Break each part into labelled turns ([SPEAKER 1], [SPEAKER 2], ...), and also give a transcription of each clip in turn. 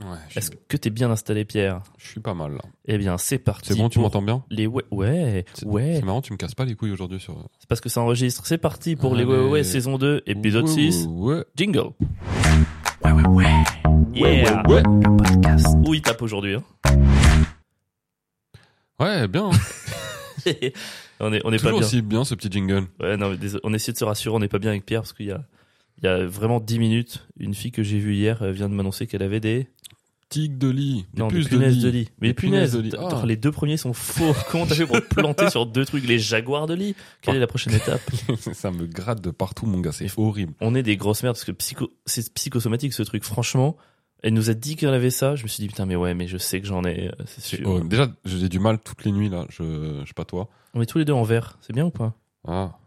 [SPEAKER 1] Ouais, je,
[SPEAKER 2] Est-ce que t'es bien installé, Pierre
[SPEAKER 1] je suis pas mal là.
[SPEAKER 2] Eh bien, c'est parti.
[SPEAKER 1] C'est bon, tu
[SPEAKER 2] pour
[SPEAKER 1] m'entends bien
[SPEAKER 2] Les ouais, ouais,
[SPEAKER 1] C'est-
[SPEAKER 2] ouais.
[SPEAKER 1] C'est marrant, tu me casses pas les couilles aujourd'hui sur.
[SPEAKER 2] C'est parce que ça enregistre. C'est parti pour les
[SPEAKER 1] Allez.
[SPEAKER 2] ouais, ouais, ouais, saison 2, épisode
[SPEAKER 1] Ah, Ouais,
[SPEAKER 2] 6.
[SPEAKER 1] Ouais.
[SPEAKER 2] Jingle. Yeah.
[SPEAKER 1] Ouais.
[SPEAKER 2] Où il tape aujourd'hui. hein.
[SPEAKER 1] Ouais, bien.
[SPEAKER 2] on est, on est pas
[SPEAKER 1] Toujours
[SPEAKER 2] bien.
[SPEAKER 1] aussi bien ce petit jingle.
[SPEAKER 2] Ouais, non, mais désolé, on essaie de se rassurer. On n'est pas bien avec Pierre parce qu'il y a, il y a vraiment 10 minutes, une fille que j'ai vue hier euh, vient de m'annoncer qu'elle avait des,
[SPEAKER 1] Tic de lit.
[SPEAKER 2] non, des
[SPEAKER 1] puces
[SPEAKER 2] punaises de lit. Mais
[SPEAKER 1] Des punaises
[SPEAKER 2] punaises.
[SPEAKER 1] de lit.
[SPEAKER 2] t-
[SPEAKER 1] Ah.
[SPEAKER 2] attends, Les deux premiers sont faux. Comment t'as fait pour te planter sur deux trucs Les jaguars de lit.
[SPEAKER 1] Oh.
[SPEAKER 2] Quelle est la prochaine étape
[SPEAKER 1] ça me gratte de partout, mon gars. C'est horrible.
[SPEAKER 2] on est des grosses merdes parce que psycho, c'est psychosomatique ce truc. Franchement, elle nous a dit qu'elle avait ça. Je me suis dit putain mais ouais mais je sais que j'en ai. euh, C'est
[SPEAKER 1] C'est
[SPEAKER 2] sûr.
[SPEAKER 1] horrible. Déjà, j'ai du mal toutes les nuits là. Je, je sais pas toi.
[SPEAKER 2] On est tous les deux en vert. C'est bien ou pas
[SPEAKER 1] Ah,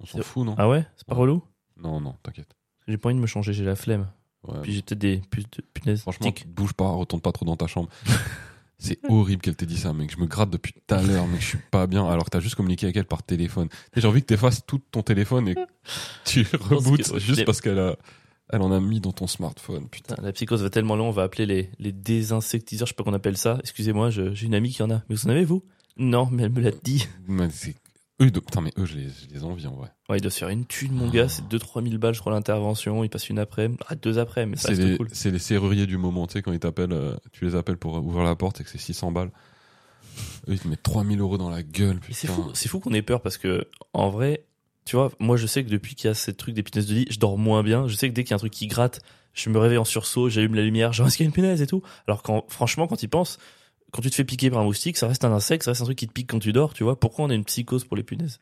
[SPEAKER 1] on s'en
[SPEAKER 2] C'est-
[SPEAKER 1] fout, non
[SPEAKER 2] Ah ouais, c'est pas
[SPEAKER 1] Ouais.
[SPEAKER 2] relou.
[SPEAKER 1] Non, non, t'inquiète.
[SPEAKER 2] J'ai pas envie de me changer. J'ai la flemme.
[SPEAKER 1] Ouais.
[SPEAKER 2] Puis j'ai peut-être des pu- de- punaises.
[SPEAKER 1] Franchement,
[SPEAKER 2] Tic.
[SPEAKER 1] bouge pas, retourne pas trop dans ta chambre. C'est horrible qu'elle t'ait dit ça, mec. Je me gratte depuis tout à l'heure, mec. Je suis pas bien. Alors que t'as juste communiqué avec elle par téléphone. Et J'ai envie que t'effaces tout ton téléphone et que tu rebootes
[SPEAKER 2] que-
[SPEAKER 1] juste parce qu'elle a, elle en a mis dans ton smartphone. Putain.
[SPEAKER 2] Putain, la psychose va tellement loin. On va appeler les les désinsectiseurs. Je sais pas qu'on appelle ça. Excusez-moi, je- j'ai une amie qui en a. Mais vous en avez vous Non, mais elle me l'a dit.
[SPEAKER 1] Mais c'est- eux, ils doivent- putain, mais eux, je les, je les envie en vrai.
[SPEAKER 2] Ouais, il doit se faire une thune, mon gars. C'est 2-3 000 balles, je crois, l'intervention. Il passe une après. Ah, deux après, mais ça
[SPEAKER 1] C'est
[SPEAKER 2] reste
[SPEAKER 1] les,
[SPEAKER 2] cool.
[SPEAKER 1] c'est les serruriers du moment, tu sais, quand ils t'appellent, euh, tu les appelles pour ouvrir la porte et que c'est 600 balles. Eux, ils te mettent 3000 euros dans la gueule,
[SPEAKER 2] Et C'est
[SPEAKER 1] putain.
[SPEAKER 2] fou, c'est fou qu'on ait peur parce que en vrai, tu vois, moi je sais que depuis qu'il y a ce truc des punaises de lit, je dors moins bien. Je sais que dès qu'il y a un truc qui gratte, je me réveille en sursaut, j'allume la lumière, genre est-ce qu'il y a une punaise et tout. Alors quand franchement, quand tu penses, quand tu te fais piquer par un moustique, ça reste un insecte, ça reste un truc qui te pique quand tu dors, tu vois. Pourquoi on a une psychose pour les punaises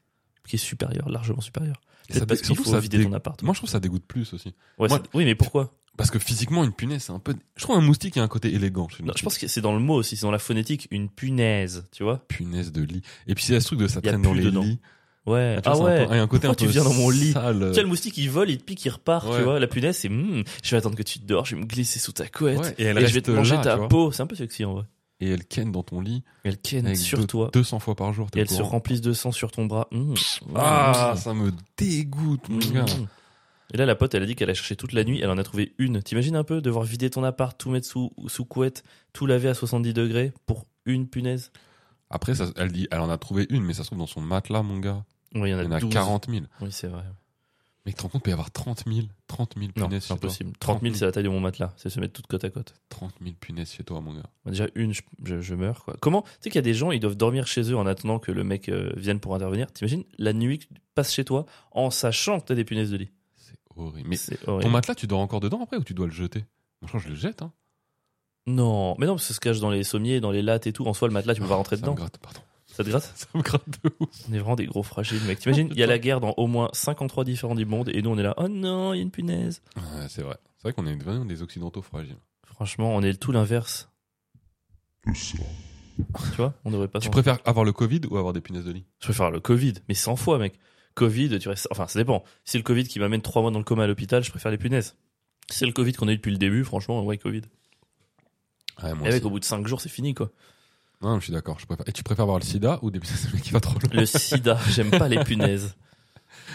[SPEAKER 2] qui est supérieure, largement supérieure
[SPEAKER 1] Et ça
[SPEAKER 2] Peut-être parce
[SPEAKER 1] dé-
[SPEAKER 2] qu'il
[SPEAKER 1] surtout,
[SPEAKER 2] faut
[SPEAKER 1] ça
[SPEAKER 2] vider
[SPEAKER 1] dé-
[SPEAKER 2] ton appart.
[SPEAKER 1] Moi, je trouve que ça dégoûte plus aussi.
[SPEAKER 2] Ouais,
[SPEAKER 1] moi-
[SPEAKER 2] c'est- oui, mais pourquoi
[SPEAKER 1] Parce que physiquement, une punaise, c'est un peu. Je trouve un moustique, il y a un côté élégant. chez une
[SPEAKER 2] Non, Je pense que c'est dans le mot aussi, c'est dans la phonétique, une punaise, tu vois.
[SPEAKER 1] punaise de lit. Et puis, c'est ce truc de ça
[SPEAKER 2] Y a
[SPEAKER 1] traîne
[SPEAKER 2] plus
[SPEAKER 1] dans les
[SPEAKER 2] dedans.
[SPEAKER 1] lits. Tu
[SPEAKER 2] Ouais.
[SPEAKER 1] vois,
[SPEAKER 2] Ah
[SPEAKER 1] c'est un
[SPEAKER 2] ouais.
[SPEAKER 1] peu- Il y a un côté un
[SPEAKER 2] Pourquoi
[SPEAKER 1] peu.
[SPEAKER 2] tu viens dans mon lit
[SPEAKER 1] sale.
[SPEAKER 2] Tu sais, le moustique, il vole, il te pique, il repart,
[SPEAKER 1] Euh. Ouais.
[SPEAKER 2] tu vois. La punaise, c'est hmm, je vais attendre que tu dors, je vais me glisser sous ta couette.
[SPEAKER 1] Ouais, et elle
[SPEAKER 2] Et
[SPEAKER 1] reste
[SPEAKER 2] je vais te manger
[SPEAKER 1] là, tu
[SPEAKER 2] ta
[SPEAKER 1] vois.
[SPEAKER 2] peau. C'est un peu sexy en vrai.
[SPEAKER 1] Et elle ken dans ton lit.
[SPEAKER 2] Elle ken
[SPEAKER 1] avec
[SPEAKER 2] sur
[SPEAKER 1] deux-
[SPEAKER 2] toi.
[SPEAKER 1] 200 fois par jour. t'es
[SPEAKER 2] Et
[SPEAKER 1] au
[SPEAKER 2] elle se
[SPEAKER 1] courant.
[SPEAKER 2] remplisse de sang sur ton bras. Hmm.
[SPEAKER 1] Ah,
[SPEAKER 2] Mmh.
[SPEAKER 1] ça me dégoûte, mon
[SPEAKER 2] Hmm.
[SPEAKER 1] gars.
[SPEAKER 2] Et là, la pote, elle a dit qu'elle a cherché toute la nuit. Elle en a trouvé une. T'imagines un peu devoir vider ton appart, tout mettre sous, sous couette, tout laver à 70 degrés pour une punaise
[SPEAKER 1] Après, ça- elle dit, elle en a trouvé une, mais ça se trouve dans son matelas, mon gars.
[SPEAKER 2] Oui, il y en a,
[SPEAKER 1] Il y en a
[SPEAKER 2] 12.
[SPEAKER 1] 40 000.
[SPEAKER 2] Oui, c'est vrai.
[SPEAKER 1] Mais tu te rends compte, il peut y avoir 30 000. 30 000
[SPEAKER 2] Non,
[SPEAKER 1] punaises chez
[SPEAKER 2] c'est
[SPEAKER 1] toi.
[SPEAKER 2] impossible. 30 000, c'est la taille de mon matelas. C'est se mettre toutes côte à côte.
[SPEAKER 1] 30 000 punaises chez toi, mon gars.
[SPEAKER 2] Bah, Déjà une, je, je- je meurs quoi. Comment Tu sais qu'il y a des gens, ils doivent dormir chez eux en attendant que le mec euh, vienne pour intervenir. T'imagines la nuit que tu passes chez toi en sachant que t'as des punaises de lit.
[SPEAKER 1] C'est horrible. Mais
[SPEAKER 2] c'est
[SPEAKER 1] ton
[SPEAKER 2] horrible.
[SPEAKER 1] matelas, tu dors encore dedans après ou tu dois le jeter Moi, je crois que je le jette, hein.
[SPEAKER 2] Non, mais non, parce que ça se cache dans les sommiers, dans les lattes et tout. En soi, le matelas, tu peux pas rentrer
[SPEAKER 1] Ah, ça
[SPEAKER 2] dedans.
[SPEAKER 1] Me gratte, pardon.
[SPEAKER 2] Ça te gratte
[SPEAKER 1] Ça me gratte de ouf.
[SPEAKER 2] On est vraiment des gros fragiles, mec. T'imagines, il y a la guerre dans au moins 53 différents du monde et nous on est là. Oh non, il y a une punaise.
[SPEAKER 1] Ouais, c'est vrai. C'est vrai qu'on est vraiment des occidentaux fragiles.
[SPEAKER 2] Franchement, on est tout l'inverse. Tu vois, on devrait pas.
[SPEAKER 1] Tu
[SPEAKER 2] s'en-
[SPEAKER 1] préfères avoir le Covid ou avoir des punaises de lit
[SPEAKER 2] Je préfère le Covid, mais 100 fois, mec. Covid, tu restes. Enfin, ça dépend. Si c'est le Covid qui m'amène 3 mois dans le coma à l'hôpital, je préfère les punaises. Si c'est le Covid qu'on a eu depuis le début, franchement, ouais, Covid.
[SPEAKER 1] Ouais, moi
[SPEAKER 2] Et mec, au bout de 5 jours, c'est fini, quoi.
[SPEAKER 1] Eh Non, je suis d'accord. Je préfère. Et tu préfères avoir le sida ou des punaises de lit qui va trop loin
[SPEAKER 2] Le sida, j'aime pas les punaises.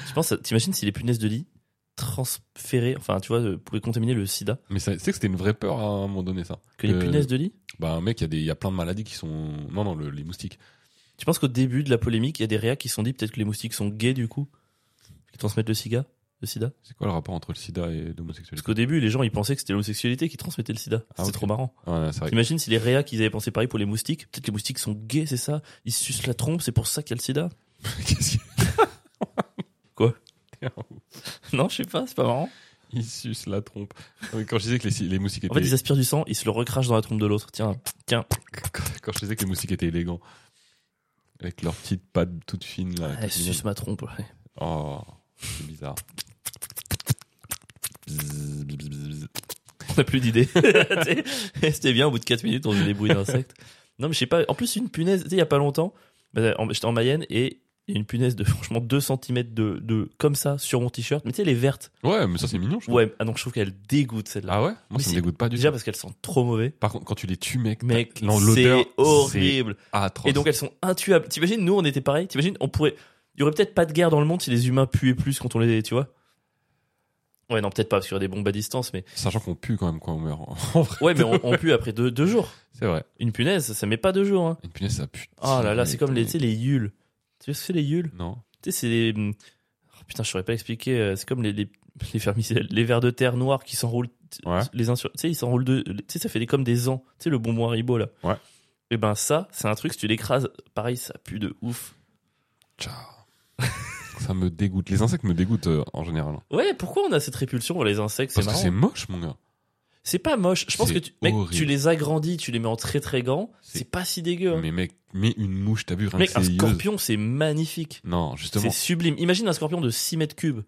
[SPEAKER 2] Je pense, t'imagines si les punaises de lit transférées, enfin, tu vois, euh, pouvaient contaminer le sida
[SPEAKER 1] Mais ça- tu sais que c'était une vraie peur hein, à un moment donné, ça.
[SPEAKER 2] que les
[SPEAKER 1] Euh,
[SPEAKER 2] punaises de lit
[SPEAKER 1] Bah, mec, il y, a des- il y a plein de maladies qui sont. Non, non, le- les moustiques.
[SPEAKER 2] Tu penses qu'au début de la polémique, il y a des réacs qui se sont dit peut-être que les moustiques sont gays, du coup Qui transmettent le sida Le sida
[SPEAKER 1] C'est quoi le rapport entre le sida et
[SPEAKER 2] Parce
[SPEAKER 1] l'homosexualité
[SPEAKER 2] qu'au début, les gens, ils pensaient que c'était l'homosexualité qui transmettait le sida.
[SPEAKER 1] Ah,
[SPEAKER 2] C'était
[SPEAKER 1] ok.
[SPEAKER 2] trop marrant.
[SPEAKER 1] Ouais, c'est vrai.
[SPEAKER 2] T'imagines si les réas qu'ils avaient pensé pareil pour les moustiques, peut-être que les moustiques sont gays, c'est ça Ils se sucent la trompe, c'est pour ça qu'il y a le sida
[SPEAKER 1] Qu'est-ce qu'il-
[SPEAKER 2] Quoi
[SPEAKER 1] T'es un ouf.
[SPEAKER 2] Non, je sais pas, c'est pas marrant.
[SPEAKER 1] Ils sucent la trompe. Non, mais Quand je disais que les, si- les moustiques étaient.
[SPEAKER 2] En fait, ils aspirent du sang, ils se le recrachent dans la trompe de l'autre. Tiens, tiens.
[SPEAKER 1] Quand je disais que les moustiques étaient élégants. Avec leurs petites pattes toutes fines, là.
[SPEAKER 2] Elle
[SPEAKER 1] toutes mignonnes.
[SPEAKER 2] suce ma trompe. ouais.
[SPEAKER 1] Oh, c'est bizarre. Bzz, bzz, bzz, bzz.
[SPEAKER 2] On n'a plus d'idées. Tu sais, C'était bien, au bout de 4 minutes, on faisait des bruits d'insectes. Non, mais je sais pas. En plus, une punaise, tu sais, il y a pas longtemps, bah, en- j'étais en Mayenne et il y a une punaise de franchement 2 cm de, de comme ça sur mon t-shirt. Mais tu sais, elle est verte.
[SPEAKER 1] Ouais, mais ça c'est mignon, je trouve.
[SPEAKER 2] Ouais, ah non, je trouve qu'elle dégoûte celle-là.
[SPEAKER 1] Ah ouais Moi
[SPEAKER 2] Mais
[SPEAKER 1] ça
[SPEAKER 2] si.
[SPEAKER 1] me dégoûte pas du
[SPEAKER 2] Déjà
[SPEAKER 1] tout.
[SPEAKER 2] parce qu'elle sent trop mauvais.
[SPEAKER 1] Par contre, quand tu les tues, mec,
[SPEAKER 2] Mec,
[SPEAKER 1] t'as- non, l'odeur,
[SPEAKER 2] c'est horrible.
[SPEAKER 1] c'est atroce.
[SPEAKER 2] Et donc elles sont intuables. T'imagines, nous on était pareil. T'imagines, on pourrait. Il y aurait peut-être pas de guerre dans le monde si les humains puaient plus quand on les. Tu vois Ouais, non, peut-être pas, parce qu'il y aurait des bombes à distance, mais.
[SPEAKER 1] Sachant qu'on pue quand même quand on meurt. En vrai,
[SPEAKER 2] Ouais, mais on, on pue après deux, deux jours.
[SPEAKER 1] c'est vrai.
[SPEAKER 2] Une punaise, ça met pas deux jours, hein.
[SPEAKER 1] Une punaise, ça pue.
[SPEAKER 2] Oh là là, c'est comme les, tu sais, les yules. Tu sais ce que c'est les yules?
[SPEAKER 1] Non.
[SPEAKER 2] Tu sais, c'est les. oh, putain, je saurais pas expliquer. euh, C'est comme les, les, les vermicelles, les vers de terre noirs qui s'enroulent. t-
[SPEAKER 1] Ouais.
[SPEAKER 2] Les uns sur- Tu sais, ils s'enroulent de. Tu sais, ça fait des, comme des ans. Tu sais, le bonbon Haribo, là.
[SPEAKER 1] Ouais.
[SPEAKER 2] Et ben, ça, c'est un truc, si tu l'écrases, pareil, ça pue de ouf.
[SPEAKER 1] Ciao. ça me dégoûte. Les insectes me dégoûtent euh, en général.
[SPEAKER 2] Ouais, pourquoi on a cette répulsion pour les insectes? C'est
[SPEAKER 1] Parce que
[SPEAKER 2] marrant.
[SPEAKER 1] c'est moche, mon gars.
[SPEAKER 2] C'est pas moche. Je pense
[SPEAKER 1] C'est
[SPEAKER 2] que tu, mec,
[SPEAKER 1] horrible.
[SPEAKER 2] tu les agrandis, tu les mets en très très grand.
[SPEAKER 1] C'est-
[SPEAKER 2] C'est pas si dégueu. hein.
[SPEAKER 1] Mais mec, mets une mouche, t'as vu rien
[SPEAKER 2] Mec,
[SPEAKER 1] que
[SPEAKER 2] un
[SPEAKER 1] c'est
[SPEAKER 2] scorpion, c'est magnifique.
[SPEAKER 1] Non, justement.
[SPEAKER 2] C'est sublime. Imagine un scorpion de 6 mètres cubes.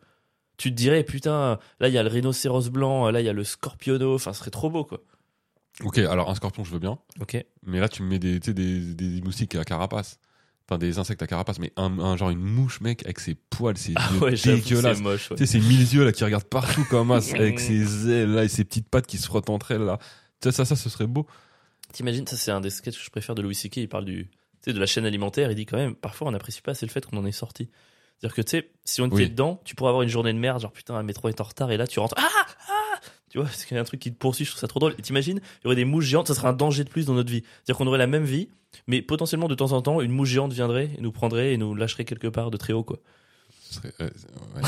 [SPEAKER 2] Tu te dirais, putain, là il y a le rhinocéros blanc, là il y a le scorpiono. Enfin, ce serait trop beau quoi.
[SPEAKER 1] Ok, alors un scorpion, je veux bien.
[SPEAKER 2] Ok.
[SPEAKER 1] Mais là, tu me mets des, tu sais, des, des moustiques à carapace. Enfin, des insectes à carapace. Mais un, un genre une mouche, mec, avec ses poils, ses
[SPEAKER 2] Ah
[SPEAKER 1] yeux
[SPEAKER 2] ouais, j'avoue,
[SPEAKER 1] dégueulasses.
[SPEAKER 2] c'est moche. ouais.
[SPEAKER 1] Tu sais, ces mille yeux là qui regardent partout comme as, avec ses ailes là et ses petites pattes qui se frottent entre elles là. Ça, ça, ça, ce serait beau.
[SPEAKER 2] T'imagines, ça c'est un des sketchs que je préfère de Louis C.K. Il parle du, tu sais, de la chaîne alimentaire. Il dit quand même, parfois on n'apprécie pas assez le fait qu'on en est sorti. C'est-à-dire que tu sais, si on était
[SPEAKER 1] Oui.
[SPEAKER 2] dedans, tu pourrais avoir une journée de merde, genre putain, un métro est en retard et là tu rentres. Ah Ah Tu vois, parce qu'il y a un truc qui te poursuit, je trouve ça trop drôle. Et t'imagines, il y aurait des mouches géantes, ça serait un danger de plus dans notre vie. C'est-à-dire qu'on aurait la même vie, mais potentiellement de temps en temps, une mouche géante viendrait et nous prendrait et nous lâcherait quelque part de très haut quoi.
[SPEAKER 1] Ce serait- euh, ouais.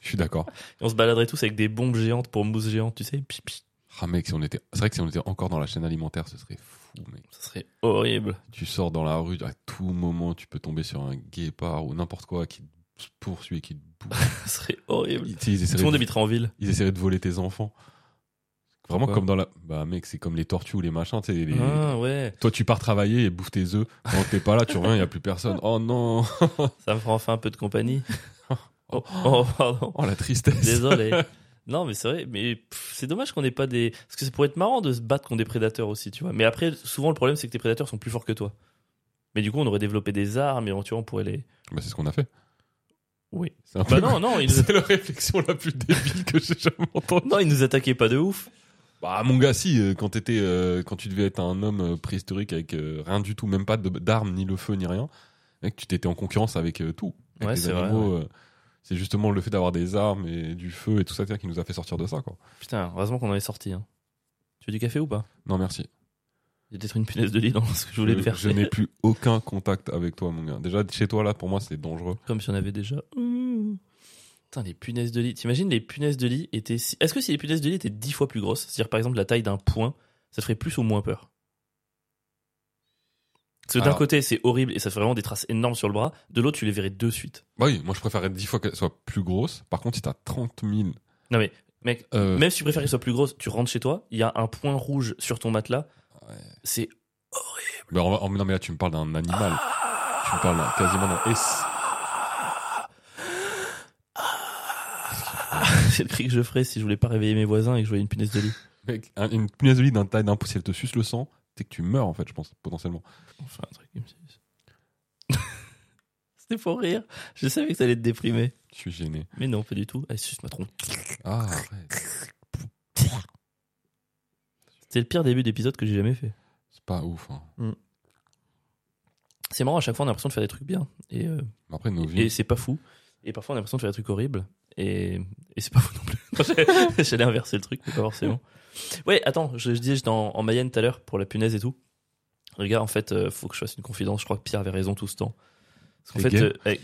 [SPEAKER 1] Je suis d'accord.
[SPEAKER 2] Et on se baladerait tous avec des bombes géantes pour mousse géante, tu sais. Pi, pi.
[SPEAKER 1] Ah mec, si on était, c'est vrai que si on était encore dans la chaîne alimentaire, ce serait fou. Mec.
[SPEAKER 2] Ça serait horrible.
[SPEAKER 1] Tu sors dans la rue, à tout moment, tu peux tomber sur un guépard ou n'importe quoi qui te poursuit, qui te bouffe.
[SPEAKER 2] Ça serait
[SPEAKER 1] Tu
[SPEAKER 2] horrible.
[SPEAKER 1] sais, Ils
[SPEAKER 2] Tout le
[SPEAKER 1] essaieraient,
[SPEAKER 2] monde
[SPEAKER 1] de,
[SPEAKER 2] habiterait en ville.
[SPEAKER 1] ils essaieraient de voler tes enfants. Vraiment
[SPEAKER 2] Pourquoi
[SPEAKER 1] comme dans la. Bah mec, c'est comme les tortues ou les machins. tu sais, les-
[SPEAKER 2] Ah ouais.
[SPEAKER 1] Toi, tu pars travailler et bouffes tes œufs. Quand t'es pas là, tu reviens, il y a plus personne. Oh non
[SPEAKER 2] Ça me fera enfin un peu de compagnie.
[SPEAKER 1] Oh.
[SPEAKER 2] Oh, oh, pardon.
[SPEAKER 1] Oh la tristesse
[SPEAKER 2] Désolé. Non, mais c'est vrai, mais pff, c'est dommage qu'on n'ait pas des. Parce que ça pourrait être marrant de se battre contre des prédateurs aussi, tu vois. Mais après, souvent, le problème, c'est que tes prédateurs sont plus forts que toi. Mais du coup, on aurait développé des armes et on pourrait les.
[SPEAKER 1] Bah, c'est ce qu'on a fait.
[SPEAKER 2] Oui.
[SPEAKER 1] C'est un
[SPEAKER 2] Bah
[SPEAKER 1] peu
[SPEAKER 2] non, non, ils nous,
[SPEAKER 1] C'est la réflexion la plus débile que j'ai jamais entendue.
[SPEAKER 2] non, ils nous attaquaient pas de ouf.
[SPEAKER 1] Bah mon gars, si euh, quand t'étais, euh, quand tu devais être un homme euh, préhistorique avec euh, rien du tout, même pas de- d'armes, ni le feu, ni rien, mec, tu t'étais en concurrence avec euh, tout. Avec
[SPEAKER 2] Ouais,
[SPEAKER 1] les
[SPEAKER 2] c'est vrai,
[SPEAKER 1] animaux, euh, c'est justement le fait d'avoir des armes et du feu et tout ça tu vois, qui nous a fait sortir de ça, quoi.
[SPEAKER 2] Putain, heureusement qu'on en est sorti. hein. Tu veux du café ou pas
[SPEAKER 1] Non merci.
[SPEAKER 2] Il y a peut-être une punaise de lit dans ce que je voulais te
[SPEAKER 1] je
[SPEAKER 2] faire.
[SPEAKER 1] je n'ai plus aucun contact avec toi, mon gars. Déjà chez toi là, pour moi, c'est dangereux.
[SPEAKER 2] Comme si on avait déjà. Mmh. Putain, les punaises de lit. T'imagines, les punaises de lit étaient. si- Est-ce que si les punaises de lit étaient 10 fois plus grosses, c'est-à-dire par exemple la taille d'un point, ça te ferait plus ou moins peur Parce que d'un
[SPEAKER 1] Alors-
[SPEAKER 2] côté, c'est horrible et ça fait vraiment des traces énormes sur le bras. De l'autre, tu les verrais de suite.
[SPEAKER 1] Bah oui, moi je préfère être 10 fois qu'elle soit plus grosse. Par contre, si t'as 30 000
[SPEAKER 2] Non mais, mec,
[SPEAKER 1] euh,
[SPEAKER 2] même si tu préfères qu'elles soient plus grosses, tu rentres chez toi, il y a un point rouge sur ton matelas. C'est.
[SPEAKER 1] Mais on va- non, oh, mais là, tu me parles d'un animal.
[SPEAKER 2] Ah
[SPEAKER 1] tu me parles d'un- quasiment d'un S.
[SPEAKER 2] c'est le cri que je ferais si je voulais pas réveiller mes voisins et que je voyais une punaise de lit.
[SPEAKER 1] Mec, un- une punaise de lit d'un taille d'un pouce, si elle te suce le sang, c'est que tu meurs, en fait, je pense, potentiellement.
[SPEAKER 2] Enfin, un truc qui me suce. C'était pour rire. Je savais que ça allait te déprimer.
[SPEAKER 1] Je suis gêné.
[SPEAKER 2] Mais non, pas du tout. Elle suce ma tronche.
[SPEAKER 1] Ah, arrête.
[SPEAKER 2] C'était le pire début d'épisode que j'ai jamais fait.
[SPEAKER 1] C'est pas ouf. hein.
[SPEAKER 2] C'est marrant, à chaque fois on a l'impression de faire des trucs bien. Et, euh,
[SPEAKER 1] Mais après, nos
[SPEAKER 2] et
[SPEAKER 1] vies.
[SPEAKER 2] c'est pas fou. Et parfois on a l'impression de faire des trucs horribles. Et, et c'est pas fou non plus. Non, j'ai- J'allais inverser le truc, mais pas forcément. Ouais, attends, je, je disais, j'étais en, en Mayenne tout à l'heure pour la punaise et tout. Les gars, en fait, euh, faut que je fasse une confidence. Je crois que Pierre avait raison tout ce temps. Parce qu'en
[SPEAKER 1] T'es
[SPEAKER 2] fait.
[SPEAKER 1] gay
[SPEAKER 2] euh, eh,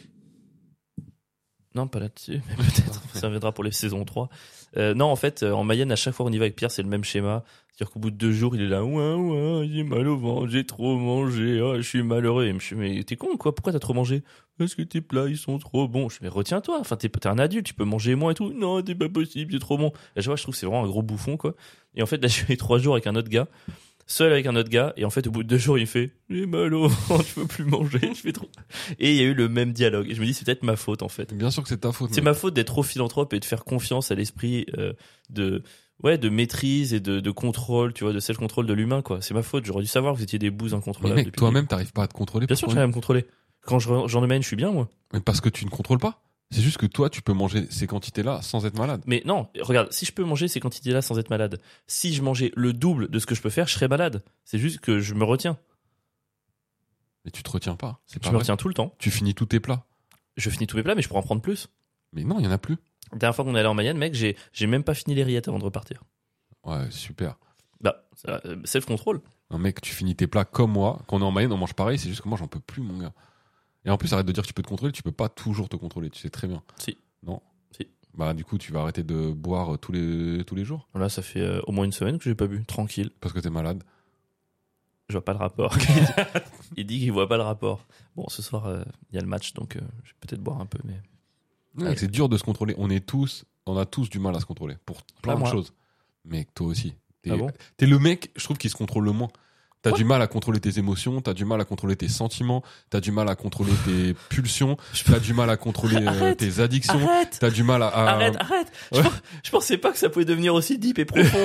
[SPEAKER 2] Non, pas là-dessus, mais peut-être. ça reviendra pour les saisons 3. Euh, non, en fait, euh, en Mayenne, à chaque fois qu'on y va avec Pierre, c'est le même schéma. C'est-à-dire qu'au bout de deux jours, il est là, ouin, ouin, j'ai mal au ventre, j'ai trop mangé, oh, je suis malheureux. Et je suis, mais t'es con, quoi, pourquoi t'as trop mangé Parce que tes plats, ils sont trop bons. Je suis, mais retiens-toi, enfin, t'es, t'es un adulte, tu peux manger moins et tout. Non, t'es pas possible, c'est trop bon. Et je vois, je trouve que c'est vraiment un gros bouffon, quoi. Et en fait, là, je suis allé trois jours avec un autre gars, seul avec un autre gars, et en fait, au bout de deux jours, il me fait, j'ai mal au ventre, je peux plus manger, je fais trop. Et il y a eu le même dialogue. Et je me dis, c'est peut-être ma faute, en fait.
[SPEAKER 1] Bien sûr que c'est ta faute.
[SPEAKER 2] C'est
[SPEAKER 1] mec.
[SPEAKER 2] ma faute d'être trop philanthrope et de faire confiance à l'esprit euh, de ouais de maîtrise et de, de contrôle, tu vois, de self-contrôle de l'humain quoi. C'est ma faute. J'aurais dû savoir que vous étiez des bouses
[SPEAKER 1] Mais
[SPEAKER 2] incontrôlables.
[SPEAKER 1] mec,
[SPEAKER 2] depuis-
[SPEAKER 1] toi-même, t'arrives pas à te contrôler.
[SPEAKER 2] Bien sûr, que
[SPEAKER 1] pourquoi
[SPEAKER 2] j'arrive à me contrôler. Quand je re- j'en emmène, je suis bien moi.
[SPEAKER 1] Mais parce que tu ne contrôles pas. C'est juste que toi, tu peux manger ces quantités-là sans être malade.
[SPEAKER 2] Mais non, regarde, si je peux manger ces quantités-là sans être malade, si je mangeais le double de ce que je peux faire, je serais malade. C'est juste que je me retiens.
[SPEAKER 1] Mais tu te retiens pas. C'est
[SPEAKER 2] Je
[SPEAKER 1] pas
[SPEAKER 2] me
[SPEAKER 1] vrai.
[SPEAKER 2] retiens tout le temps.
[SPEAKER 1] Tu finis tous tes plats.
[SPEAKER 2] Je finis tous mes plats, mais je pourrais en prendre plus.
[SPEAKER 1] Mais non, il y en a plus.
[SPEAKER 2] La dernière fois qu'on est allé en Mayenne, mec, j'ai j'ai même pas fini les rillettes avant de repartir.
[SPEAKER 1] Ouais, super.
[SPEAKER 2] Bah, ça, euh, self-control.
[SPEAKER 1] Non, mec, tu finis tes plats comme moi. Quand on est en Mayenne, on mange pareil. C'est juste que moi, j'en peux plus, mon gars. Et en plus, arrête de dire que tu peux te contrôler. Tu peux pas toujours te contrôler. Tu sais très bien.
[SPEAKER 2] Si.
[SPEAKER 1] Non.
[SPEAKER 2] Si.
[SPEAKER 1] Bah, du coup, tu vas arrêter de boire euh, tous les, tous les jours
[SPEAKER 2] Là, ça fait euh, au moins une semaine que j'ai pas bu. Tranquille.
[SPEAKER 1] parce que t'es malade.
[SPEAKER 2] Je vois pas le rapport. il dit qu'il voit pas le rapport. Bon, ce soir, euh, il y a le match, donc euh, je vais peut-être boire un peu, mais.
[SPEAKER 1] Mec, C'est dur de se contrôler. On est tous, on a tous du mal à se contrôler pour plein
[SPEAKER 2] Ah,
[SPEAKER 1] de
[SPEAKER 2] moi.
[SPEAKER 1] choses. Mec, toi aussi. T'es
[SPEAKER 2] Ah bon
[SPEAKER 1] t'es le mec, je trouve, qui se contrôle le moins. T'as
[SPEAKER 2] Quoi
[SPEAKER 1] du mal à contrôler tes émotions, t'as du mal à contrôler tes sentiments, t'as du mal à contrôler tes pulsions,
[SPEAKER 2] Je peux-
[SPEAKER 1] t'as du mal à contrôler euh,
[SPEAKER 2] Arrête
[SPEAKER 1] tes addictions,
[SPEAKER 2] Arrête
[SPEAKER 1] t'as du mal à. à-
[SPEAKER 2] Arrête, arrête
[SPEAKER 1] Ah. ouais.
[SPEAKER 2] je, pens- je pensais pas que ça pouvait devenir aussi deep et profond.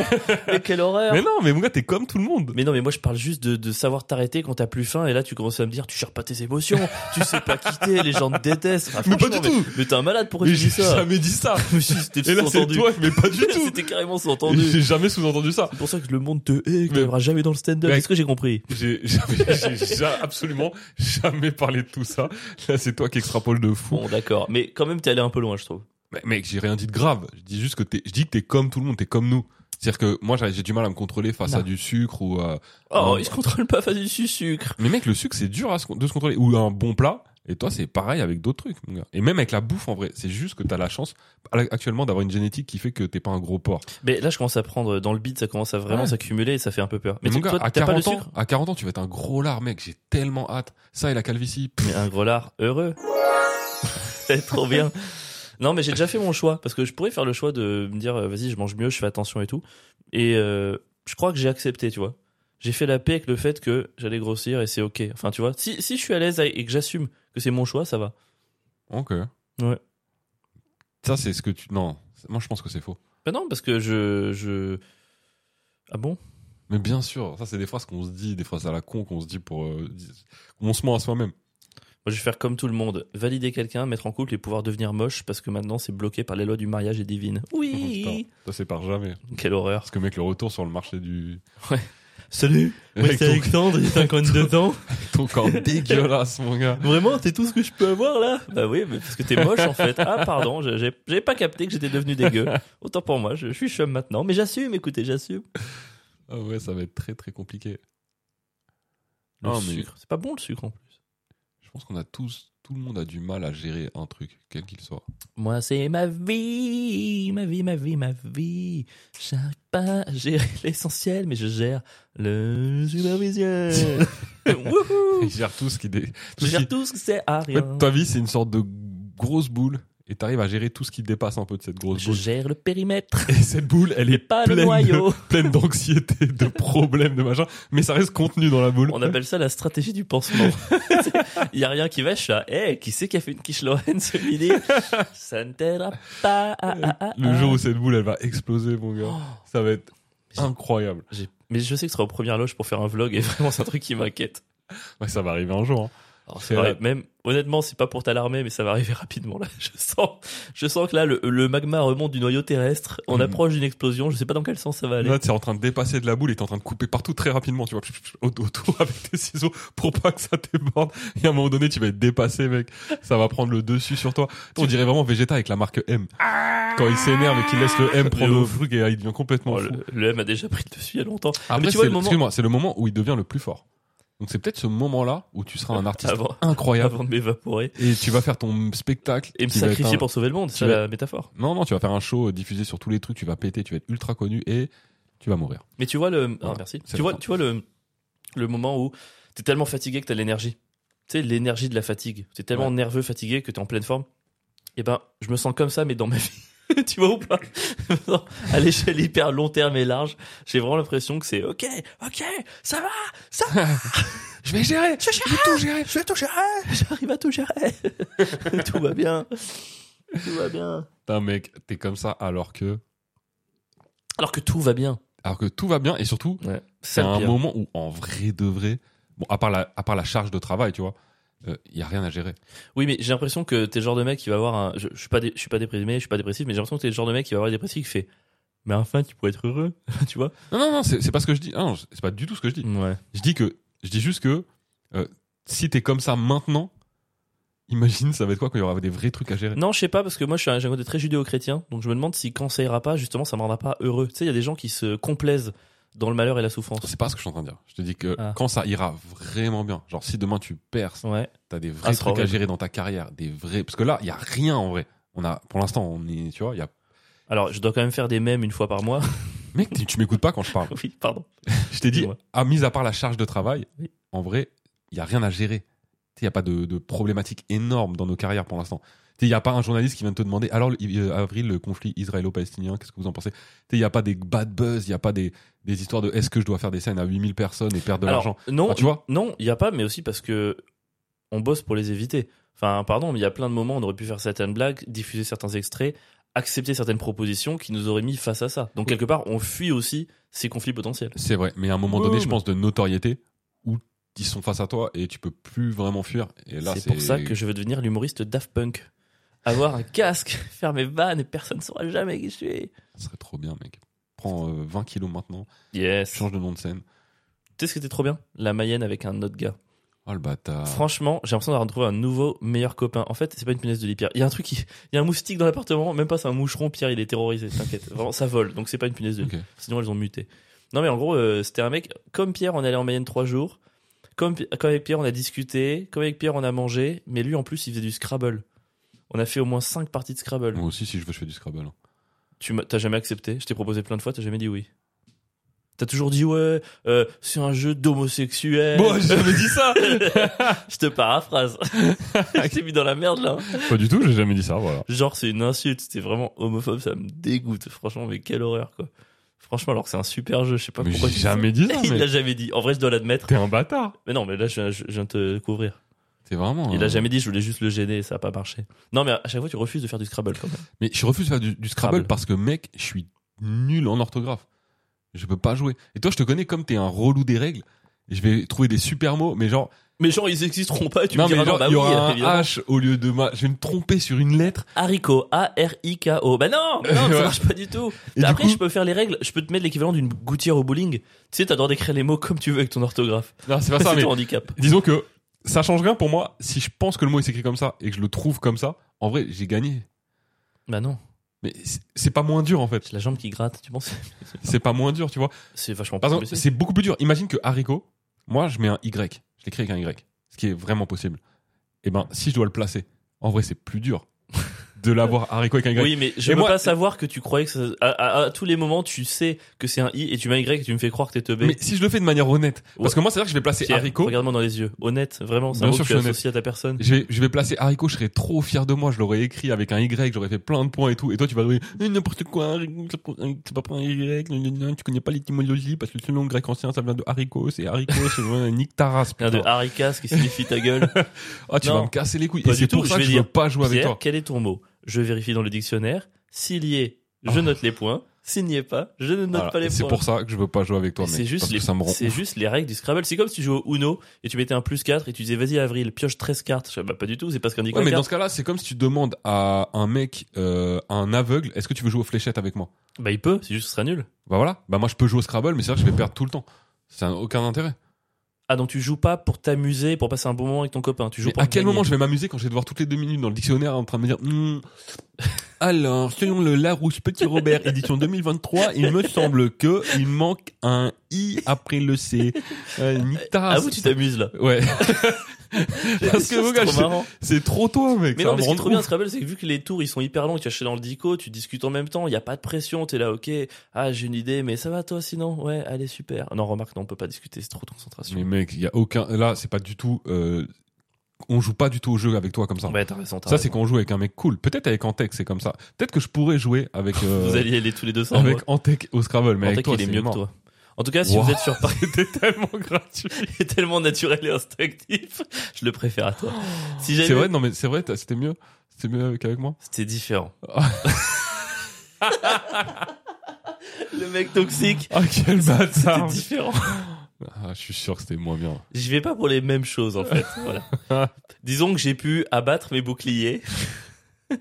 [SPEAKER 2] mais quelle horreur
[SPEAKER 1] Mais non, mais mon gars, t'es comme tout le monde.
[SPEAKER 2] Mais non, mais moi je parle juste de, de savoir t'arrêter quand t'as plus faim et là tu commences à me dire tu cherches pas tes émotions, tu sais pas quitter, les gens te détestent. Enfin,
[SPEAKER 1] Mais pas
[SPEAKER 2] franchement,
[SPEAKER 1] du
[SPEAKER 2] mais-
[SPEAKER 1] tout.
[SPEAKER 2] Mais t'es un malade pour
[SPEAKER 1] Mais
[SPEAKER 2] dit
[SPEAKER 1] j'ai
[SPEAKER 2] ça.
[SPEAKER 1] jamais dit ça.
[SPEAKER 2] Mais si, C'était
[SPEAKER 1] Et là, c'est
[SPEAKER 2] sous-entendu.
[SPEAKER 1] toi, mais pas du tout.
[SPEAKER 2] C'était carrément
[SPEAKER 1] Et
[SPEAKER 2] sous-entendu.
[SPEAKER 1] J'ai jamais sous-entendu ça.
[SPEAKER 2] C'est pour ça que le monde te hait, et que
[SPEAKER 1] Mais-
[SPEAKER 2] t'arriveras jamais dans le stand-up.
[SPEAKER 1] Mais-
[SPEAKER 2] Est-ce que j'ai compris
[SPEAKER 1] J'ai jamais- j'ai ja- absolument jamais parlé de tout ça. Là, c'est toi qui extrapole de fou.
[SPEAKER 2] Bon, d'accord. Mais quand même, t'es allé un peu loin, je trouve.
[SPEAKER 1] Mais mec, j'ai rien dit de grave. Je dis juste que t'es, je dis que t'es comme tout le monde, t'es comme nous. C'est-à-dire que moi, j'ai j'ai du mal à me contrôler face
[SPEAKER 2] Non.
[SPEAKER 1] à du sucre ou. à-
[SPEAKER 2] Oh,
[SPEAKER 1] Ouais.
[SPEAKER 2] il se contrôle pas face du sucre.
[SPEAKER 1] Mais mec, le sucre, c'est dur à se con- de se contrôler. Ou un bon plat. Et toi, c'est pareil avec d'autres trucs, mon gars. Et même avec la bouffe, en vrai, c'est juste que t'as la chance à la- actuellement d'avoir une génétique qui fait que t'es pas un gros porc.
[SPEAKER 2] Mais là, je commence à prendre euh, dans le beat, ça commence à vraiment
[SPEAKER 1] Ouais.
[SPEAKER 2] s'accumuler et ça fait un peu peur.
[SPEAKER 1] Mais,
[SPEAKER 2] Mais
[SPEAKER 1] mon
[SPEAKER 2] tu-
[SPEAKER 1] gars,
[SPEAKER 2] toi,
[SPEAKER 1] à
[SPEAKER 2] t'as pas le
[SPEAKER 1] 40 ans,
[SPEAKER 2] sucre
[SPEAKER 1] à 40 ans, tu vas être un gros lard, mec. J'ai tellement hâte. Ça et la calvitie. pff,
[SPEAKER 2] Mais un gros lard heureux. C'est trop bien. Non, mais j'ai déjà fait mon choix parce que je pourrais faire le choix de me dire euh, vas-y, je mange mieux, je fais attention et tout. Et euh, je crois que j'ai accepté, tu vois. J'ai fait la paix avec le fait que j'allais grossir et c'est ok. Enfin, tu vois, si, si je suis à l'aise et que j'assume que c'est mon choix, ça va.
[SPEAKER 1] Ok.
[SPEAKER 2] Ouais.
[SPEAKER 1] Ça, c'est ce que tu. Non. C'est- Moi, je pense que c'est faux.
[SPEAKER 2] Ben non, parce que je. je... Ah bon
[SPEAKER 1] Mais bien sûr, ça, c'est des phrases qu'on se dit, des phrases à la con qu'on se dit pour. euh, on se ment à soi-même.
[SPEAKER 2] Moi, je vais faire comme tout le monde, valider quelqu'un, mettre en couple et pouvoir devenir moche parce que maintenant c'est bloqué par les lois du mariage et divine. Oui
[SPEAKER 1] Ça, c'est par jamais.
[SPEAKER 2] Quelle horreur.
[SPEAKER 1] Parce que, mec, le retour sur le marché du.
[SPEAKER 2] Salut,
[SPEAKER 1] Avec ton,
[SPEAKER 2] Alexandre, j'ai 52 ans.
[SPEAKER 1] ton corps dégueulasse, mon gars.
[SPEAKER 2] Vraiment, t'es tout ce que je peux avoir là Bah oui, mais parce que t'es moche en fait. Ah pardon, j'ai- j'ai- j'avais pas capté que j'étais devenu dégueu. Autant pour moi, je, je suis chum maintenant. Mais j'assume, écoutez, j'assume.
[SPEAKER 1] Ah ouais, ça va être très, très compliqué.
[SPEAKER 2] Le
[SPEAKER 1] Non, mais-
[SPEAKER 2] sucre, Oh, c'est pas bon le sucre en plus.
[SPEAKER 1] Je pense qu'on a tous. Tout le monde a du mal à gérer un truc, quel qu'il soit.
[SPEAKER 2] Moi, c'est ma vie, ma vie, ma vie, ma vie. J'arrive pas à gérer l'essentiel, mais je gère le supervisuel. Wouhou
[SPEAKER 1] Ils gèrent tout ce qui. Dé... tout ce
[SPEAKER 2] Je
[SPEAKER 1] qui-
[SPEAKER 2] gère tout ce que c'est à
[SPEAKER 1] En
[SPEAKER 2] rien.
[SPEAKER 1] fait, ta vie, c'est une sorte de grosse boule. Et t'arrives à gérer tout ce qui dépasse un peu de cette grosse
[SPEAKER 2] Je
[SPEAKER 1] boule.
[SPEAKER 2] gère le périmètre,
[SPEAKER 1] Et cette boule, elle
[SPEAKER 2] mais
[SPEAKER 1] est
[SPEAKER 2] pas
[SPEAKER 1] pleine
[SPEAKER 2] le
[SPEAKER 1] de-
[SPEAKER 2] noyau.
[SPEAKER 1] pleine d'anxiété, de problèmes, de machin, mais ça reste contenu dans la boule.
[SPEAKER 2] On appelle ça la stratégie du pansement. Il y a rien qui va, je suis là, Eh, qui c'est qui a fait une quiche Lorraine ce midi Ça ne t'aidera pas. Ah, ah, ah,
[SPEAKER 1] Le
[SPEAKER 2] ah.
[SPEAKER 1] jour où cette boule, elle va exploser, mon
[SPEAKER 2] Oh,
[SPEAKER 1] gars, ça va être
[SPEAKER 2] J'ai-
[SPEAKER 1] incroyable.
[SPEAKER 2] j'ai- Mais je sais que ce sera aux premières loges pour faire un vlog et vraiment c'est un truc qui m'inquiète.
[SPEAKER 1] Ouais, ça va arriver un jour. hein.
[SPEAKER 2] Alors, ça
[SPEAKER 1] C'est
[SPEAKER 2] va
[SPEAKER 1] vrai.
[SPEAKER 2] arriver- Même honnêtement, c'est pas pour t'alarmer, mais ça va arriver rapidement là. Je sens, je sens que là le, le magma remonte du noyau terrestre. On
[SPEAKER 1] Mhm.
[SPEAKER 2] approche d'une explosion. Je sais pas dans quel sens ça va aller.
[SPEAKER 1] Là, t'es en train de dépasser de la boule et t'es en train de couper partout très rapidement, tu vois, autour autour avec tes ciseaux pour pas que ça déborde. Et à un moment donné, tu vas être dépassé, mec. Ça va prendre le dessus sur toi. On dirait vraiment Vegeta avec la marque M. Quand il s'énerve et qu'il laisse le M prendre
[SPEAKER 2] De
[SPEAKER 1] le
[SPEAKER 2] ouf.
[SPEAKER 1] truc et il devient complètement
[SPEAKER 2] Oh,
[SPEAKER 1] fou.
[SPEAKER 2] le, le M a déjà pris le dessus il y a longtemps.
[SPEAKER 1] Après,
[SPEAKER 2] mais tu vois
[SPEAKER 1] c'est-
[SPEAKER 2] le moment
[SPEAKER 1] excuse-moi, c'est le moment où il devient le plus fort. Donc c'est peut-être ce moment-là où tu seras Ah, un artiste
[SPEAKER 2] Avant-
[SPEAKER 1] incroyable
[SPEAKER 2] avant de m'évaporer
[SPEAKER 1] et tu vas faire ton spectacle
[SPEAKER 2] et me
[SPEAKER 1] qui va être
[SPEAKER 2] sacrifier
[SPEAKER 1] un-
[SPEAKER 2] pour sauver le monde. C'est ça
[SPEAKER 1] vas-
[SPEAKER 2] la métaphore.
[SPEAKER 1] Non, non, tu vas faire un show euh, diffusé sur tous les trucs, tu vas péter, tu vas être ultra connu et tu vas mourir.
[SPEAKER 2] Mais tu vois le. ah,
[SPEAKER 1] Voilà,
[SPEAKER 2] merci.
[SPEAKER 1] c'est
[SPEAKER 2] Tu vois,
[SPEAKER 1] bon.
[SPEAKER 2] tu vois le, le moment où t'es tellement fatigué que t'as l'énergie. Tu sais, l'énergie de la fatigue. T'es tellement
[SPEAKER 1] Ouais.
[SPEAKER 2] nerveux, fatigué que t'es en pleine forme. Et ben, je me sens comme ça, mais dans ma vie. tu vois ou pas Non, À l'échelle hyper long terme et large, j'ai vraiment l'impression que c'est ok, ok, ça va, ça va.
[SPEAKER 1] Je vais gérer
[SPEAKER 2] Je gère,
[SPEAKER 1] vais tout gérer Je vais tout gérer
[SPEAKER 2] J'arrive à tout gérer. tout va bien. Tout va bien.
[SPEAKER 1] Putain, mec, t'es comme ça alors que,
[SPEAKER 2] Alors que tout va bien.
[SPEAKER 1] alors que tout va bien et surtout,
[SPEAKER 2] Ouais. C'est
[SPEAKER 1] c'est
[SPEAKER 2] le
[SPEAKER 1] un
[SPEAKER 2] pire.
[SPEAKER 1] moment où en vrai de vrai, bon, à part la, à part la charge de travail, tu vois, il y a rien à gérer.
[SPEAKER 2] Oui, mais j'ai l'impression que t'es le genre de mec qui va avoir un. Je, je suis pas, dé- je suis pas déprimé, je suis pas dépressif, mais j'ai l'impression que t'es le genre de mec qui va avoir un dépressif qui fait. Mais enfin, tu pourrais être heureux, tu vois.
[SPEAKER 1] Non, non, non, c'est c'est pas ce que je dis. Ah non, c'est pas du tout ce que je dis.
[SPEAKER 2] Ouais.
[SPEAKER 1] Je dis que, je dis juste que euh, si t'es comme ça maintenant, Imagine, ça va être quoi quand il y aura des vrais trucs à gérer
[SPEAKER 2] Non, je sais pas, parce que moi, je suis un, j'ai un côté très judéo-chrétien, donc je me demande si quand ça ira pas, justement, ça me rendra pas heureux. Tu sais, il y a des gens qui se complaisent dans le malheur et la souffrance.
[SPEAKER 1] C'est pas ce que je suis en train de dire. Je te dis que
[SPEAKER 2] Ah.
[SPEAKER 1] quand ça ira vraiment bien, genre si demain tu perces,
[SPEAKER 2] Ouais.
[SPEAKER 1] t'as des
[SPEAKER 2] Ah,
[SPEAKER 1] vrais
[SPEAKER 2] ce sera
[SPEAKER 1] trucs à
[SPEAKER 2] horrible.
[SPEAKER 1] gérer dans ta carrière, des vrais. Parce que là, il y a rien en vrai. On a, pour l'instant, on est, tu vois, il y a.
[SPEAKER 2] Alors, je dois quand même faire des mèmes une fois par mois.
[SPEAKER 1] Mec, tu- tu m'écoutes pas quand je parle.
[SPEAKER 2] oui, pardon.
[SPEAKER 1] Je t'ai dit,
[SPEAKER 2] Dis-moi.
[SPEAKER 1] à mise à part la charge de travail,
[SPEAKER 2] Oui.
[SPEAKER 1] en vrai, il y a rien à gérer. Il n'y a pas de, de problématique énorme dans nos carrières pour l'instant. Il n'y a pas un journaliste qui vient de te demander alors, le- euh, avril, le conflit israélo-palestinien, qu'est-ce que vous en pensez Il n'y a pas des bad buzz, il n'y a pas des, des histoires de est-ce que je dois faire des scènes à 8000 personnes et perdre de l'argent
[SPEAKER 2] Alors, non,
[SPEAKER 1] Enfin, Tu vois
[SPEAKER 2] Non, il n'y a pas, mais aussi parce que on bosse pour les éviter. Enfin, pardon, mais il y a plein de moments où on aurait pu faire certaines blagues, diffuser certains extraits, accepter certaines propositions qui nous auraient mis face à ça. Donc, quelque part, on fuit aussi ces conflits potentiels.
[SPEAKER 1] C'est vrai, mais à un moment
[SPEAKER 2] Boum.
[SPEAKER 1] donné, je pense de notoriété où ils sont face à toi et tu peux plus vraiment fuir. Et là,
[SPEAKER 2] C'est pour ça que je veux devenir l'humoriste Daft Punk. Avoir un casque, faire mes vannes et personne ne saura jamais qui je suis.
[SPEAKER 1] Ça serait trop bien, mec. Prends euh, 20 kilos maintenant,
[SPEAKER 2] Yes. Tu
[SPEAKER 1] change de nom de scène.
[SPEAKER 2] sais ce qui était trop bien La Mayenne avec un autre gars.
[SPEAKER 1] Oh le bâtard.
[SPEAKER 2] Franchement, j'ai l'impression d'avoir trouvé un nouveau meilleur copain. En fait, c'est pas une punaise de lit, Pierre. Il y a un truc qui. Il y a un moustique dans l'appartement, même pas, c'est un moucheron, Pierre, il est terrorisé, t'inquiète. Vraiment, ça vole, donc c'est pas une punaise de lit.
[SPEAKER 1] Ok.
[SPEAKER 2] Sinon, elles ont muté. Non, mais en gros, euh, c'était un mec. Comme Pierre, on allait en Mayenne trois jours. Comme, Pi- comme avec Pierre, on a discuté. Comme avec Pierre, on a mangé. Mais lui, en plus, il faisait du Scrabble. On a fait au moins cinq parties de Scrabble.
[SPEAKER 1] Moi aussi, si je veux, je fais du Scrabble. hein.
[SPEAKER 2] Tu m'as- t'as jamais accepté. Je t'ai proposé plein de fois, t'as jamais dit oui. T'as toujours dit ouais, euh, c'est un jeu d'homosexuel.
[SPEAKER 1] Bon, j'ai jamais dit ça.
[SPEAKER 2] Je te paraphrase. Je t'ai mis dans la merde là.
[SPEAKER 1] Pas du tout, j'ai jamais dit ça, voilà.
[SPEAKER 2] Genre c'est une insulte, c'était vraiment homophobe, ça me dégoûte. Franchement, mais quelle horreur quoi. Franchement, alors que c'est un super jeu, je sais pas
[SPEAKER 1] Mais
[SPEAKER 2] pourquoi.
[SPEAKER 1] j'ai
[SPEAKER 2] tu-
[SPEAKER 1] jamais dit ça,
[SPEAKER 2] Il
[SPEAKER 1] mais
[SPEAKER 2] l'a jamais dit. En vrai, je dois l'admettre.
[SPEAKER 1] t'es un bâtard.
[SPEAKER 2] Mais non, mais là, je, je- je viens de te couvrir.
[SPEAKER 1] T'es vraiment.
[SPEAKER 2] Il
[SPEAKER 1] euh,
[SPEAKER 2] l'a jamais dit, je voulais juste le gêner et ça a pas marché. Non, mais à chaque fois, tu refuses de faire du Scrabble quand même.
[SPEAKER 1] Mais je refuse de faire du, du Scrabble
[SPEAKER 2] Scrabble.
[SPEAKER 1] parce que, mec, je suis nul en orthographe. Je peux pas jouer. Et toi, je te connais comme t'es un relou des règles. Je vais trouver des super mots, mais genre.
[SPEAKER 2] Mais genre, ils existeront pas, tu
[SPEAKER 1] non,
[SPEAKER 2] me diras
[SPEAKER 1] mais genre,
[SPEAKER 2] non, bah
[SPEAKER 1] il y
[SPEAKER 2] oui,
[SPEAKER 1] aura
[SPEAKER 2] évidemment.
[SPEAKER 1] un H au lieu de ma. Je vais me tromper sur une lettre.
[SPEAKER 2] Haricot, A-R-I-K-O. Bah non, mais non,
[SPEAKER 1] Ouais.
[SPEAKER 2] ça marche pas du tout.
[SPEAKER 1] Et du
[SPEAKER 2] Après,
[SPEAKER 1] coup-
[SPEAKER 2] je peux faire les règles. Je peux te mettre l'équivalent d'une gouttière au bowling. Tu sais, t'as le droit d'écrire les mots comme tu veux avec ton orthographe.
[SPEAKER 1] Non, c'est pas Ah, ça,
[SPEAKER 2] C'est
[SPEAKER 1] mais.
[SPEAKER 2] ton handicap.
[SPEAKER 1] Disons que ça change rien pour moi. Si je pense que le mot est écrit comme ça et que je le trouve comme ça, en vrai, j'ai gagné.
[SPEAKER 2] Bah non,
[SPEAKER 1] Mais c'est- c'est pas moins dur, en fait.
[SPEAKER 2] c'est la jambe qui gratte, tu penses
[SPEAKER 1] C'est pas moins dur, tu vois.
[SPEAKER 2] C'est vachement
[SPEAKER 1] Par
[SPEAKER 2] plus
[SPEAKER 1] exemple,
[SPEAKER 2] compliqué.
[SPEAKER 1] c'est beaucoup plus dur. Imagine que haricot, moi, je mets un Y. Je l'écris avec un Y. Ce qui est vraiment possible. Et ben, si je dois le placer, en vrai, c'est plus dur de l'avoir haricot avec un Y.
[SPEAKER 2] Oui, mais je
[SPEAKER 1] Et
[SPEAKER 2] veux
[SPEAKER 1] moi-
[SPEAKER 2] pas savoir que tu croyais que ça... à, à- à tous les moments tu sais que c'est un i et tu mets un y et tu me fais croire que t'es teubé.
[SPEAKER 1] Mais si je le fais de manière honnête,
[SPEAKER 2] Ouais.
[SPEAKER 1] parce que moi, c'est-à-dire que je vais placer
[SPEAKER 2] Pierre,
[SPEAKER 1] haricot.
[SPEAKER 2] Regarde-moi dans les yeux, honnête, vraiment, c'est un
[SPEAKER 1] Bien
[SPEAKER 2] mot
[SPEAKER 1] sûr
[SPEAKER 2] que
[SPEAKER 1] que
[SPEAKER 2] tu
[SPEAKER 1] je suis
[SPEAKER 2] associes à ta personne.
[SPEAKER 1] Je vais, je vais placer haricot, je serais trop fier de moi, je l'aurais écrit avec un Y, j'aurais fait plein de points et tout, et toi tu vas dire Eh, n'importe quoi, haricot, c'est pas- c'est pas pour un Y, gna, gna, gna, tu connais pas l'étymologie, parce que le nom grec ancien ça vient de haricot, c'est haricot, c'est loin d'un nick taras.
[SPEAKER 2] Rien de
[SPEAKER 1] putain.
[SPEAKER 2] haricas qui signifie ta gueule.
[SPEAKER 1] Ah, tu
[SPEAKER 2] Non.
[SPEAKER 1] vas me casser les couilles,
[SPEAKER 2] Pas
[SPEAKER 1] et
[SPEAKER 2] du
[SPEAKER 1] c'est
[SPEAKER 2] tout,
[SPEAKER 1] pour
[SPEAKER 2] je
[SPEAKER 1] ça que
[SPEAKER 2] vais
[SPEAKER 1] je veux
[SPEAKER 2] dire,
[SPEAKER 1] pas jouer avec
[SPEAKER 2] Pierre,
[SPEAKER 1] toi.
[SPEAKER 2] quel est ton mot Je vérifie dans le dictionnaire. S'il y est, je
[SPEAKER 1] Oh.
[SPEAKER 2] note les points. S'il n'y est pas, je ne note
[SPEAKER 1] Voilà,
[SPEAKER 2] pas les
[SPEAKER 1] et C'est
[SPEAKER 2] points.
[SPEAKER 1] pour ça que je veux pas jouer avec toi,
[SPEAKER 2] Et
[SPEAKER 1] mec,
[SPEAKER 2] C'est juste,
[SPEAKER 1] parce que
[SPEAKER 2] les-
[SPEAKER 1] ça me rend
[SPEAKER 2] c'est juste les règles du Scrabble. C'est comme si tu jouais au Uno et tu mettais un plus 4 et tu disais vas-y Avril, pioche 13 cartes. Je fais, bah, pas du tout, c'est parce qu'un dit
[SPEAKER 1] Ouais, mais dans ce cas-là, c'est comme si tu demandes à un mec, euh, à un aveugle, est-ce que tu veux jouer aux fléchettes avec moi
[SPEAKER 2] Bah il peut, c'est juste que ce sera nul.
[SPEAKER 1] Bah voilà, bah moi je peux jouer au Scrabble, mais c'est vrai que je vais perdre tout le temps. Ça n'a aucun intérêt.
[SPEAKER 2] Ah donc tu joues pas pour t'amuser, pour passer un bon moment avec ton copain. Tu joues
[SPEAKER 1] Mais
[SPEAKER 2] pour
[SPEAKER 1] à quel
[SPEAKER 2] gagner.
[SPEAKER 1] moment je vais m'amuser quand je vais devoir toutes les deux minutes dans le dictionnaire en train de me dire Hmm, alors selon le Larousse Petit Robert édition 2023 il me semble que il manque un i après le c euh, nique ta
[SPEAKER 2] Ah
[SPEAKER 1] race.
[SPEAKER 2] vous tu t'amuses là.
[SPEAKER 1] ouais parce
[SPEAKER 2] C'est
[SPEAKER 1] que mon gars,
[SPEAKER 2] trop
[SPEAKER 1] c'est-
[SPEAKER 2] marrant.
[SPEAKER 1] c'est trop toi mec
[SPEAKER 2] Mais
[SPEAKER 1] ça
[SPEAKER 2] non,
[SPEAKER 1] me
[SPEAKER 2] mais ce qui
[SPEAKER 1] rend
[SPEAKER 2] est trop bien
[SPEAKER 1] ouf.
[SPEAKER 2] de Scrabble, c'est que vu que les tours ils sont hyper longs, tu achètes dans le dico, tu discutes en même temps, il n'y a pas de pression, t'es là, ok, ah j'ai une idée, mais ça va toi sinon Ouais, allez super. Non, remarque, non, on peut pas discuter, c'est trop de concentration.
[SPEAKER 1] mais mec il y a aucun là c'est pas du tout euh, on joue pas du tout au jeu avec toi comme ça
[SPEAKER 2] Ouais, t'as raison, t'as
[SPEAKER 1] ça c'est
[SPEAKER 2] raison.
[SPEAKER 1] quand on joue avec un mec cool peut-être avec Antec c'est comme ça peut-être que je pourrais jouer avec euh,
[SPEAKER 2] Vous alliez aller tous les deux sans
[SPEAKER 1] avec
[SPEAKER 2] moi.
[SPEAKER 1] hein. Antec au Scrabble mais
[SPEAKER 2] En
[SPEAKER 1] avec
[SPEAKER 2] fait,
[SPEAKER 1] toi
[SPEAKER 2] il est
[SPEAKER 1] c'est
[SPEAKER 2] mieux que
[SPEAKER 1] mort.
[SPEAKER 2] toi. En tout cas, si
[SPEAKER 1] Wow.
[SPEAKER 2] vous êtes sur Paris,
[SPEAKER 1] c'était tellement gratuit
[SPEAKER 2] c'est tellement naturel et instinctif, je le préfère à toi. Si
[SPEAKER 1] C'est vrai,
[SPEAKER 2] jamais
[SPEAKER 1] non, mais c'est vrai, t'as- c'était mieux. C'était mieux avec, avec moi.
[SPEAKER 2] c'était différent. le mec toxique,
[SPEAKER 1] Ah, quel
[SPEAKER 2] c'était
[SPEAKER 1] bâtard!
[SPEAKER 2] différent.
[SPEAKER 1] Ah, je suis sûr que c'était moins bien.
[SPEAKER 2] J'y vais pas pour les mêmes choses en fait. voilà. Disons que j'ai pu abattre mes boucliers.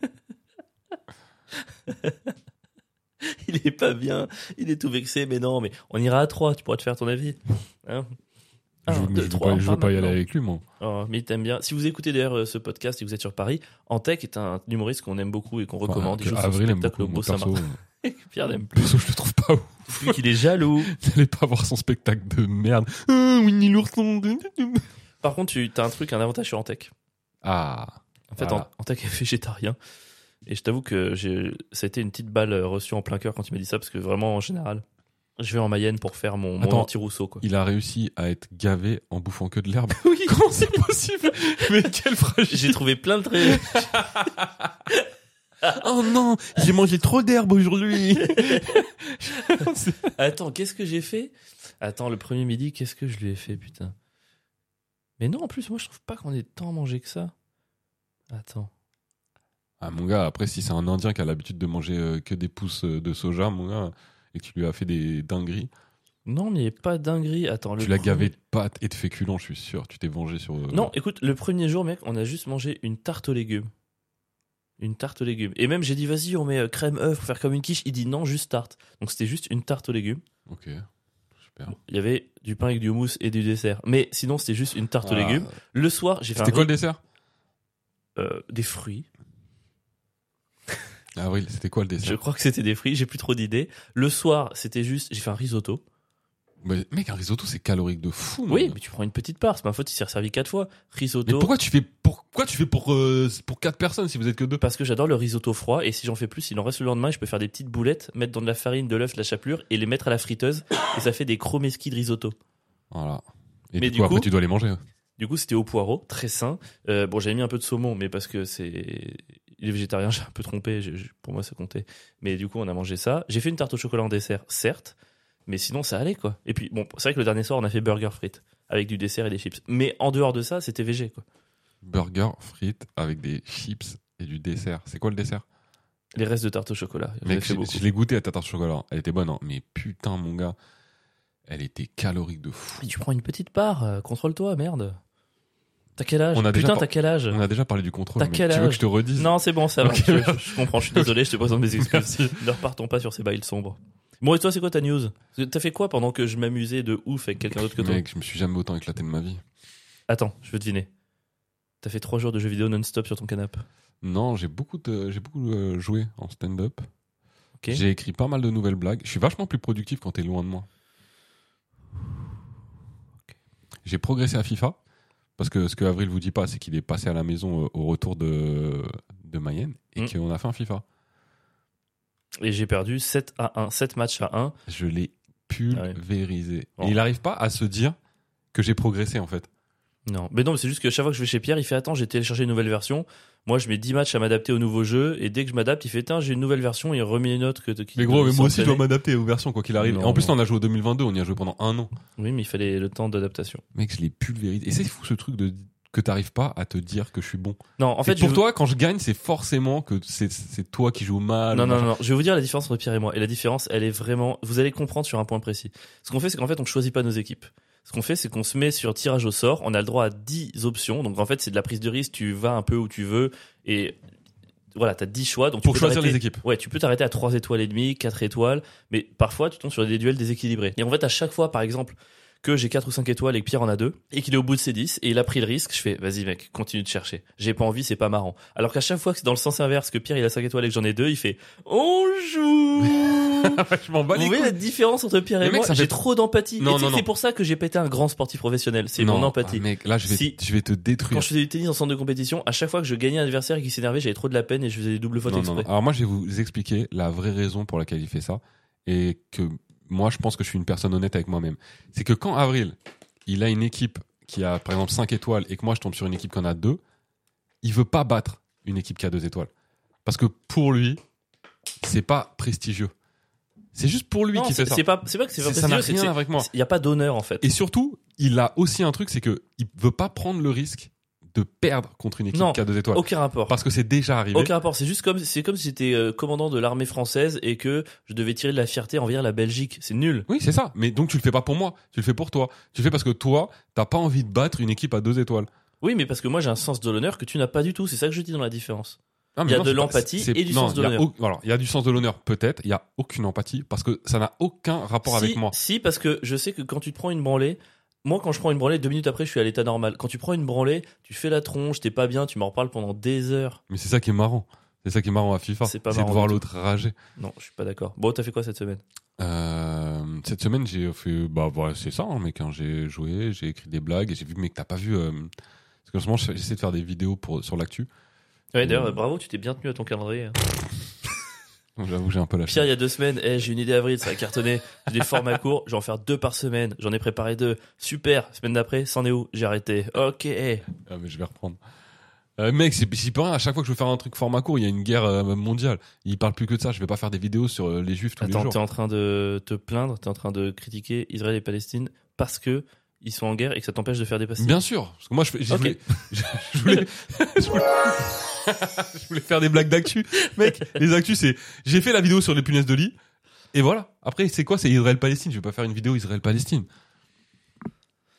[SPEAKER 2] il est pas bien, il est tout vexé, mais non, mais on ira à trois, tu pourras te faire ton avis. Hein Un,
[SPEAKER 1] je veux,
[SPEAKER 2] deux,
[SPEAKER 1] je veux
[SPEAKER 2] trois,
[SPEAKER 1] pas, je veux
[SPEAKER 2] pas
[SPEAKER 1] pas y aller
[SPEAKER 2] maintenant.
[SPEAKER 1] avec lui, moi.
[SPEAKER 2] Oh, mais il t'aime bien. Si vous écoutez d'ailleurs euh, ce podcast et que vous êtes sur Paris, Antec est un humoriste qu'on aime beaucoup et qu'on
[SPEAKER 1] Enfin,
[SPEAKER 2] recommande.
[SPEAKER 1] que
[SPEAKER 2] il joue son
[SPEAKER 1] Avril aime
[SPEAKER 2] spectacle
[SPEAKER 1] beaucoup,
[SPEAKER 2] au
[SPEAKER 1] moi,
[SPEAKER 2] Beau Samar.
[SPEAKER 1] perso.
[SPEAKER 2] Pierre l'aime
[SPEAKER 1] Perso, je le trouve pas ouf.
[SPEAKER 2] plus qu'il est jaloux.
[SPEAKER 1] N'allez pas voir son spectacle de merde. Ah, Winnie l'ourson.
[SPEAKER 2] Par contre, tu as un truc, un avantage sur Antec.
[SPEAKER 1] Ah.
[SPEAKER 2] En fait,
[SPEAKER 1] Voilà.
[SPEAKER 2] en, en tant que végétarien, et je t'avoue que j'ai- ça a été une petite balle euh, reçue en plein cœur quand il m'a dit ça, parce que vraiment, en général, je vais en Mayenne pour faire mon, mon
[SPEAKER 1] Attends.
[SPEAKER 2] anti-rousseau. Quoi.
[SPEAKER 1] Il a réussi à être gavé en bouffant que de l'herbe.
[SPEAKER 2] Oui,
[SPEAKER 1] Comment c'est possible Mais quel fragile.
[SPEAKER 2] j'ai trouvé plein de traits.
[SPEAKER 1] Oh non, j'ai mangé trop d'herbe aujourd'hui.
[SPEAKER 2] Attends, qu'est-ce que j'ai fait Attends, le premier midi, qu'est-ce que je lui ai fait, putain Mais non, en plus, moi, je trouve pas qu'on ait tant mangé que ça. Attends.
[SPEAKER 1] Ah mon gars, après si c'est un Indien qui a l'habitude de manger euh, que des pousses euh, de soja, mon gars, et que tu lui as fait des dingueries,
[SPEAKER 2] Non, mais pas dinguerie. Attends, le
[SPEAKER 1] tu l'as
[SPEAKER 2] premier-
[SPEAKER 1] gavé de pâtes et de féculents, je suis sûr. Tu t'es vengé sur. euh,
[SPEAKER 2] Non, écoute, le premier jour, mec, on a juste mangé une tarte aux légumes. Une tarte aux légumes. Et même, j'ai dit, vas-y, on met euh, crème œuf pour faire comme une quiche. Il dit, non, juste tarte. Donc, c'était juste une tarte aux légumes.
[SPEAKER 1] Ok. Super.
[SPEAKER 2] Il y avait du pain avec du houmous et du dessert. Mais sinon, c'était juste une tarte aux
[SPEAKER 1] Ah.
[SPEAKER 2] légumes. Le soir, j'ai fait un
[SPEAKER 1] C'était quoi
[SPEAKER 2] riz-
[SPEAKER 1] le dessert
[SPEAKER 2] euh, des fruits.
[SPEAKER 1] Avril, c'était quoi le dessert
[SPEAKER 2] Je crois que c'était des fruits, j'ai plus trop d'idées. Le soir, c'était juste, j'ai fait un risotto.
[SPEAKER 1] Mais mec, un risotto c'est calorique de fou. mon
[SPEAKER 2] Oui,
[SPEAKER 1] gars.
[SPEAKER 2] mais tu prends une petite part, c'est ma faute, il s'est resservi quatre fois.
[SPEAKER 1] Mais
[SPEAKER 2] Risotto.
[SPEAKER 1] pourquoi tu fais pour pourquoi tu fais pour euh, pour quatre personnes si vous êtes que deux
[SPEAKER 2] parce que j'adore le risotto froid et si j'en fais plus, il en reste le lendemain, je peux faire des petites boulettes, mettre dans de la farine, de l'œuf, de la chapelure et les mettre à la friteuse et ça fait des chromeski de risotto.
[SPEAKER 1] Voilà. Et
[SPEAKER 2] Mais
[SPEAKER 1] du
[SPEAKER 2] du
[SPEAKER 1] coup, après
[SPEAKER 2] coup-
[SPEAKER 1] tu dois les manger.
[SPEAKER 2] Du coup, c'était au poireau, très sain. Euh, bon, j'avais mis un peu de saumon, mais parce que c'est il est végétarien, j'ai un peu trompé, je- je- pour moi ça comptait. Mais du coup, on a mangé ça. J'ai fait une tarte au chocolat en dessert, certes, mais sinon ça allait quoi. Et puis bon, c'est vrai que le dernier soir, on a fait burger frites avec du dessert et des chips. Mais en dehors de ça, c'était végé quoi.
[SPEAKER 1] Burger, frites avec des chips et du dessert. C'est quoi le dessert
[SPEAKER 2] Les restes de tarte au chocolat, il y en a
[SPEAKER 1] Mec,
[SPEAKER 2] fait
[SPEAKER 1] je,
[SPEAKER 2] beaucoup.
[SPEAKER 1] je l'ai goûté à ta tarte au chocolat. Elle était bonne, hein. mais putain, mon gars, elle était calorique de fou.
[SPEAKER 2] Mais tu prends une petite part, euh, contrôle-toi, merde. T'as quel âge
[SPEAKER 1] On a déjà
[SPEAKER 2] Putain,
[SPEAKER 1] par-
[SPEAKER 2] t'as quel âge
[SPEAKER 1] On a déjà parlé du contrôle.
[SPEAKER 2] T'as
[SPEAKER 1] mais
[SPEAKER 2] quel
[SPEAKER 1] tu veux que
[SPEAKER 2] âge
[SPEAKER 1] je te redise
[SPEAKER 2] Non, c'est bon, ça va.
[SPEAKER 1] Ok.
[SPEAKER 2] Je, je comprends, je suis désolé, je te présente mes excuses. ne repartons pas sur ces bails sombres. Bon, et toi, c'est quoi ta news T'as fait quoi pendant que je m'amusais de ouf avec quelqu'un d'autre que toi
[SPEAKER 1] Mec, je me suis jamais autant éclaté de ma vie.
[SPEAKER 2] Attends, je veux deviner. T'as fait trois jours de jeux vidéo non-stop sur ton canapé.
[SPEAKER 1] Non, j'ai beaucoup, de- j'ai beaucoup euh, joué en stand-up.
[SPEAKER 2] Ok.
[SPEAKER 1] J'ai écrit pas mal de nouvelles blagues. Je suis vachement plus productif quand t'es loin de moi. J'ai progressé à FIFA parce que ce que Avril vous dit pas, c'est qu'il est passé à la maison euh, au retour de, de Mayenne et
[SPEAKER 2] Mm.
[SPEAKER 1] qu'on a fait un FIFA.
[SPEAKER 2] Et j'ai perdu 7 à 1, 7 matchs à 1.
[SPEAKER 1] Je l'ai pulvérisé.
[SPEAKER 2] Ah ouais.
[SPEAKER 1] Et il n'arrive pas à se dire que j'ai progressé en fait.
[SPEAKER 2] Non, mais non, mais c'est juste que chaque fois que je vais chez Pierre, il fait Attends, j'ai téléchargé une nouvelle version. Moi, je mets 10 matchs à m'adapter au nouveau jeu. Et dès que je m'adapte, il fait Tiens, j'ai une nouvelle version. Et il remet une autre que qui
[SPEAKER 1] Mais gros, mais moi aussi je
[SPEAKER 2] s'entraînait.
[SPEAKER 1] dois m'adapter aux versions quoi qu'il arrive.
[SPEAKER 2] Non,
[SPEAKER 1] en plus,
[SPEAKER 2] non.
[SPEAKER 1] on a joué en 2022, on y a joué pendant un an.
[SPEAKER 2] Oui, mais il fallait le temps d'adaptation.
[SPEAKER 1] Mec, je l'ai pulvérisé. Et c'est fou ce truc de que t'arrives pas à te dire que je suis bon.
[SPEAKER 2] Non, en
[SPEAKER 1] En
[SPEAKER 2] fait,
[SPEAKER 1] fait, pour
[SPEAKER 2] je-
[SPEAKER 1] toi, quand je gagne, c'est forcément que c'est- c'est toi qui joues mal.
[SPEAKER 2] Ah, Non, non, non, non. je vais vous dire la différence entre Pierre et moi. Et la différence, elle est vraiment. Vous allez comprendre sur un point précis. Ce qu'on fait, c'est qu'en fait, on choisit pas nos équipes. Ce qu'on fait, c'est qu'on se met sur tirage au sort. On a le droit à 10 options. Donc en fait, c'est de la prise de risque. Tu vas un peu où tu veux. Et voilà, t'as 10 choix. Donc tu
[SPEAKER 1] Pour
[SPEAKER 2] peux
[SPEAKER 1] choisir
[SPEAKER 2] t'arrêter-
[SPEAKER 1] les équipes.
[SPEAKER 2] Ouais, tu peux t'arrêter à 3 étoiles et demie, 4 étoiles. Mais parfois, tu tombes sur des duels déséquilibrés. Et en fait, à chaque fois, par exemple, que j'ai 4 ou 5 étoiles et que Pierre en a 2 et qu'il est au bout de ses 10 et il a pris le risque, je fais vas-y mec, continue de chercher. J'ai pas envie, c'est pas marrant. Alors qu'à chaque fois que c'est dans le sens inverse que Pierre il a 5 étoiles et que j'en ai 2, il fait on joue.
[SPEAKER 1] je m'en bats
[SPEAKER 2] Vous
[SPEAKER 1] les
[SPEAKER 2] voyez
[SPEAKER 1] couilles.
[SPEAKER 2] la différence entre Pierre
[SPEAKER 1] Mais
[SPEAKER 2] et
[SPEAKER 1] mec,
[SPEAKER 2] moi
[SPEAKER 1] ça
[SPEAKER 2] J'ai
[SPEAKER 1] fait-
[SPEAKER 2] trop d'empathie.
[SPEAKER 1] Non,
[SPEAKER 2] Et tu sais
[SPEAKER 1] non,
[SPEAKER 2] que
[SPEAKER 1] non.
[SPEAKER 2] C'est pour ça que j'ai pété un grand sportif professionnel, c'est
[SPEAKER 1] Non,
[SPEAKER 2] mon empathie.
[SPEAKER 1] ah, mec, là, je vais,
[SPEAKER 2] Si.
[SPEAKER 1] je vais te détruire.
[SPEAKER 2] Quand je faisais du tennis en centre de compétition, à chaque fois que je gagnais un adversaire et qu'il s'énervait, j'avais trop de la peine et je faisais des doubles fautes
[SPEAKER 1] Non, non,
[SPEAKER 2] exprès.
[SPEAKER 1] non. Alors moi, je vais vous expliquer la vraie raison pour laquelle il fait ça et que moi, je pense que je suis une personne honnête avec moi-même. C'est que quand Avril, il a une équipe qui a par exemple 5 étoiles et que moi, je tombe sur une équipe qui en a 2, il veut pas battre une équipe qui a 2 étoiles parce que pour lui, c'est pas prestigieux. C'est juste pour lui
[SPEAKER 2] Non,
[SPEAKER 1] Ah qui fait
[SPEAKER 2] c'est
[SPEAKER 1] ça.
[SPEAKER 2] c'est pas, c'est pas que c'est
[SPEAKER 1] Ça ça n'a
[SPEAKER 2] fastidieux, c'est que
[SPEAKER 1] rien
[SPEAKER 2] c'est-
[SPEAKER 1] avec moi.
[SPEAKER 2] il n'y a pas d'honneur en fait.
[SPEAKER 1] Et surtout, il a aussi un truc, c'est que il veut pas prendre le risque de perdre contre une équipe
[SPEAKER 2] Non.
[SPEAKER 1] qui a deux étoiles.
[SPEAKER 2] Aucun rapport.
[SPEAKER 1] Parce que c'est déjà arrivé.
[SPEAKER 2] Aucun rapport, c'est juste comme c'est comme si j'étais euh, commandant de l'armée française et que je devais tirer de la fierté envers la Belgique. C'est nul.
[SPEAKER 1] Oui, c'est ça. Mais donc tu le fais pas pour moi, tu le fais pour toi. Tu le fais parce que toi, t'as pas envie de battre une équipe à deux étoiles.
[SPEAKER 2] Oui, mais parce que moi j'ai un sens de l'honneur que tu n'as pas du tout. C'est ça que je dis dans la différence.
[SPEAKER 1] Non, mais
[SPEAKER 2] Il y a
[SPEAKER 1] non,
[SPEAKER 2] de
[SPEAKER 1] c'est pas-
[SPEAKER 2] l'empathie
[SPEAKER 1] c'est-
[SPEAKER 2] et du
[SPEAKER 1] non,
[SPEAKER 2] sens de
[SPEAKER 1] il y a
[SPEAKER 2] l'honneur.
[SPEAKER 1] au- alors, il y a du sens de l'honneur peut-être, il y a aucune empathie parce que ça n'a aucun rapport
[SPEAKER 2] si,
[SPEAKER 1] avec moi.
[SPEAKER 2] Si, parce que je sais que quand tu te prends une branlée, Moi, quand je prends une branlée, deux minutes après, je suis à l'état normal. Quand tu prends une branlée, tu fais la tronche, t'es pas bien, tu m'en reparles pendant des heures.
[SPEAKER 1] Mais c'est ça qui est marrant. C'est ça qui est marrant à FIFA.
[SPEAKER 2] C'est pas
[SPEAKER 1] de
[SPEAKER 2] marrant
[SPEAKER 1] voir
[SPEAKER 2] du
[SPEAKER 1] l'autre rager.
[SPEAKER 2] Non, je suis pas d'accord. Bon, t'as fait quoi cette semaine
[SPEAKER 1] Euh, cette semaine, j'ai fait. Bah, voilà, c'est ça, hein, mais quand j'ai joué, j'ai écrit des blagues et j'ai vu, mais que t'as pas vu. euh, parce qu'en ce moment, j'essaie de faire des vidéos pour, sur l'actu.
[SPEAKER 2] Ouais, d'ailleurs, euh, bravo, tu t'es bien tenu à ton calendrier. hein.
[SPEAKER 1] Donc, J'avoue, que j'ai un peu lâché.
[SPEAKER 2] Pierre, il y a deux semaines, eh, j'ai une idée avril, ça a cartonné. J'ai des formats courts, je vais en faire deux par semaine. J'en ai préparé deux. Super. Semaine d'après, c'en est où J'ai arrêté. Ok.
[SPEAKER 1] Ah, mais je vais reprendre. Euh, mec, c'est c'est pas rien. À chaque fois que je veux faire un truc format court, il y a une guerre euh, mondiale. Ils parlent plus que de ça. Je vais pas faire des vidéos sur euh, les juifs tous les
[SPEAKER 2] Attends,
[SPEAKER 1] jours.
[SPEAKER 2] t'es en train de te plaindre, t'es en train de critiquer Israël et Palestine parce que ils sont en guerre et que ça t'empêche de faire des pastilles.
[SPEAKER 1] Bien sûr, parce que moi je, j'ai- je
[SPEAKER 2] Ok.
[SPEAKER 1] voulais, je, je voulais, je voulais- je voulais faire des blagues d'actu, mec. Les actus, c'est j'ai fait la vidéo sur les punaises de lit et voilà. Après, c'est quoi C'est Israël-Palestine. Je vais pas faire une vidéo Israël-Palestine.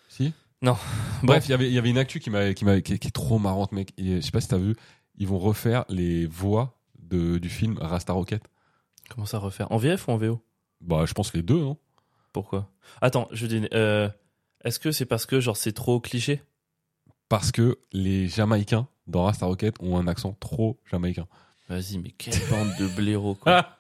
[SPEAKER 1] Si
[SPEAKER 2] Non.
[SPEAKER 1] Bref, il y avait il y avait une actu qui m'a qui m'a qui, qui est trop marrante, mec. Et, je sais pas si t'as vu, ils vont refaire les voix de du film Rasta Rocket.
[SPEAKER 2] Comment ça refaire En VF ou en VO
[SPEAKER 1] Bah, je pense les deux, non
[SPEAKER 2] Pourquoi Attends, je dis, euh, est-ce que c'est parce que genre c'est trop cliché
[SPEAKER 1] Parce que les Jamaïcains dans Rasta Rocket ont un accent trop jamaïcain.
[SPEAKER 2] Vas-y, mais quelle bande de blaireaux quoi.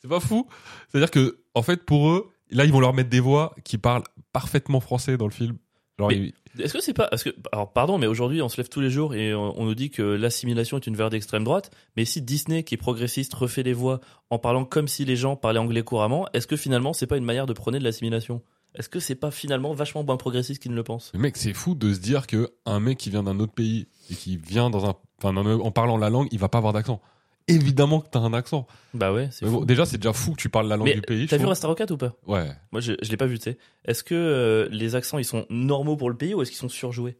[SPEAKER 1] c'est pas fou. C'est-à-dire que, en fait, pour eux, là, ils vont leur mettre des voix qui parlent parfaitement français dans le film. Genre,
[SPEAKER 2] Mais-
[SPEAKER 1] ils-
[SPEAKER 2] Est-ce que c'est pas parce que alors pardon mais aujourd'hui on se lève tous les jours et on, on nous dit que l'assimilation est une verre d'extrême droite mais si Disney qui est progressiste refait les voix en parlant comme si les gens parlaient anglais couramment est-ce que finalement c'est pas une manière de prôner de l'assimilation est-ce que c'est pas finalement vachement moins progressiste qu'ils ne le pensent
[SPEAKER 1] Mais mec, c'est fou de se dire que un mec qui vient d'un autre pays et qui vient dans un, enfin, dans un- en parlant la langue, il va pas avoir d'accent. Évidemment que t'as un accent.
[SPEAKER 2] bah ouais c'est
[SPEAKER 1] Mais
[SPEAKER 2] fou.
[SPEAKER 1] bon, déjà, c'est déjà fou que tu parles la langue
[SPEAKER 2] Mais
[SPEAKER 1] du pays. je
[SPEAKER 2] t'as vu
[SPEAKER 1] trouve.
[SPEAKER 2] Rasta Rocket ou pas
[SPEAKER 1] Ouais.
[SPEAKER 2] moi je, je l'ai pas vu tu sais est-ce que euh, les accents ils sont normaux pour le pays ou est-ce qu'ils sont surjoués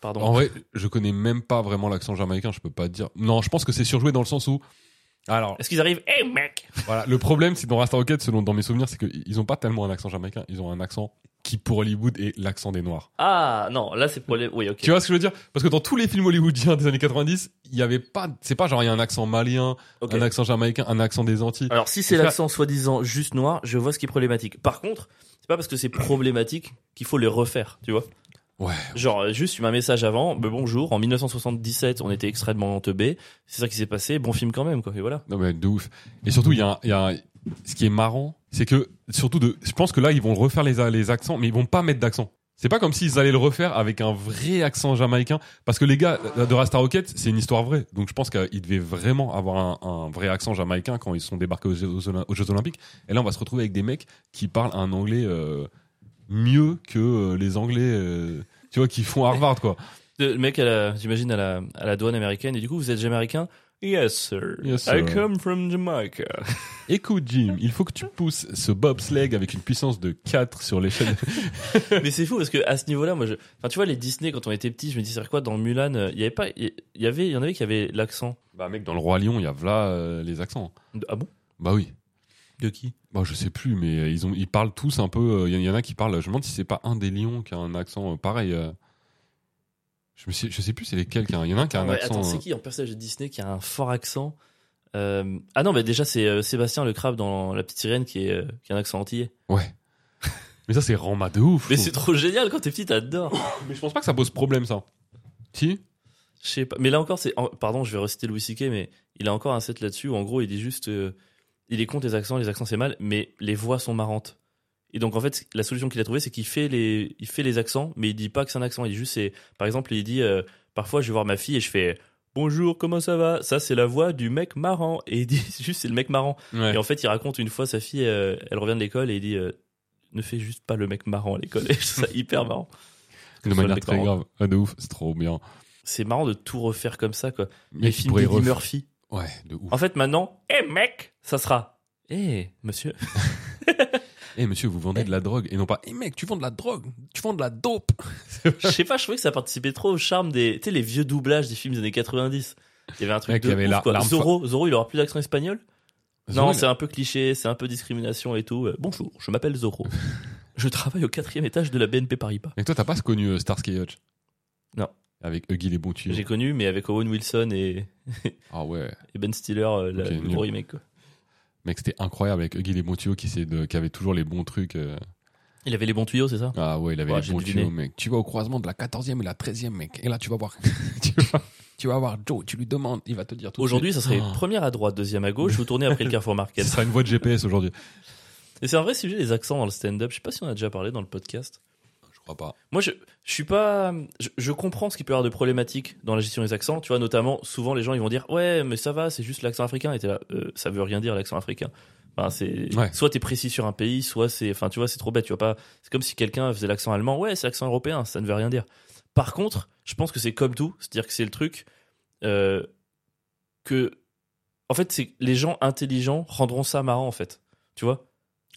[SPEAKER 2] pardon
[SPEAKER 1] En vrai, je connais même pas vraiment l'accent jamaïcain. Je peux pas te dire. Non, je pense que c'est surjoué dans le sens où. Alors,
[SPEAKER 2] est-ce qu'ils arrivent hey mec
[SPEAKER 1] Voilà, le problème, c'est dans Rasta Rocket, selon dans mes souvenirs, c'est qu'ils ont pas tellement un accent jamaïcain, ils ont un accent qui pour Hollywood est l'accent des Noirs.
[SPEAKER 2] ah non là c'est pour les oui ok
[SPEAKER 1] Tu vois ce que je veux dire Parce que dans tous les films hollywoodiens des années 90, il y avait pas, c'est pas genre il y a un accent malien,
[SPEAKER 2] Ok.
[SPEAKER 1] un accent jamaïcain, un accent des Antilles.
[SPEAKER 2] Alors si c'est
[SPEAKER 1] Parce que-
[SPEAKER 2] l'accent soi-disant juste noir, je vois ce qui est problématique. Par contre, c'est pas parce que c'est problématique qu'il faut les refaire, tu vois.
[SPEAKER 1] Ouais.
[SPEAKER 2] Genre euh, juste tu mets un message avant, mais bonjour, en 1977 on était extrêmement teubés, c'est ça qui s'est passé, bon film quand même quoi, et voilà.
[SPEAKER 1] Non mais de ouf. Et surtout, il y a, un- il y a un- ce qui est marrant, c'est que surtout de, je pense que là ils vont refaire les, a- les accents, mais ils vont pas mettre d'accent. C'est pas comme s'ils allaient le refaire avec un vrai accent jamaïcain, parce que les gars là, de Rasta Rocket, c'est une histoire vraie. Donc je pense qu'ils devaient vraiment avoir un, un vrai accent jamaïcain quand ils sont débarqués aux Jeux, aux Olym- aux Jeux Olympiques. Et là, on va se retrouver avec des mecs qui parlent un anglais euh, mieux que euh, les Anglais, euh, tu vois, qui font Harvard quoi.
[SPEAKER 2] Le mec, à la- j'imagine, à la, à la douane américaine, et du coup vous êtes jamaïcain Yes sir.
[SPEAKER 1] Yes, sir.
[SPEAKER 2] I come from Jamaica.
[SPEAKER 1] Écoute Jim, il faut que tu pousses ce bobsleigh avec une puissance de 4 sur l'échelle.
[SPEAKER 2] Mais c'est fou parce que à ce niveau-là, moi, je... enfin, tu vois les Disney quand on était petit, je me disais c'est quoi dans Mulan, euh, il y avait pas, il y avait, il y en avait qui avaient l'accent.
[SPEAKER 1] Bah mec, dans le roi lion, il y a v'là euh, les accents.
[SPEAKER 2] Ah bon
[SPEAKER 1] Bah oui.
[SPEAKER 2] De qui
[SPEAKER 1] Bah je sais plus, mais euh, ils ont, ils parlent tous un peu. Il y, en a qui parlent. Je me demande si c'est pas un des lions qui a un accent euh, pareil. euh. je me sais, je sais plus c'est lesquels. Il y en a un qui a un
[SPEAKER 2] Ah Ouais,
[SPEAKER 1] accent.
[SPEAKER 2] Attends, c'est
[SPEAKER 1] euh,
[SPEAKER 2] qui en personnage de Disney qui a un fort accent Euh, Ah non, mais déjà, c'est euh, Sébastien le crabe dans La Petite Sirène qui, est, euh, qui a un accent antillais.
[SPEAKER 1] Ouais. mais ça c'est Rama de ouf.
[SPEAKER 2] Mais
[SPEAKER 1] je
[SPEAKER 2] c'est
[SPEAKER 1] trouve.
[SPEAKER 2] trop génial quand t'es petit, t'adores.
[SPEAKER 1] Mais je pense pas que ça pose problème ça. Si.
[SPEAKER 2] Je sais pas. Mais là encore, c'est. en- Pardon, je vais reciter Louis C.K., mais il a encore un set là-dessus où en gros, il dit juste. euh, il est contre les accents, les accents c'est mal, mais les voix sont marrantes. Et donc en fait, la solution qu'il a trouvée, c'est qu'il fait les, il fait les accents, mais il dit pas que c'est un accent. Il dit juste, c'est. Par exemple, il dit. euh, Parfois, je vais voir ma fille et je fais. Bonjour, comment ça va Ça, c'est la voix du mec marrant. Et il dit juste, c'est le mec marrant.
[SPEAKER 1] Ouais.
[SPEAKER 2] Et en fait, il raconte une fois sa fille, euh, elle revient de l'école et il dit euh, Ne fais juste pas le mec marrant à l'école. Et je trouve ça hyper marrant.
[SPEAKER 1] de manière
[SPEAKER 2] le
[SPEAKER 1] très
[SPEAKER 2] mec
[SPEAKER 1] grave. Ah, de ouf, c'est trop bien.
[SPEAKER 2] C'est marrant de tout refaire comme ça, quoi.
[SPEAKER 1] Mais
[SPEAKER 2] Les
[SPEAKER 1] qui
[SPEAKER 2] films
[SPEAKER 1] pourrait
[SPEAKER 2] d'Eddie
[SPEAKER 1] ref-
[SPEAKER 2] Murphy.
[SPEAKER 1] Ouais, de ouf.
[SPEAKER 2] En fait, maintenant, hé mec Ça sera Hé monsieur
[SPEAKER 1] Eh monsieur, vous vendez de la drogue et non pas. Eh mec, tu vends de la drogue, tu vends de la dope.
[SPEAKER 2] Je sais pas, je trouvais que ça participait trop au charme des. Tu sais, les vieux doublages des films des années 90. Il y avait un truc
[SPEAKER 1] Mec,
[SPEAKER 2] de
[SPEAKER 1] il y avait
[SPEAKER 2] ouf,
[SPEAKER 1] la-
[SPEAKER 2] quoi.
[SPEAKER 1] l'arme fa-
[SPEAKER 2] Zorro, Zorro, il aura plus d'accent espagnol Non,
[SPEAKER 1] Zorro,
[SPEAKER 2] c'est un peu cliché, c'est un peu discrimination et tout. Euh, Bonjour, je m'appelle Zorro. je travaille au quatrième étage de la BNP Paribas.
[SPEAKER 1] Et toi, t'as pas connu euh, Starsky et Hutch
[SPEAKER 2] Non.
[SPEAKER 1] Avec Huggy les bons tuyaux.
[SPEAKER 2] J'ai connu, mais avec Owen Wilson et,
[SPEAKER 1] Ah ouais.
[SPEAKER 2] et Ben Stiller, euh, la-
[SPEAKER 1] Ok,
[SPEAKER 2] le
[SPEAKER 1] nul.
[SPEAKER 2] gros remake, quoi.
[SPEAKER 1] Mec, c'était incroyable avec Huggy les bons tuyaux qui, essayait de- qui avait toujours les bons trucs. euh.
[SPEAKER 2] Il avait les bons tuyaux, c'est ça
[SPEAKER 1] Ah ouais, il avait
[SPEAKER 2] Ouais,
[SPEAKER 1] les
[SPEAKER 2] j'ai
[SPEAKER 1] bons
[SPEAKER 2] deviné.
[SPEAKER 1] tuyaux, mec. Tu vas au croisement de la 14e et la 13e, mec. Et là, tu vas voir. tu, vas, tu vas voir Joe, tu lui demandes, il va te dire tout de
[SPEAKER 2] Aujourd'hui,
[SPEAKER 1] suite.
[SPEAKER 2] ça serait
[SPEAKER 1] Oh.
[SPEAKER 2] première à droite, deuxième à gauche, vous tournez après le Carrefour
[SPEAKER 1] Ce
[SPEAKER 2] Market.
[SPEAKER 1] sera une voix de GPS aujourd'hui.
[SPEAKER 2] Et c'est un vrai sujet, les accents dans le stand-up. Je sais pas si on a déjà parlé dans le podcast.
[SPEAKER 1] Je crois pas.
[SPEAKER 2] Moi, je, je suis pas. Je, je comprends ce qu'il peut y avoir de problématique dans la gestion des accents. Tu vois, notamment, souvent, les gens ils vont dire Ouais, mais ça va, c'est juste l'accent africain. Et t'es là, Euh, ça veut rien dire l'accent africain. Enfin, c'est
[SPEAKER 1] Ouais.
[SPEAKER 2] soit t'es précis sur un pays, soit c'est. Enfin, tu vois, c'est trop bête. Tu vois pas. C'est comme si quelqu'un faisait l'accent allemand. Ouais, c'est l'accent européen. Ça ne veut rien dire. Par contre, je pense que c'est comme tout. C'est-à-dire que c'est le truc euh, que. En fait, c'est les gens intelligents rendront ça marrant. En fait, tu vois.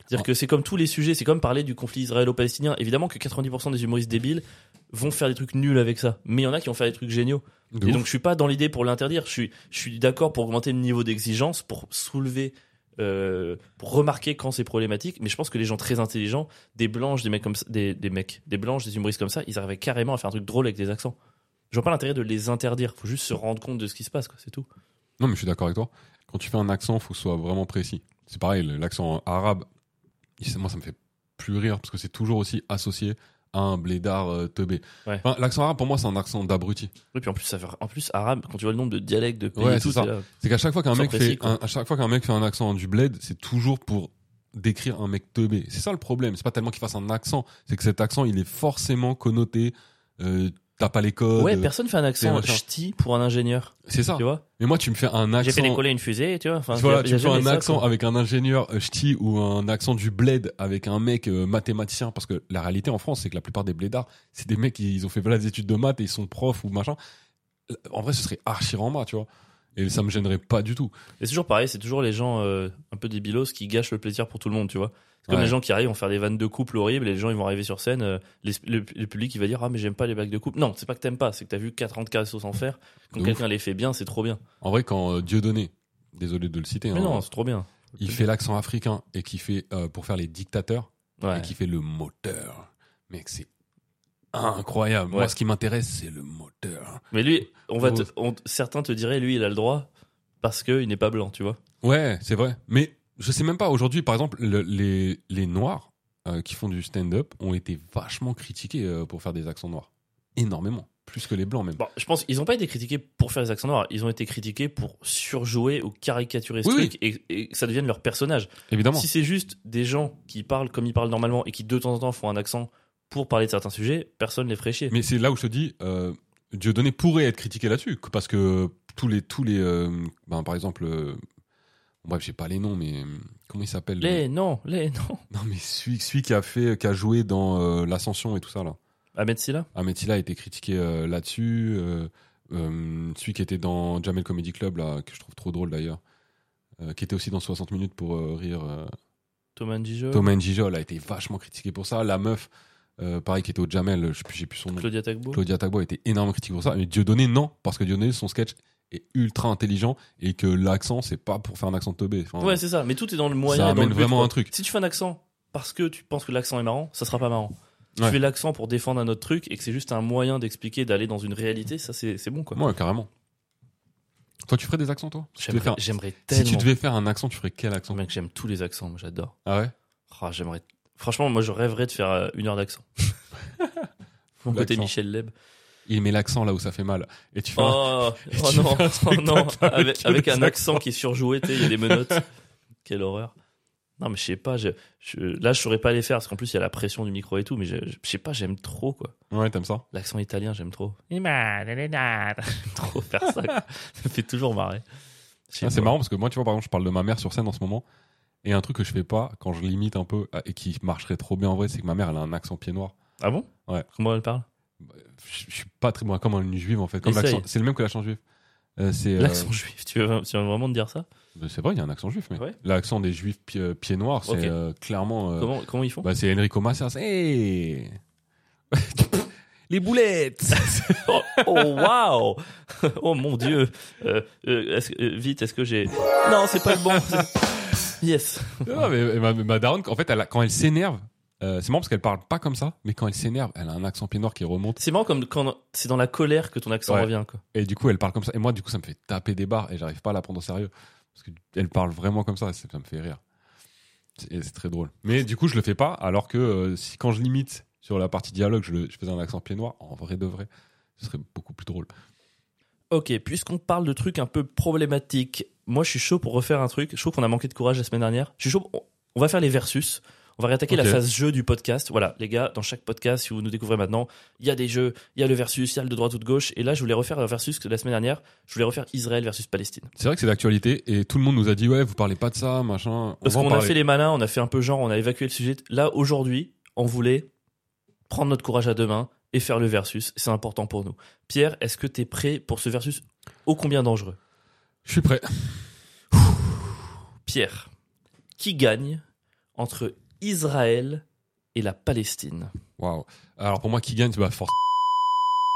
[SPEAKER 2] C'est-à-dire
[SPEAKER 1] Ah.
[SPEAKER 2] que c'est comme tous les sujets, c'est comme parler du conflit israélo-palestinien. Évidemment que 90% des humoristes débiles vont faire des trucs nuls avec ça, mais il y en a qui vont faire des trucs géniaux.
[SPEAKER 1] De
[SPEAKER 2] Et
[SPEAKER 1] ouf.
[SPEAKER 2] donc je suis pas dans l'idée pour l'interdire. Je suis, je suis d'accord pour augmenter le niveau d'exigence, pour soulever, euh, pour remarquer quand c'est problématique. Mais je pense que les gens très intelligents, des blanches, des mecs comme ça, des, des mecs, des blanches, des humoristes comme ça, ils arrivaient carrément à faire un truc drôle avec des accents. Je vois pas l'intérêt de les interdire. Faut juste se rendre compte de ce qui se passe, quoi. C'est tout.
[SPEAKER 1] Non, mais je suis d'accord avec toi. Quand tu fais un accent, faut que ce soit vraiment précis. C'est pareil, l'accent arabe, il- moi, ça me fait plus rire parce que c'est toujours aussi associé à un blédard euh, teubé.
[SPEAKER 2] Ouais.
[SPEAKER 1] Enfin, l'accent arabe, pour moi, c'est un accent d'abruti.
[SPEAKER 2] Et puis en plus, ça fait, en plus arabe. Quand tu vois le nombre de dialectes de pays,
[SPEAKER 1] Ouais,
[SPEAKER 2] et tout,
[SPEAKER 1] c'est ça.
[SPEAKER 2] c'est là-
[SPEAKER 1] C'est qu'à chaque fois qu'un
[SPEAKER 2] Sans
[SPEAKER 1] mec
[SPEAKER 2] précis,
[SPEAKER 1] fait
[SPEAKER 2] quoi.
[SPEAKER 1] un- à chaque fois qu'un mec fait un accent du bled, c'est toujours pour décrire un mec teubé. C'est ça le problème. C'est pas tellement qu'il fasse un accent, c'est que cet accent il est forcément connoté. Euh, T'as pas les codes.
[SPEAKER 2] Ouais,
[SPEAKER 1] euh,
[SPEAKER 2] personne fait un accent
[SPEAKER 1] machin.
[SPEAKER 2] ch'ti pour un ingénieur,
[SPEAKER 1] c'est ça.
[SPEAKER 2] tu vois.
[SPEAKER 1] Mais moi, tu me fais Ah. un
[SPEAKER 2] J'ai fait
[SPEAKER 1] accent.
[SPEAKER 2] décoller une fusée, tu vois. Enfin,
[SPEAKER 1] voilà,
[SPEAKER 2] y a-
[SPEAKER 1] tu
[SPEAKER 2] y a
[SPEAKER 1] me fais un
[SPEAKER 2] jamais ça,
[SPEAKER 1] accent
[SPEAKER 2] quoi.
[SPEAKER 1] avec un ingénieur euh, ch'ti ou un accent du bled avec un mec euh, mathématicien parce que la réalité en France c'est que la plupart des blédards c'est des mecs qui ils ont fait voilà des études de maths et ils sont profs ou machin. En vrai ce serait archi rama tu vois et ça me gênerait pas du tout.
[SPEAKER 2] Et c'est toujours pareil, c'est toujours les gens euh, un peu débilos qui gâchent le plaisir pour tout le monde, tu vois. C'est comme
[SPEAKER 1] Ouais.
[SPEAKER 2] les gens qui arrivent, vont faire des vannes de couple horribles, et les gens ils vont arriver sur scène, euh, les- le, le public il va dire ah mais j'aime pas les blagues de couple. Non, c'est pas que t'aimes pas, c'est que t'as vu 40 cassos en faire. Quand
[SPEAKER 1] De ouf.
[SPEAKER 2] quelqu'un les fait bien, c'est trop bien.
[SPEAKER 1] En vrai, quand euh, Dieudonné, désolé de le citer,
[SPEAKER 2] Mais
[SPEAKER 1] hein,
[SPEAKER 2] non, c'est trop bien.
[SPEAKER 1] il fait l'accent africain et qui fait euh, pour faire les dictateurs
[SPEAKER 2] Ouais.
[SPEAKER 1] et qui fait le moteur. Mec, c'est incroyable. Moi,
[SPEAKER 2] Ouais.
[SPEAKER 1] ce qui m'intéresse, c'est le moteur.
[SPEAKER 2] Mais lui, on va te-
[SPEAKER 1] Oh.
[SPEAKER 2] on- certains te diraient lui il a le droit parce que il n'est pas blanc, tu vois.
[SPEAKER 1] Ouais, c'est vrai. Mais je sais même pas aujourd'hui, par exemple, le- les, les noirs euh, qui font du stand-up ont été vachement critiqués euh, pour faire des accents noirs. Énormément. Plus que les blancs, même.
[SPEAKER 2] Bon, Bah, je pense qu'ils n'ont pas été critiqués pour faire les accents noirs, ils ont été critiqués pour surjouer ou caricaturer ce
[SPEAKER 1] Oui,
[SPEAKER 2] truc Et, et que ça devienne leur personnage.
[SPEAKER 1] Évidemment.
[SPEAKER 2] Si c'est juste des gens qui parlent comme ils parlent normalement et qui de temps en temps font un accent pour parler de certains sujets, personne ne les ferait chier.
[SPEAKER 1] Mais c'est là où je te dis, euh, Dieudonné pourrait être critiqué là-dessus, que- parce que tous les, tous les, euh, ben, par exemple, euh, bref, j'ai pas les noms, mais euh, comment il s'appelle le-
[SPEAKER 2] Les non, les non.
[SPEAKER 1] Non, mais celui, celui qui a fait, qui a joué dans euh, l'ascension et tout ça là.
[SPEAKER 2] Ahmed Silla
[SPEAKER 1] Ahmed Silla a été critiqué euh, là-dessus. euh, euh, celui qui était dans Jamel Comedy Club là, que je trouve trop drôle d'ailleurs, euh, qui était aussi dans 60 minutes pour euh, rire. euh,
[SPEAKER 2] Thomas Njijol
[SPEAKER 1] Thomas Njijol a été vachement critiqué pour ça. La meuf, euh, pareil, qui était au Jamel, je sais plus- j'ai plus son nom.
[SPEAKER 2] Claudia Tagbo
[SPEAKER 1] Claudia Tagbo a été énormément critiquée pour ça, mais Dieudonné, non, parce que Dieudonné, son sketch est ultra intelligent et que l'accent, c'est pas pour faire un accent de teubé. Enfin,
[SPEAKER 2] Ouais, c'est ça, mais tout est dans le moyen.
[SPEAKER 1] Ça
[SPEAKER 2] et dans le
[SPEAKER 1] amène
[SPEAKER 2] but,
[SPEAKER 1] vraiment
[SPEAKER 2] quoi.
[SPEAKER 1] un truc.
[SPEAKER 2] Si tu fais un accent parce que tu penses que l'accent est marrant, ça sera pas marrant.
[SPEAKER 1] Ouais.
[SPEAKER 2] Tu fais l'accent pour défendre un autre truc et que c'est juste un moyen d'expliquer, d'aller dans une réalité, ça c'est c'est bon quoi.
[SPEAKER 1] Ouais, carrément. Toi, tu ferais des accents, toi Si tu devais
[SPEAKER 2] J'aimerais
[SPEAKER 1] faire-
[SPEAKER 2] j'aimerais
[SPEAKER 1] si
[SPEAKER 2] tellement.
[SPEAKER 1] tu devais faire un accent, tu ferais quel accent
[SPEAKER 2] Mec, j'aime tous les accents, moi j'adore.
[SPEAKER 1] Ah ouais
[SPEAKER 2] Ah, j'aimerais. Franchement, moi je rêverais de faire euh, une heure d'accent. Mon côté
[SPEAKER 1] L'accent.
[SPEAKER 2] Michel Leb.
[SPEAKER 1] Il met l'accent là où ça fait mal. Et tu fais un-
[SPEAKER 2] Oh,
[SPEAKER 1] Et
[SPEAKER 2] oh
[SPEAKER 1] tu
[SPEAKER 2] non,
[SPEAKER 1] fais un
[SPEAKER 2] oh
[SPEAKER 1] spectacle
[SPEAKER 2] non,
[SPEAKER 1] avec
[SPEAKER 2] avec,
[SPEAKER 1] que
[SPEAKER 2] avec
[SPEAKER 1] des
[SPEAKER 2] un accent qui est surjoué, tu sais, il y a des menottes. Quelle horreur. Non, mais je sais pas, je, je- là je saurais pas les faire parce qu'en plus il y a la pression du micro et tout, mais je, je sais pas, j'aime trop quoi.
[SPEAKER 1] Ouais, t'aimes ça
[SPEAKER 2] L'accent italien, j'aime trop. J'aime trop faire ça. quoi. ça me fait toujours marrer. Je sais
[SPEAKER 1] Ah, C'est
[SPEAKER 2] pas.
[SPEAKER 1] marrant parce que moi, tu vois, par exemple, je parle de ma mère sur scène en ce moment. Et un truc que je fais pas, quand je l'imite un peu, euh, et qui marcherait trop bien en vrai, c'est que ma mère, elle a un accent pied noir.
[SPEAKER 2] Ah bon
[SPEAKER 1] Ouais.
[SPEAKER 2] Comment elle parle
[SPEAKER 1] Je, je suis pas très bon, comme une juive en fait. Comme
[SPEAKER 2] Essaye.
[SPEAKER 1] l'accent- c'est le même que l'accent juif. Euh, c'est euh,
[SPEAKER 2] L'accent juif, tu veux, tu veux vraiment te dire ça
[SPEAKER 1] bah, c'est vrai, il y a un accent juif, mais
[SPEAKER 2] Ouais.
[SPEAKER 1] l'accent des juifs pieds pied noirs, c'est
[SPEAKER 2] Ok.
[SPEAKER 1] euh, clairement. euh,
[SPEAKER 2] comment, comment ils font
[SPEAKER 1] bah, c'est Enrico Macias. Hey Les boulettes
[SPEAKER 2] Oh, oh, waouh Oh mon dieu Euh, euh, est-ce que- euh, Vite, est-ce que j'ai... Non, c'est pas le bon c'est- Yes
[SPEAKER 1] Non, mais ma, ma daronne, en fait, elle a- quand elle s'énerve, euh, c'est marrant parce qu'elle parle pas comme ça, mais quand elle s'énerve, elle a un accent pied noir qui remonte.
[SPEAKER 2] C'est marrant comme quand c'est dans la colère que ton accent
[SPEAKER 1] Ouais.
[SPEAKER 2] revient. Quoi.
[SPEAKER 1] Et du coup, elle parle comme ça. Et moi, du coup, ça me fait taper des barres et j'arrive pas à la prendre au sérieux. Parce qu'elle parle vraiment comme ça, ça ça me fait rire. Et c'est très drôle. Mais du coup, je le fais pas, alors que euh, si quand je limite sur la partie dialogue, je, le- je faisais un accent pied noir, en vrai de vrai, ce serait beaucoup plus drôle.
[SPEAKER 2] Ok, puisqu'on parle de trucs un peu problématiques, moi je suis chaud pour refaire un truc. Je trouve qu'on a manqué de courage la semaine dernière. Je suis chaud. on- On va faire les versus. On va réattaquer
[SPEAKER 1] Ok.
[SPEAKER 2] la phase jeu du podcast. Voilà, les gars, dans chaque podcast, si vous nous découvrez maintenant, il y a des jeux, il y a le versus, il y a le de droite ou de gauche. Et là, je voulais refaire un versus que la semaine dernière. Je voulais refaire Israël versus Palestine.
[SPEAKER 1] C'est vrai que c'est d'actualité et tout le monde nous a dit ouais, vous parlez pas de ça, machin.
[SPEAKER 2] Parce
[SPEAKER 1] va en
[SPEAKER 2] qu'on a
[SPEAKER 1] parler.
[SPEAKER 2] fait les malins, on a fait un peu genre, on a évacué le sujet. Là, aujourd'hui, on voulait prendre notre courage à deux mains et faire le versus. C'est important pour nous. Pierre, est-ce que t'es prêt pour ce versus ô combien dangereux
[SPEAKER 1] Je suis prêt.
[SPEAKER 2] Pierre, qui gagne entre Israël et la Palestine
[SPEAKER 1] Waouh. Alors pour moi, qui gagne, tu vas force.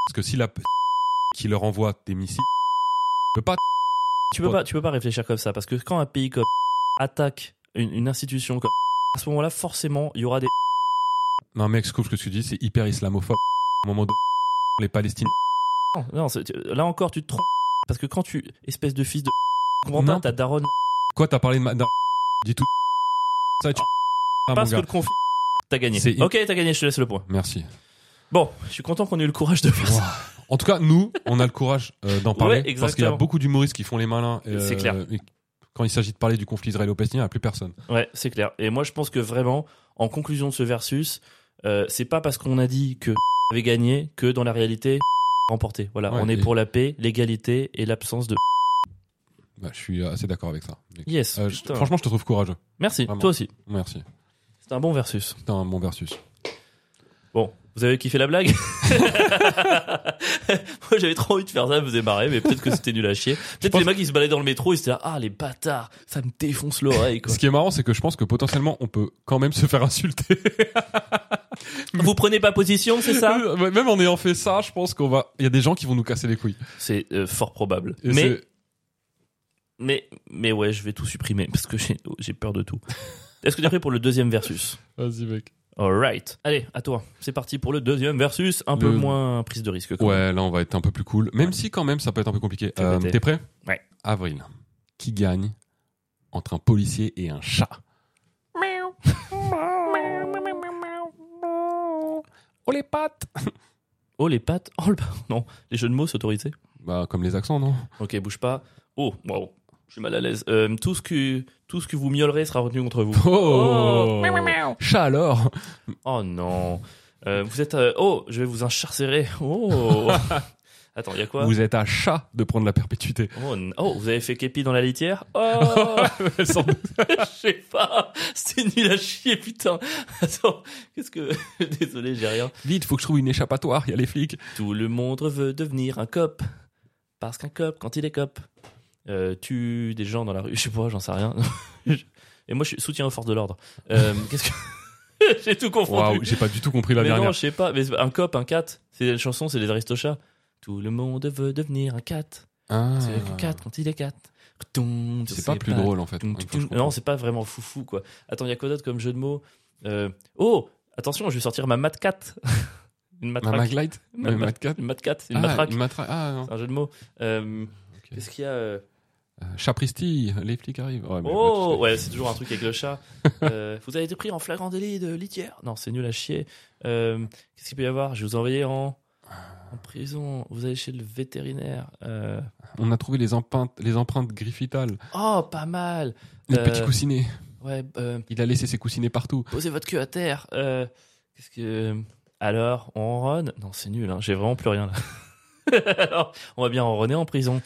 [SPEAKER 1] Parce que si la p- qui leur envoie des missiles, peut pas.
[SPEAKER 2] Tu peux
[SPEAKER 1] Ouais.
[SPEAKER 2] pas, tu peux pas réfléchir comme ça parce que quand un pays comme attaque une, une institution comme à ce moment-là, forcément, il y aura des.
[SPEAKER 1] Non mec, je coupe ce que tu dis, c'est hyper islamophobe. Au moment de les Palestines.
[SPEAKER 2] Non, non, c'est- là encore, tu te trompes parce que quand tu espèce de fils de comprends
[SPEAKER 1] Non.
[SPEAKER 2] pas, ta daronne
[SPEAKER 1] Quoi, t'as parlé de ma. d'un- Dis tout. Ça, tu. Ah, mon
[SPEAKER 2] parce que
[SPEAKER 1] gars.
[SPEAKER 2] le conflit. T'as gagné.
[SPEAKER 1] C'est-
[SPEAKER 2] Ok, t'as gagné. Je te laisse le point.
[SPEAKER 1] Merci.
[SPEAKER 2] Bon, je suis content qu'on ait eu le courage de faire
[SPEAKER 1] Waouh.
[SPEAKER 2] ça.
[SPEAKER 1] En tout cas, nous, on a le courage euh, d'en parler. parce qu'il
[SPEAKER 2] Ouais,
[SPEAKER 1] y a
[SPEAKER 2] exactement.
[SPEAKER 1] beaucoup d'humoristes qui font les malins. euh,
[SPEAKER 2] C'est clair.
[SPEAKER 1] et Quand il s'agit de parler du conflit israélo-palestinien, il n'y a plus personne.
[SPEAKER 2] Ouais, c'est clair. Et moi, je pense que vraiment, en conclusion de ce versus, euh, c'est pas parce qu'on a dit que avait gagné que dans la réalité remporté. Voilà,
[SPEAKER 1] Ouais,
[SPEAKER 2] on est
[SPEAKER 1] et- Euh,
[SPEAKER 2] pour la paix, l'égalité et l'absence de.
[SPEAKER 1] Bah, je suis assez d'accord avec ça. Mais-
[SPEAKER 2] Yes.
[SPEAKER 1] Euh, je-
[SPEAKER 2] putain.
[SPEAKER 1] franchement, je te trouve courageux.
[SPEAKER 2] Merci.
[SPEAKER 1] vraiment.
[SPEAKER 2] Toi aussi.
[SPEAKER 1] Merci.
[SPEAKER 2] C'était un bon versus.
[SPEAKER 1] C'était un bon versus.
[SPEAKER 2] Bon, vous avez kiffé la blague Moi, j'avais trop envie de faire ça, ça me faisait marrer, mais peut-être que c'était nul à chier. Peut-être que
[SPEAKER 1] pense-
[SPEAKER 2] les mecs qui se baladaient dans le métro, ils étaient là, ah les bâtards, ça me défonce l'oreille. quoi.
[SPEAKER 1] Ce qui est marrant, c'est que je pense que potentiellement, on peut quand même se faire insulter.
[SPEAKER 2] Vous prenez pas position, c'est ça
[SPEAKER 1] même en ayant fait ça, je pense qu'on va. Il y a des gens qui vont nous casser les couilles.
[SPEAKER 2] C'est euh, fort probable.
[SPEAKER 1] Et
[SPEAKER 2] mais
[SPEAKER 1] c'est-
[SPEAKER 2] Mais, mais ouais, je vais tout supprimer parce que j'ai j'ai peur de tout. Est-ce que tu es prêt pour le deuxième versus
[SPEAKER 1] Vas-y, mec.
[SPEAKER 2] Alright. Allez, à toi. C'est parti pour le deuxième versus. Un peu
[SPEAKER 1] Le-
[SPEAKER 2] moins prise de risque. quoi.
[SPEAKER 1] Ouais, là, on va être un peu plus cool. Même si, quand même, ça peut être un peu compliqué.
[SPEAKER 2] Fais
[SPEAKER 1] Euh,
[SPEAKER 2] péter.
[SPEAKER 1] T'es prêt
[SPEAKER 2] Ouais.
[SPEAKER 1] Avril. Qui gagne entre un policier et un chat Oh les pattes
[SPEAKER 2] Oh, les pattes. Oh, le... Non, les jeux de mots s'autoriser.
[SPEAKER 1] Bah, comme les accents, non
[SPEAKER 2] Ok, bouge pas. Oh, waouh. Je suis mal à l'aise. Euh, tout, ce que, tout ce que vous miaulerez sera retenu contre vous.
[SPEAKER 1] Oh, Chat alors
[SPEAKER 2] Oh non. Euh, vous êtes. euh, Oh, je vais vous incharcérer. Oh. Attends, il y a quoi
[SPEAKER 1] Vous êtes un chat de prendre la perpétuité.
[SPEAKER 2] oh, n- oh, vous avez fait képi dans la litière Oh
[SPEAKER 1] Elle s'en doute.
[SPEAKER 2] Je sais pas, c'est nul à chier, putain. Attends, qu'est-ce que. Désolé, j'ai rien.
[SPEAKER 1] Vite, faut que je trouve une échappatoire, il y a les flics.
[SPEAKER 2] Tout le monde veut devenir un cop. Parce qu'un cop, quand il est cop, euh, tue des gens dans la rue. Je sais pas, j'en sais rien. Et moi, je suis soutien aux forces de l'ordre. Euh, qu'est-ce que. j'ai tout confondu.
[SPEAKER 1] Waouh, j'ai pas du tout compris la
[SPEAKER 2] mais non,
[SPEAKER 1] dernière.
[SPEAKER 2] je sais pas, mais c'est un cop, un cat, c'est une chanson, c'est des aristochats. Tout le monde veut devenir un cat.
[SPEAKER 1] Ah.
[SPEAKER 2] C'est un cat quand il est cat.
[SPEAKER 1] C'est pas plus drôle en fait.
[SPEAKER 2] Tum,
[SPEAKER 1] Une fois,
[SPEAKER 2] tum,
[SPEAKER 1] je
[SPEAKER 2] tum.
[SPEAKER 1] comprends.
[SPEAKER 2] Non, c'est pas vraiment foufou, quoi. Attends, il y a quoi d'autre comme jeu de mots Euh, Oh Attention, je vais sortir ma matcat. une
[SPEAKER 1] Ma
[SPEAKER 2] matraque.
[SPEAKER 1] Maglite
[SPEAKER 2] Ma-
[SPEAKER 1] Ma Matcat
[SPEAKER 2] Une matcat, c'est une
[SPEAKER 1] Ah,
[SPEAKER 2] matraque.
[SPEAKER 1] une matraque. Ah, non.
[SPEAKER 2] C'est un jeu de mots. Euh, Qu'est-ce qu'il y a euh,
[SPEAKER 1] Euh, Chat Pristille, les flics arrivent. Ouais, mais
[SPEAKER 2] Oh
[SPEAKER 1] bon,
[SPEAKER 2] Ouais, c'est toujours un truc avec le chat. Euh, vous avez été pris en flagrant délit de litière. Non, c'est nul à chier. Euh, Qu'est-ce qu'il peut y avoir Je vais vous envoyer en... en prison. Vous allez chez le vétérinaire. Euh,
[SPEAKER 1] tu sais. On a trouvé les empreintes, les empreintes griffitales.
[SPEAKER 2] Oh, pas mal
[SPEAKER 1] Les
[SPEAKER 2] Euh,
[SPEAKER 1] petits coussinets.
[SPEAKER 2] Ouais, euh,
[SPEAKER 1] Il a laissé ses coussinets partout.
[SPEAKER 2] Posez votre queue à terre. Euh, Qu'est-ce que. Alors, on ronronne Non, c'est nul, hein, j'ai vraiment plus rien là. Alors, on va bien ronronner en prison.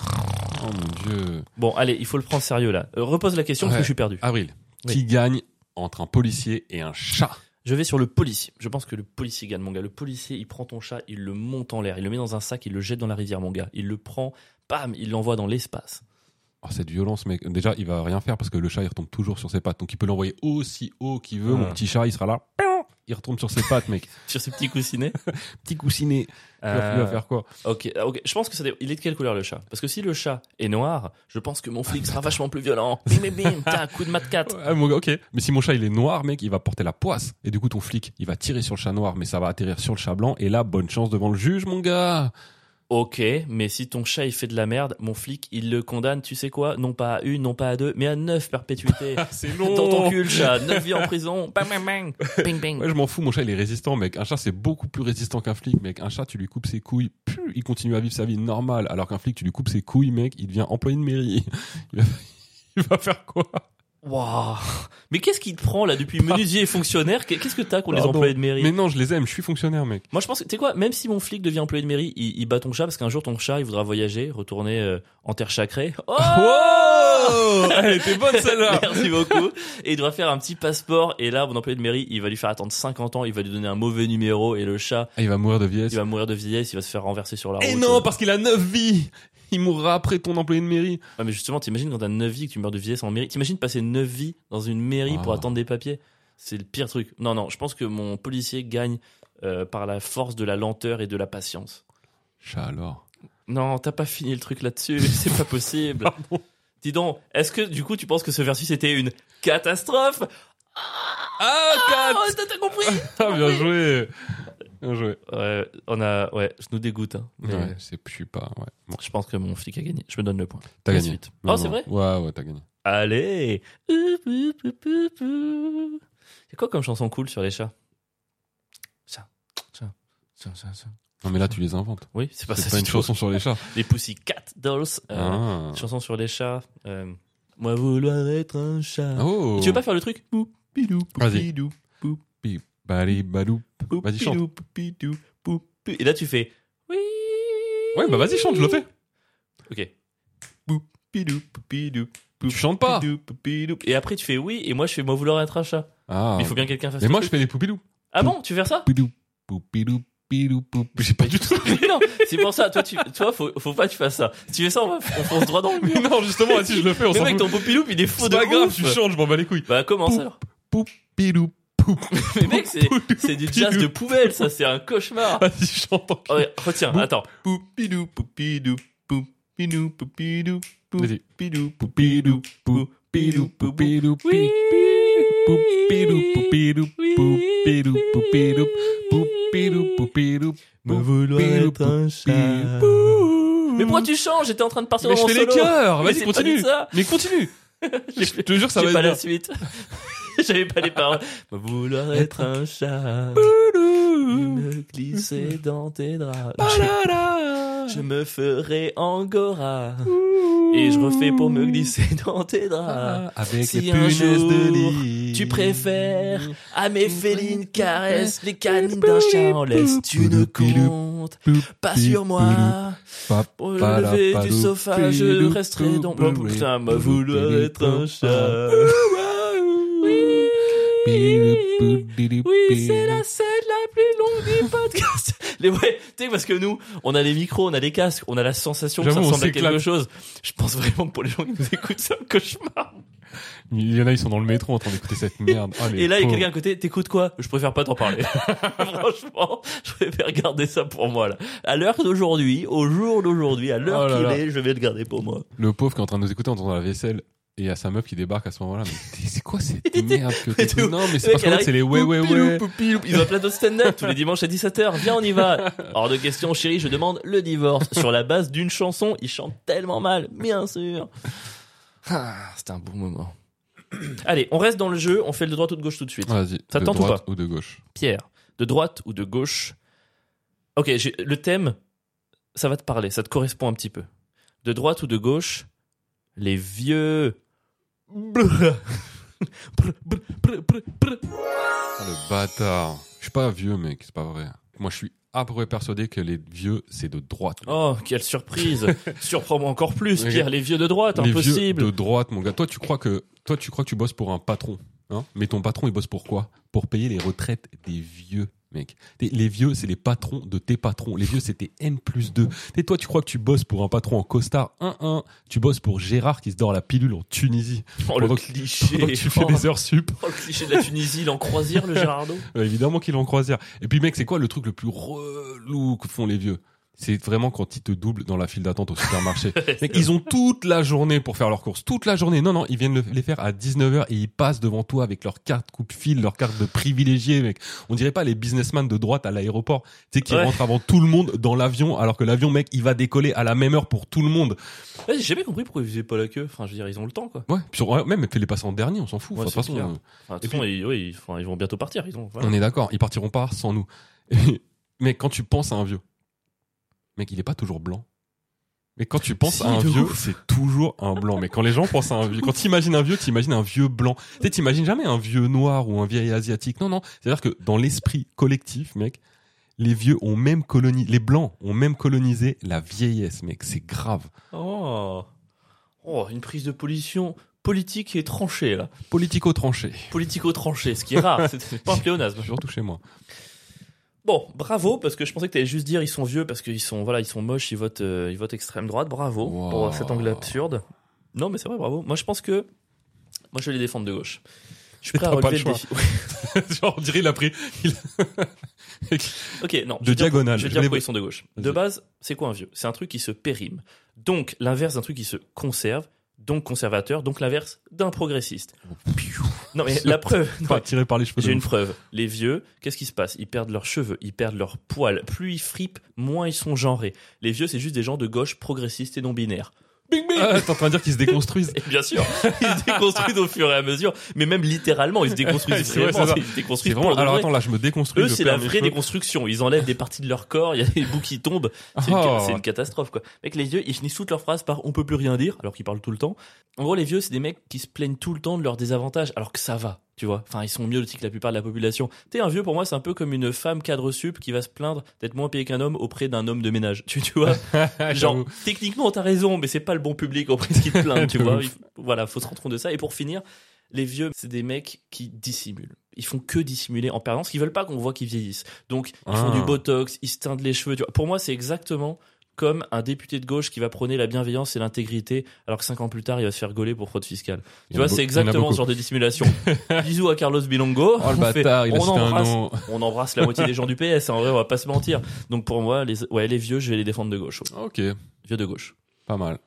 [SPEAKER 1] Oh mon dieu.
[SPEAKER 2] Bon, allez, il faut le prendre sérieux là. Euh, repose la question parce
[SPEAKER 1] Ouais.
[SPEAKER 2] que je suis perdu.
[SPEAKER 1] Avril,
[SPEAKER 2] Oui.
[SPEAKER 1] qui gagne entre un policier et un chat
[SPEAKER 2] Je vais sur le policier. Je pense que le policier gagne, mon gars. Le policier, il prend ton chat, il le monte en l'air, il le met dans un sac, il le jette dans la rivière, mon gars. Il le prend, bam, il l'envoie dans l'espace.
[SPEAKER 1] Oh, cette violence, mec. Déjà, il va rien faire parce que le chat, il retombe toujours sur ses pattes. Donc, il peut l'envoyer aussi haut qu'il veut. Mon
[SPEAKER 2] Ouais.
[SPEAKER 1] petit chat, il sera là. Il retombe sur ses pattes, mec.
[SPEAKER 2] Sur ses petits coussinets.
[SPEAKER 1] Petit coussinet. Il va il va
[SPEAKER 2] Euh,
[SPEAKER 1] faire quoi
[SPEAKER 2] Ok, ah, ok. Je pense que ça dé- Il est de quelle couleur le chat Parce que si le chat est noir, je pense que mon flic sera vachement plus violent. Bim, bim, bim, t'as un coup de mat 4.
[SPEAKER 1] Ah, mon gars, ok. Mais si mon chat, il est noir, mec, il va porter la poisse. Et du coup, ton flic, il va tirer sur le chat noir, mais ça va atterrir sur le chat blanc. Et là, bonne chance devant le juge, mon gars.
[SPEAKER 2] Ok, mais si ton chat il fait de la merde, mon flic il le condamne, tu sais quoi Non pas à une, non pas à deux, mais à neuf perpétuités.
[SPEAKER 1] Ah, c'est long.
[SPEAKER 2] Dans ton cul, le chat, neuf vies en prison. Bang bang bang, bing bing.
[SPEAKER 1] Ouais, je m'en fous, mon chat il est résistant, mec. Un chat c'est beaucoup plus résistant qu'un flic, mec. Un chat tu lui coupes ses couilles, pu, il continue à vivre sa vie normale, alors qu'un flic tu lui coupes ses couilles, mec, il devient employé de mairie. Il va, il va faire quoi
[SPEAKER 2] Waouh. Mais qu'est-ce qui te prend là depuis menuisier et fonctionnaire Qu'est-ce que t'as qu'on les
[SPEAKER 1] Ah. Pardon.
[SPEAKER 2] employés de mairie
[SPEAKER 1] Mais non, je les aime, je suis fonctionnaire, mec.
[SPEAKER 2] Moi, je pense que, tu sais quoi, même si mon flic devient employé de mairie, il, il bat ton chat parce qu'un jour, ton chat, il voudra voyager, retourner euh, en terre sacrée. Oh
[SPEAKER 1] Oh Elle était bonne celle-là.
[SPEAKER 2] Merci beaucoup. Et il devra faire un petit passeport. Et là, mon employé de mairie, il va lui faire attendre 50 ans, il va lui donner un mauvais numéro. Et le chat,
[SPEAKER 1] Ah, il va mourir de vieillesse.
[SPEAKER 2] il va mourir de vieillesse, il va se faire renverser sur la route.
[SPEAKER 1] Et non, parce qu'il a 9 vies. Il mourra après ton employé de mairie.
[SPEAKER 2] Ouais, mais justement, t'imagines quand t'as 9 vies que tu meurs de vieillesse en mairie. T'imagines passer 9 vies dans une mairie pour
[SPEAKER 1] Ah.
[SPEAKER 2] attendre des papiers. C'est le pire truc. Non, non, je pense que mon policier gagne euh, par la force de la lenteur et de la patience.
[SPEAKER 1] Chat alors.
[SPEAKER 2] Non, t'as pas fini le truc là-dessus, c'est pas possible. Dis donc, est-ce que du coup tu penses que ce versus était une catastrophe
[SPEAKER 1] Ah,
[SPEAKER 2] Ah,
[SPEAKER 1] quatre
[SPEAKER 2] t'as t'as compris
[SPEAKER 1] Ah, bien joué. Bien joué.
[SPEAKER 2] Ouais, on a, ouais, je nous dégoûte. hein. Mais
[SPEAKER 1] Ouais, c'est plus pas, ouais. Bon,
[SPEAKER 2] Je pense que mon flic a gagné. Je me donne le point.
[SPEAKER 1] t'as
[SPEAKER 2] La
[SPEAKER 1] gagné.
[SPEAKER 2] suite.
[SPEAKER 1] Non,
[SPEAKER 2] oh, c'est
[SPEAKER 1] non.
[SPEAKER 2] vrai
[SPEAKER 1] Ouais, ouais, t'as gagné.
[SPEAKER 2] Allez C'est quoi comme chanson cool sur les chats Chat, chat, chat, chat, chat.
[SPEAKER 1] Non, mais là, tu les inventes.
[SPEAKER 2] Oui, c'est pas Bah,
[SPEAKER 1] C'est
[SPEAKER 2] ça.
[SPEAKER 1] pas
[SPEAKER 2] du
[SPEAKER 1] une
[SPEAKER 2] tout.
[SPEAKER 1] chanson sur les chats.
[SPEAKER 2] Les Pussycat Dolls. euh,
[SPEAKER 1] Ah.
[SPEAKER 2] Chanson sur les chats. euh, Moi vouloir être un chat.
[SPEAKER 1] Oh.
[SPEAKER 2] Tu veux pas faire le truc Poupidou,
[SPEAKER 1] Vas-y.
[SPEAKER 2] poupidou,
[SPEAKER 1] Pi- bali- balou. Vas-y, chante.
[SPEAKER 2] poupidou, poupidou, poupidou. Et là, tu fais. Oui.
[SPEAKER 1] Ouais, bah vas-y, chante, je le fais.
[SPEAKER 2] Ok. Poupidou, poupidou,
[SPEAKER 1] Tu chantes pas.
[SPEAKER 2] poupidou, poupidou. Et après, tu fais oui, et moi, je fais moi vouloir être un chat.
[SPEAKER 1] Ah.
[SPEAKER 2] Mais il faut bien que quelqu'un fasse
[SPEAKER 1] Mais
[SPEAKER 2] le
[SPEAKER 1] moi, je
[SPEAKER 2] truc.
[SPEAKER 1] fais les poupidou.
[SPEAKER 2] Ah bon, tu veux faire ça
[SPEAKER 1] Poupidou. Poupidou. Poupidou. poupidou. J'ai pas du tout.
[SPEAKER 2] Mais Non, c'est pour ça. Toi, tu, toi faut, faut pas que tu fasses ça. Si tu fais ça, on, va, on fonce droit dans le mur.
[SPEAKER 1] Mais non, justement, si je le fais, on
[SPEAKER 2] Mais
[SPEAKER 1] s'en
[SPEAKER 2] mec,
[SPEAKER 1] fout.
[SPEAKER 2] ton poupidou, il est faux
[SPEAKER 1] C'est
[SPEAKER 2] de
[SPEAKER 1] pas grave,
[SPEAKER 2] ouf.
[SPEAKER 1] tu chantes, je m'en bats les couilles.
[SPEAKER 2] Bah, commence alors.
[SPEAKER 1] Poupidou. Poupidou.
[SPEAKER 2] Mais mec, c'est c'est du jazz de poubelle, ça. C'est un cauchemar.
[SPEAKER 1] Vas-y, chante.
[SPEAKER 2] Ah ouais, retiens,
[SPEAKER 1] Boup.
[SPEAKER 2] attends.
[SPEAKER 1] Poupidou. Poupidou. Poupidou. Poupidou. Vas-y.
[SPEAKER 2] Poupidou,
[SPEAKER 1] Poupidou. Poupidou. Poupidou.
[SPEAKER 2] Oui.
[SPEAKER 1] Poupidou. Poupidou. Poupidou. Poupidou. Poupidou. Poupidou.
[SPEAKER 2] Mais pourquoi tu changes J'étais en train de partir
[SPEAKER 1] Mais
[SPEAKER 2] dans
[SPEAKER 1] je
[SPEAKER 2] mon
[SPEAKER 1] fais les
[SPEAKER 2] solo.
[SPEAKER 1] cœurs,
[SPEAKER 2] Mais
[SPEAKER 1] Ah, vas-y,
[SPEAKER 2] c'est pas
[SPEAKER 1] continue.
[SPEAKER 2] de ça.
[SPEAKER 1] Mais continue. Je te jure, ça
[SPEAKER 2] J'ai
[SPEAKER 1] va
[SPEAKER 2] pas la
[SPEAKER 1] être
[SPEAKER 2] suite. J'avais pas les paroles. Me Vouloir être un chat,
[SPEAKER 1] bien.
[SPEAKER 2] me glisser dans tes draps.
[SPEAKER 1] Balala.
[SPEAKER 2] Je me ferai angora et je refais pour me glisser dans tes draps.
[SPEAKER 1] Avec
[SPEAKER 2] Ah, Si
[SPEAKER 1] les
[SPEAKER 2] un
[SPEAKER 1] punaises
[SPEAKER 2] jour
[SPEAKER 1] de lit.
[SPEAKER 2] tu préfères À mes félines caresses les canines d'un chat en laisse. Tu ne comptes pas sur moi. Au lever du sofa, je resterai dans mon putain, ma vouloir être un chat. Oui, oui, c'est la scène la plus longue du podcast. Les ouais, tu sais parce que nous, on a les micros, on a les casques, on a la sensation que ça
[SPEAKER 1] J'avoue, on
[SPEAKER 2] ressemble à quelque
[SPEAKER 1] s'éclate.
[SPEAKER 2] chose. Je pense vraiment que pour les gens qui nous écoutent, c'est un cauchemar.
[SPEAKER 1] Il y en a, ils sont dans le métro en train d'écouter cette merde. Oh, les
[SPEAKER 2] Et là, il y a
[SPEAKER 1] pauvres.
[SPEAKER 2] quelqu'un à côté, t'écoutes quoi Je préfère pas t'en parler. Franchement, je préfère garder ça pour moi. Là. À l'heure d'aujourd'hui, au jour d'aujourd'hui, à l'heure
[SPEAKER 1] Oh là
[SPEAKER 2] qu'il
[SPEAKER 1] là.
[SPEAKER 2] est, je vais le garder pour moi.
[SPEAKER 1] Le pauvre qui est en train de nous écouter en traendant la vaisselle. Et il y a sa meuf qui débarque à ce moment-là. Mais c'est quoi cette merde que
[SPEAKER 2] Mais de
[SPEAKER 1] t'écoutes
[SPEAKER 2] ouf.
[SPEAKER 1] Non, mais
[SPEAKER 2] Le
[SPEAKER 1] c'est parce
[SPEAKER 2] mec,
[SPEAKER 1] que
[SPEAKER 2] elle
[SPEAKER 1] c'est les ouais, ouais,
[SPEAKER 2] Poupilou,
[SPEAKER 1] ouais.
[SPEAKER 2] poupilou. Ils ont plein de stand-up tous les dimanches à 17h. Viens, on y va. Hors de question, chérie, je demande le divorce. Sur la base d'une chanson, ils chantent tellement mal, bien sûr. Ah, C'était un bon moment. Allez, on reste dans le jeu, on fait le de droite ou de gauche tout de suite.
[SPEAKER 1] Ah, Vas-y.
[SPEAKER 2] Ça
[SPEAKER 1] de
[SPEAKER 2] tente ou
[SPEAKER 1] droite ou de gauche
[SPEAKER 2] Pierre, de droite ou de gauche Ok, j'ai- le thème, ça va te parler, ça te correspond un petit peu. De droite ou de gauche Les vieux. Brr. Brr, brr, brr, brr, brr.
[SPEAKER 1] Ah, le bâtard. Je suis pas vieux, mec, c'est pas vrai. Moi, je suis abreuvé persuadé que les vieux, c'est de droite.
[SPEAKER 2] Oh, quelle surprise Surprends-moi encore plus,
[SPEAKER 1] Ok.
[SPEAKER 2] Pierre, les vieux de droite,
[SPEAKER 1] les
[SPEAKER 2] impossible
[SPEAKER 1] vieux de droite, mon gars. Toi, tu crois que, toi, tu crois que tu bosses pour un patron, hein Mais ton patron, il bosse pour quoi Pour payer les retraites des vieux, mec. T'es- Les vieux, c'est les patrons de tes patrons. Les vieux, c'était N plus 2. Et toi, tu crois que tu bosses pour un patron en costard 1-1. Tu bosses pour Gérard qui se dort la pilule en Tunisie.
[SPEAKER 2] Oh, le
[SPEAKER 1] Pendant que-
[SPEAKER 2] cliché
[SPEAKER 1] pendant que tu fais
[SPEAKER 2] oh,
[SPEAKER 1] des heures sup.
[SPEAKER 2] oh, le cliché de la Tunisie, il en croisière, le Gérardo
[SPEAKER 1] Euh, évidemment qu'il est en croisière. Et puis, mec, c'est quoi le truc le plus relou que font les vieux c'est vraiment quand ils te doublent dans la file d'attente au supermarché. Mec, ils ont toute la journée pour faire leurs courses, toute la journée. Non, non, ils viennent le- les faire à 19h et ils passent devant toi avec leur carte coupe-fil, leur carte de privilégié, mec. On dirait pas les businessmen de droite à l'aéroport, tu sais, qui
[SPEAKER 2] Ouais.
[SPEAKER 1] rentrent avant tout le monde dans l'avion, alors que l'avion, mec, il va décoller à la même heure pour tout le monde.
[SPEAKER 2] Ouais, J'ai jamais compris pourquoi ils faisaient pas la queue. Enfin, je veux dire, ils ont le temps, quoi.
[SPEAKER 1] Ouais, puis ouais, même fais les passer en dernier, on s'en fout.
[SPEAKER 2] Ouais,
[SPEAKER 1] Enfin, de toute façon,
[SPEAKER 2] c'est clair.
[SPEAKER 1] euh,
[SPEAKER 2] Enfin, de
[SPEAKER 1] Et
[SPEAKER 2] toute façon, ils, ouais, ils- enfin, ils vont bientôt partir. Ils ont, voilà.
[SPEAKER 1] on est d'accord, ils partiront pas sans nous. Et- mais quand tu penses à un vieux, mec, il est pas toujours blanc. Mais quand tu penses
[SPEAKER 2] Si,
[SPEAKER 1] à un
[SPEAKER 2] de
[SPEAKER 1] vieux,
[SPEAKER 2] ouf.
[SPEAKER 1] c'est toujours un blanc. Mais quand les gens pensent à un vieux, quand t'imagines un vieux, t'imagines un vieux blanc. Tu sais, t'imagines jamais un vieux noir ou un vieil asiatique. Non, non. C'est-à-dire que dans l'esprit collectif, mec, les vieux ont même colonisé, les blancs ont même colonisé la vieillesse, mec. C'est grave.
[SPEAKER 2] Oh. Oh, une prise de position politique et tranchée, là.
[SPEAKER 1] Politico-tranché.
[SPEAKER 2] Politico-tranchée, ce qui est rare. C'est- C'est pas un pléonasme.
[SPEAKER 1] Surtout chez moi.
[SPEAKER 2] Bon, bravo, parce que je pensais que t'allais juste dire ils sont vieux parce qu'ils sont, voilà, ils sont moches, ils votent, euh, ils votent extrême droite. Bravo
[SPEAKER 1] Wow.
[SPEAKER 2] pour cet angle absurde. Non, mais c'est vrai, bravo. Moi, je pense que. Moi, je vais les défendre de gauche. Je suis prêt à
[SPEAKER 1] T'as pas
[SPEAKER 2] relever
[SPEAKER 1] le
[SPEAKER 2] le, défi.
[SPEAKER 1] Genre, on dirait, il a pris, il-
[SPEAKER 2] ok, non. je
[SPEAKER 1] de
[SPEAKER 2] vais dire-
[SPEAKER 1] diagonale.
[SPEAKER 2] Je vais
[SPEAKER 1] Je
[SPEAKER 2] dire
[SPEAKER 1] l'ai-
[SPEAKER 2] pourquoi ils sont de gauche. De
[SPEAKER 1] Vas-y.
[SPEAKER 2] base, c'est quoi un vieux C'est un truc qui se périme. Donc, l'inverse d'un truc qui se conserve, donc conservateur, donc l'inverse d'un progressiste. Non, mais la preuve. non,
[SPEAKER 1] pas tiré par les cheveux. de
[SPEAKER 2] Oh, J'ai une preuve. Les vieux, qu'est-ce qui se passe Ils perdent leurs cheveux, ils perdent leurs poils. Plus ils fripent, moins ils sont genrés. Les vieux, c'est juste des gens de gauche progressistes et non binaires. Bing bing
[SPEAKER 1] Ah, t'es en train de dire qu'ils se déconstruisent.
[SPEAKER 2] Et bien sûr, ils se déconstruisent au fur et à mesure, mais même littéralement, ils se déconstruisent
[SPEAKER 1] C'est vrai,
[SPEAKER 2] vraiment.
[SPEAKER 1] c'est ça.
[SPEAKER 2] Ils se
[SPEAKER 1] C'est
[SPEAKER 2] déconstruisent
[SPEAKER 1] vraiment.
[SPEAKER 2] pour de
[SPEAKER 1] Alors
[SPEAKER 2] vrai.
[SPEAKER 1] attends, là, je me déconstruis.
[SPEAKER 2] Eux,
[SPEAKER 1] je
[SPEAKER 2] c'est
[SPEAKER 1] perds
[SPEAKER 2] la
[SPEAKER 1] mes
[SPEAKER 2] vraie
[SPEAKER 1] cheveux.
[SPEAKER 2] déconstruction. Ils enlèvent des parties de leur corps, il y a des bouts qui tombent. C'est une,
[SPEAKER 1] Oh.
[SPEAKER 2] c'est une catastrophe, quoi. Mec, les vieux, ils finissent toutes leurs phrases par on peut plus rien dire, alors qu'ils parlent tout le temps. En gros, les vieux, c'est des mecs qui se plaignent tout le temps de leurs désavantages, alors que ça va, tu vois. Enfin, ils sont mieux lotis que la plupart de la population. Tu sais, un vieux, pour moi, c'est un peu comme une femme cadre sup qui va se plaindre d'être moins payée qu'un homme auprès d'un homme de ménage. Tu, tu vois Genre,
[SPEAKER 1] Ah, J'avoue.
[SPEAKER 2] techniquement, t'as raison, mais c'est pas le bon public auprès de qui te plaint, tu
[SPEAKER 1] De
[SPEAKER 2] vois.
[SPEAKER 1] ouf.
[SPEAKER 2] Il faut- voilà, faut se rendre compte de ça. Et pour finir, les vieux, c'est des mecs qui dissimulent. Ils font que dissimuler en permanence. Ils veulent pas qu'on voit qu'ils vieillissent. Donc, ils font
[SPEAKER 1] Ah.
[SPEAKER 2] du botox, ils se teintent les cheveux. Tu vois. Pour moi, c'est exactement comme un député de gauche qui va prôner la bienveillance et l'intégrité, alors que cinq ans plus tard, il va se faire gauler pour fraude fiscale.
[SPEAKER 1] Il
[SPEAKER 2] Tu
[SPEAKER 1] y en a
[SPEAKER 2] vois,
[SPEAKER 1] beau-
[SPEAKER 2] c'est
[SPEAKER 1] il y en a
[SPEAKER 2] exactement
[SPEAKER 1] beaucoup.
[SPEAKER 2] ce genre de dissimulation. Bisous à Carlos Bilongo.
[SPEAKER 1] Oh le
[SPEAKER 2] On fait-
[SPEAKER 1] bâtard, il a
[SPEAKER 2] on
[SPEAKER 1] cité un
[SPEAKER 2] embrasse
[SPEAKER 1] nom.
[SPEAKER 2] on embrasse la moitié des gens du PS, hein, en vrai, on va pas se mentir. Donc pour moi, les, ouais, les vieux, je vais les défendre de gauche. ouais.
[SPEAKER 1] Ok,
[SPEAKER 2] Vieux de gauche.
[SPEAKER 1] pas mal.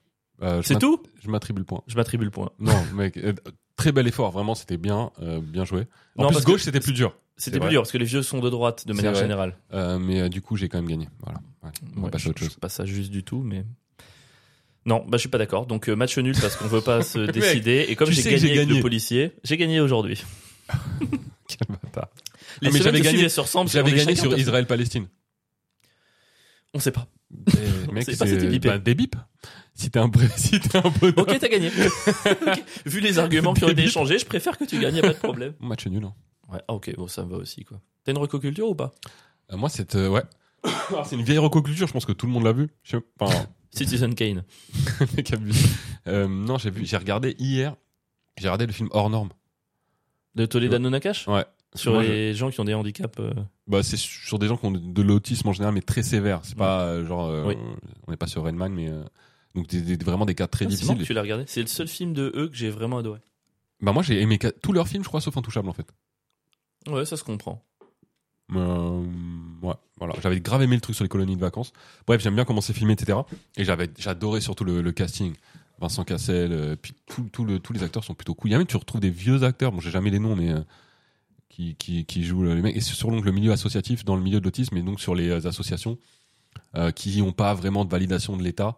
[SPEAKER 1] Euh, je
[SPEAKER 2] C'est
[SPEAKER 1] m'att-
[SPEAKER 2] tout
[SPEAKER 1] Je m'attribue le point.
[SPEAKER 2] Je m'attribue le point.
[SPEAKER 1] Non, mec, euh, très bel effort. Vraiment, c'était bien, euh, bien joué. En
[SPEAKER 2] Non,
[SPEAKER 1] plus,
[SPEAKER 2] parce
[SPEAKER 1] gauche,
[SPEAKER 2] que-
[SPEAKER 1] c'était plus dur.
[SPEAKER 2] C'était
[SPEAKER 1] vrai.
[SPEAKER 2] plus dur parce que les vieux sont de droite de
[SPEAKER 1] C'est
[SPEAKER 2] manière
[SPEAKER 1] vrai.
[SPEAKER 2] générale.
[SPEAKER 1] Euh, mais euh, du coup, j'ai quand même gagné. Voilà. Ouais, on va
[SPEAKER 2] Ouais,
[SPEAKER 1] passer à autre
[SPEAKER 2] je- je
[SPEAKER 1] chose.
[SPEAKER 2] trouve pas ça juste du tout, mais. Non, bah je suis pas d'accord. Donc euh, match nul parce qu'on veut pas se
[SPEAKER 1] Mec,
[SPEAKER 2] décider. Et comme
[SPEAKER 1] tu
[SPEAKER 2] j'ai
[SPEAKER 1] sais que
[SPEAKER 2] gagné,
[SPEAKER 1] j'ai
[SPEAKER 2] avec le
[SPEAKER 1] gagné.
[SPEAKER 2] policier, j'ai gagné aujourd'hui.
[SPEAKER 1] Quel bâtard.
[SPEAKER 2] Les
[SPEAKER 1] Ah, mais
[SPEAKER 2] semaines
[SPEAKER 1] j'avais
[SPEAKER 2] de
[SPEAKER 1] gagné-
[SPEAKER 2] suivi se ressemblent.
[SPEAKER 1] J'avais
[SPEAKER 2] on est
[SPEAKER 1] gagné
[SPEAKER 2] chacun
[SPEAKER 1] sur
[SPEAKER 2] perso-
[SPEAKER 1] Israël-Palestine.
[SPEAKER 2] On sait pas.
[SPEAKER 1] Euh, Mec,
[SPEAKER 2] sait pas, c'était bipé.
[SPEAKER 1] bah, des bips. Si t'es un, bré- si t'es un bon
[SPEAKER 2] Ok, t'as gagné. Ok. Vu les arguments qui ont été
[SPEAKER 1] Débile.
[SPEAKER 2] échangés, je préfère que tu gagnes, y a pas de problème.
[SPEAKER 1] match nul. hein.
[SPEAKER 2] Ouais, ah, ok, bon, ça me va aussi, quoi. T'as une recoculture ou pas
[SPEAKER 1] Euh, moi, c'est euh, ouais. Alors, c'est une vieille recoculture. Je pense que tout le monde l'a vu. Je sais pas.
[SPEAKER 2] Citizen Kane.
[SPEAKER 1] Le mec abuse. Euh, non, j'ai vu, j'ai regardé hier, j'ai regardé le film Hors Norme.
[SPEAKER 2] De Toledano Nakash
[SPEAKER 1] Ouais.
[SPEAKER 2] Sur
[SPEAKER 1] Moi,
[SPEAKER 2] les gens qui ont des handicaps. euh,
[SPEAKER 1] Bah, c'est sur des gens qui ont de l'autisme en général, mais très sévère. C'est pas euh, genre, euh,
[SPEAKER 2] Oui.
[SPEAKER 1] on n'est pas sur Redman, mais euh, donc des- des- vraiment des cas très
[SPEAKER 2] ah, c'est marrant
[SPEAKER 1] difficiles.
[SPEAKER 2] que tu l'as regardé. C'est le seul film de eux que j'ai vraiment adoré.
[SPEAKER 1] Bah moi, j'ai aimé ca- tous leurs films, je crois, sauf Intouchable en fait.
[SPEAKER 2] Ouais, ça se comprend.
[SPEAKER 1] Euh, ouais, voilà. J'avais grave aimé le truc sur les colonies de vacances. Bref, j'aime bien comment c'est filmé, etc. Et j'avais, j'adorais surtout le, le casting. Vincent Cassel, euh, puis tout, tout le, tous les acteurs sont plutôt cool. Il y a même, tu retrouves des vieux acteurs, bon, j'ai jamais les noms, mais euh, qui, qui, qui jouent euh, les mecs. Et sur donc, le milieu associatif, dans le milieu de l'autisme, et donc sur les euh, associations euh, qui n'ont pas vraiment de validation de l'État,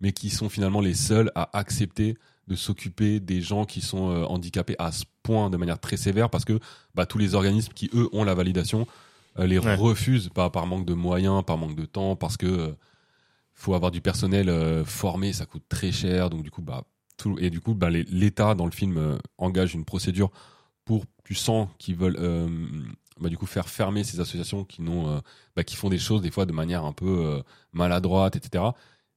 [SPEAKER 1] mais qui sont finalement les seuls à accepter de s'occuper des gens qui sont euh, handicapés à ce point de manière très sévère parce que bah, tous les organismes qui eux ont la validation euh, les
[SPEAKER 2] Ouais.
[SPEAKER 1] refusent par, par manque de moyens, par manque de temps, parce que euh, faut avoir du personnel euh, formé, ça coûte très cher, donc du coup bah tout et du coup bah, les- l'État dans le film euh, engage une procédure pour tu sens qu'ils veulent euh, bah, du coup faire fermer ces associations qui n'ont euh, bah, qui font des choses des fois de manière un peu euh, maladroite, etc.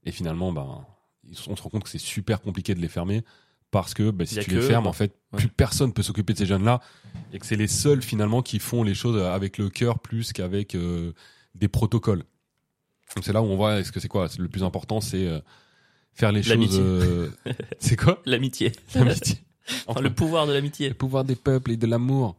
[SPEAKER 1] Et finalement bah ils se- on se rend compte que c'est super compliqué de les fermer parce que bah,
[SPEAKER 2] Y
[SPEAKER 1] si
[SPEAKER 2] a
[SPEAKER 1] tu
[SPEAKER 2] que
[SPEAKER 1] les
[SPEAKER 2] eux,
[SPEAKER 1] fermes
[SPEAKER 2] quoi.
[SPEAKER 1] en fait
[SPEAKER 2] Ouais.
[SPEAKER 1] plus personne peut s'occuper de ces jeunes là et que c'est les seuls finalement qui font les choses avec le cœur plus qu'avec euh, des protocoles. Donc c'est là où on voit est-ce que c'est quoi C'est- Le plus important c'est euh, faire les choses.
[SPEAKER 2] L'amitié.
[SPEAKER 1] euh, c'est quoi
[SPEAKER 2] L'amitié.
[SPEAKER 1] L'amitié.
[SPEAKER 2] Enfin, le pouvoir de l'amitié.
[SPEAKER 1] pouvoir des peuples et de l'amour.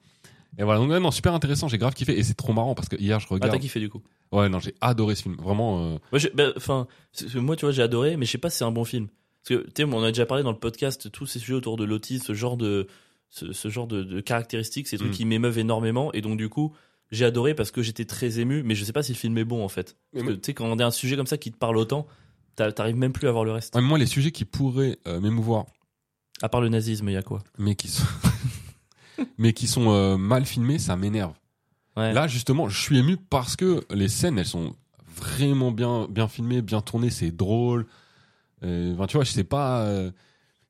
[SPEAKER 1] Et voilà, donc ouais, non, super intéressant, j'ai grave kiffé et c'est trop marrant parce que hier je
[SPEAKER 2] Ah,
[SPEAKER 1] regarde.
[SPEAKER 2] t'as kiffé du coup.
[SPEAKER 1] ouais, non, j'ai adoré ce film, vraiment. euh,
[SPEAKER 2] Moi, j'ai- bah, enfin, c'est- c'est- moi, tu vois, j'ai adoré, mais je sais pas si c'est un bon film. Parce que, tu sais, on a déjà parlé dans le podcast tous ces sujets autour de l'autisme, ce genre de, ce, ce genre de, de caractéristiques, ces trucs
[SPEAKER 1] Mm.
[SPEAKER 2] qui m'émeuvent énormément. Et donc, du coup, j'ai adoré parce que j'étais très ému, mais je sais pas si le film est bon, en fait.
[SPEAKER 1] Mais
[SPEAKER 2] Parce que,
[SPEAKER 1] moi-
[SPEAKER 2] tu sais, quand on a un sujet comme ça qui te parle autant, t'a- t'arrives même plus à voir le reste.
[SPEAKER 1] ouais, moi, les sujets qui pourraient euh, m'émouvoir,
[SPEAKER 2] À part le nazisme, il y a quoi
[SPEAKER 1] mais qui sont, mais qui sont euh, mal filmés, ça m'énerve.
[SPEAKER 2] Ouais.
[SPEAKER 1] Là, justement, je suis ému parce que les scènes, elles sont vraiment bien, bien filmées, bien tournées, c'est drôle. Euh, Enfin, tu vois, je sais pas, euh,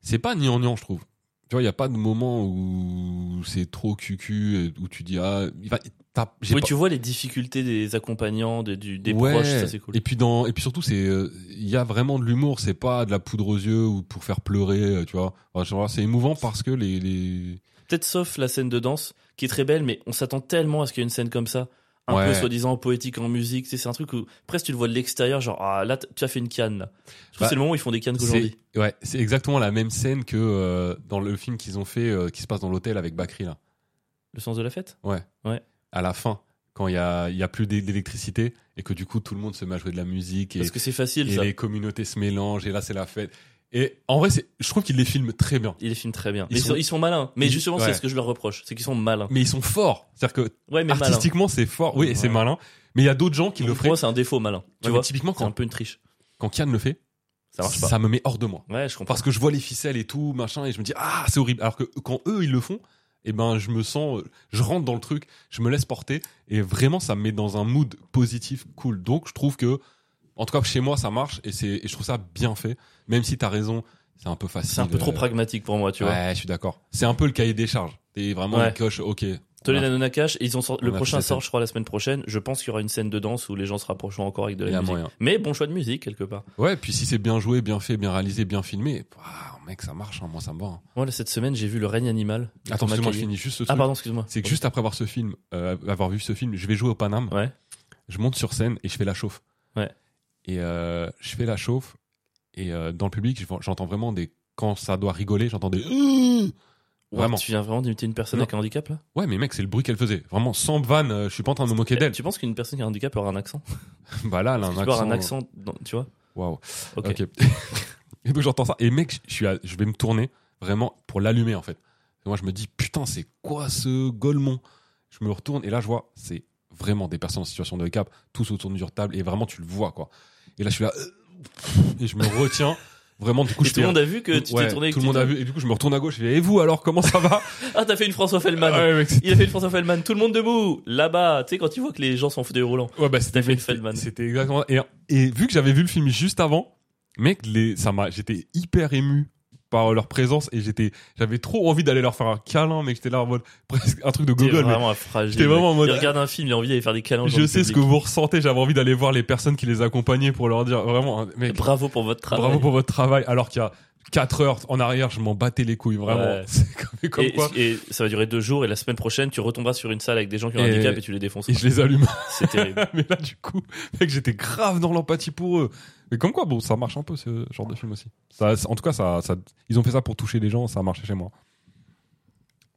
[SPEAKER 1] c'est pas gnangnan, je trouve. Tu vois, il y a pas de moment où c'est trop cucu, euh, où tu dis ah, il va- t'as- j'ai
[SPEAKER 2] Oui,
[SPEAKER 1] pas-
[SPEAKER 2] tu vois les difficultés des accompagnants, des, du- des
[SPEAKER 1] Ouais.
[SPEAKER 2] proches, ça c'est cool.
[SPEAKER 1] Et puis dans, et puis surtout c'est, euh, il y a vraiment de l'humour, c'est pas de la poudre aux yeux ou pour faire pleurer, euh, tu vois. Enfin, je vois, c'est émouvant parce que les, les...
[SPEAKER 2] Peut-être sauf la scène de danse, qui est très belle, mais on s'attend tellement à ce qu'il y ait une scène comme ça, un
[SPEAKER 1] Ouais.
[SPEAKER 2] peu soi-disant poétique en musique. tu sais, C'est un truc où presque tu le vois de l'extérieur, genre ah, là t- tu as fait une canne. Là. Je trouve
[SPEAKER 1] Bah,
[SPEAKER 2] que c'est le moment où ils font des cannes
[SPEAKER 1] c'est,
[SPEAKER 2] qu'aujourd'hui.
[SPEAKER 1] ouais, c'est exactement la même scène que euh, dans le film qu'ils ont fait, euh, qui se passe dans l'hôtel avec Bakri là,
[SPEAKER 2] Le sens de la fête
[SPEAKER 1] à la fin, quand il y a, il y a plus d'é- d'électricité et que du coup tout le monde se met à jouer de la musique et,
[SPEAKER 2] Parce que c'est facile
[SPEAKER 1] et
[SPEAKER 2] ça.
[SPEAKER 1] les communautés se mélangent et là c'est la fête. Et en vrai, c'est, je trouve qu'ils les filment très bien.
[SPEAKER 2] Ils les filment très bien.
[SPEAKER 1] Ils
[SPEAKER 2] Ils, sont,
[SPEAKER 1] sont-
[SPEAKER 2] ils sont malins. Mais
[SPEAKER 1] Ils-
[SPEAKER 2] justement,
[SPEAKER 1] ouais.
[SPEAKER 2] c'est ce que je leur reproche. C'est qu'ils sont malins.
[SPEAKER 1] Mais ils sont forts, c'est-à-dire que
[SPEAKER 2] Ouais, mais malins.
[SPEAKER 1] artistiquement c'est fort, oui, et c'est
[SPEAKER 2] Ouais.
[SPEAKER 1] malin. Mais il y a d'autres gens qui le
[SPEAKER 2] Donc, Pour
[SPEAKER 1] feraient.
[SPEAKER 2] moi, c'est un défaut malin. Tu
[SPEAKER 1] Ouais, mais
[SPEAKER 2] vois,
[SPEAKER 1] typiquement
[SPEAKER 2] c'est
[SPEAKER 1] quand
[SPEAKER 2] un peu une triche.
[SPEAKER 1] quand Kian le fait,
[SPEAKER 2] Ça marche pas.
[SPEAKER 1] ça me met hors de moi.
[SPEAKER 2] Ouais, je comprends.
[SPEAKER 1] Parce que je vois les ficelles et tout, machin, et je me dis, ah, c'est horrible. Alors que quand eux, ils le font, eh ben, je me sens, euh, je rentre dans le truc, je me laisse porter, et vraiment, ça me met dans un mood positif, cool. Donc, je trouve que, en tout cas, chez moi, ça marche, et, c'est, et je trouve ça bien fait. Même si t'as raison, c'est un peu facile.
[SPEAKER 2] C'est un peu trop
[SPEAKER 1] euh,
[SPEAKER 2] pragmatique pour moi, tu vois.
[SPEAKER 1] Ouais, je suis d'accord. C'est un peu le cahier des charges. T'es vraiment
[SPEAKER 2] Ouais.
[SPEAKER 1] une coche, ok.
[SPEAKER 2] Tolé
[SPEAKER 1] Ouais.
[SPEAKER 2] Nakash, ils ont sort- le
[SPEAKER 1] On a
[SPEAKER 2] prochain
[SPEAKER 1] fait ça.
[SPEAKER 2] sort, je crois, la semaine prochaine. Je pense qu'il y aura une scène de danse où les gens se rapprocheront encore avec de
[SPEAKER 1] Il
[SPEAKER 2] la
[SPEAKER 1] y a
[SPEAKER 2] musique.
[SPEAKER 1] moyen.
[SPEAKER 2] Mais bon choix de musique, quelque part.
[SPEAKER 1] Ouais, puis si c'est bien joué, bien fait, bien réalisé, bien filmé, ah, mec, ça marche, hein, moi, ça me va. hein.
[SPEAKER 2] Moi, là, cette semaine, j'ai vu Le règne animal. de
[SPEAKER 1] Attends,
[SPEAKER 2] Thomas
[SPEAKER 1] excuse-moi, je
[SPEAKER 2] Caillé.
[SPEAKER 1] finis juste ce
[SPEAKER 2] Ah,
[SPEAKER 1] truc.
[SPEAKER 2] pardon, excuse-moi.
[SPEAKER 1] C'est que juste après avoir ce film, euh, avoir vu ce film, je vais jouer au Paname.
[SPEAKER 2] Ouais.
[SPEAKER 1] Je monte sur scène et je fais la chauffe.
[SPEAKER 2] Ouais.
[SPEAKER 1] Et euh, je fais la chauffe et euh, dans le public, je- j'entends vraiment des quand ça doit rigoler, j'entends des
[SPEAKER 2] Mmh.
[SPEAKER 1] Ouh vraiment.
[SPEAKER 2] Ouais, Tu viens vraiment d'imiter une personne
[SPEAKER 1] Non.
[SPEAKER 2] avec un handicap, là Eh,
[SPEAKER 1] Ouais, mais mec, c'est le bruit qu'elle faisait. Vraiment sans vanne, euh, je suis pas en train de me moquer d'elle.
[SPEAKER 2] Tu penses qu'une personne qui a un handicap aura un accent
[SPEAKER 1] bah là, elle a
[SPEAKER 2] Tu
[SPEAKER 1] un accent.
[SPEAKER 2] peux
[SPEAKER 1] euh,
[SPEAKER 2] avoir un accent, dans- tu vois
[SPEAKER 1] Waouh.
[SPEAKER 2] Ok.
[SPEAKER 1] Ok. et donc j'entends ça et mec, je suis à- je vais me tourner vraiment pour l'allumer en fait. Et moi je me dis putain, c'est quoi ce golemon Je me retourne et là je vois c'est vraiment des personnes en situation de handicap tous autour d'une table et vraiment tu le vois quoi. Et là je suis là euh, et je me retiens vraiment du coup
[SPEAKER 2] Et
[SPEAKER 1] je
[SPEAKER 2] tout le
[SPEAKER 1] fais-
[SPEAKER 2] monde a vu que tu
[SPEAKER 1] Ouais,
[SPEAKER 2] t'es tourné. et que
[SPEAKER 1] tout le
[SPEAKER 2] tu
[SPEAKER 1] monde
[SPEAKER 2] t'es-
[SPEAKER 1] a vu et du coup je me retourne à gauche et je fais, et vous alors comment ça va
[SPEAKER 2] Ah, t'as fait une François Fellman.
[SPEAKER 1] Ah ouais, mec, c'est-
[SPEAKER 2] Il a fait une François Fellman. Tout le monde debout, là-bas. Tu sais, quand tu vois que les gens sont en fauteuil roulant.
[SPEAKER 1] Ouais, bah, c'était
[SPEAKER 2] T'as fait
[SPEAKER 1] mec,
[SPEAKER 2] le Feldman.
[SPEAKER 1] c'était- C'était exactement. Et, et vu que j'avais vu le film juste avant, mec, les, ça m'a, j'étais hyper ému par leur présence et j'étais, j'avais trop envie d'aller leur faire un câlin, mais j'étais là en mode presque un truc de
[SPEAKER 2] T'es
[SPEAKER 1] Google.
[SPEAKER 2] vraiment un fragile.
[SPEAKER 1] J'étais vraiment en
[SPEAKER 2] mec.
[SPEAKER 1] mode-
[SPEAKER 2] Il regarde un film, il a envie d'aller faire des câlins. aux gens
[SPEAKER 1] je
[SPEAKER 2] du
[SPEAKER 1] sais ce que
[SPEAKER 2] public.
[SPEAKER 1] vous ressentez. J'avais envie d'aller voir les personnes qui les accompagnaient pour leur dire vraiment, hein, mec,
[SPEAKER 2] Bravo pour votre travail.
[SPEAKER 1] bravo pour votre travail. Alors qu'il y a 4 heures en arrière, je m'en battais les couilles, vraiment.
[SPEAKER 2] Ouais.
[SPEAKER 1] C'est comme, comme
[SPEAKER 2] et,
[SPEAKER 1] quoi.
[SPEAKER 2] et ça va durer deux jours et la semaine prochaine tu retomberas sur une salle avec des gens qui ont un
[SPEAKER 1] Et-
[SPEAKER 2] handicap et tu les défonces.
[SPEAKER 1] Et je les allume.
[SPEAKER 2] C'est terrible.
[SPEAKER 1] mais là, du coup, mec, j'étais grave dans l'empathie pour eux. Mais comme quoi, bon, ça marche un peu ce genre de film aussi. Ça, ça- en tout cas, ça, ça- ils ont fait ça pour toucher les gens, ça a marché chez moi.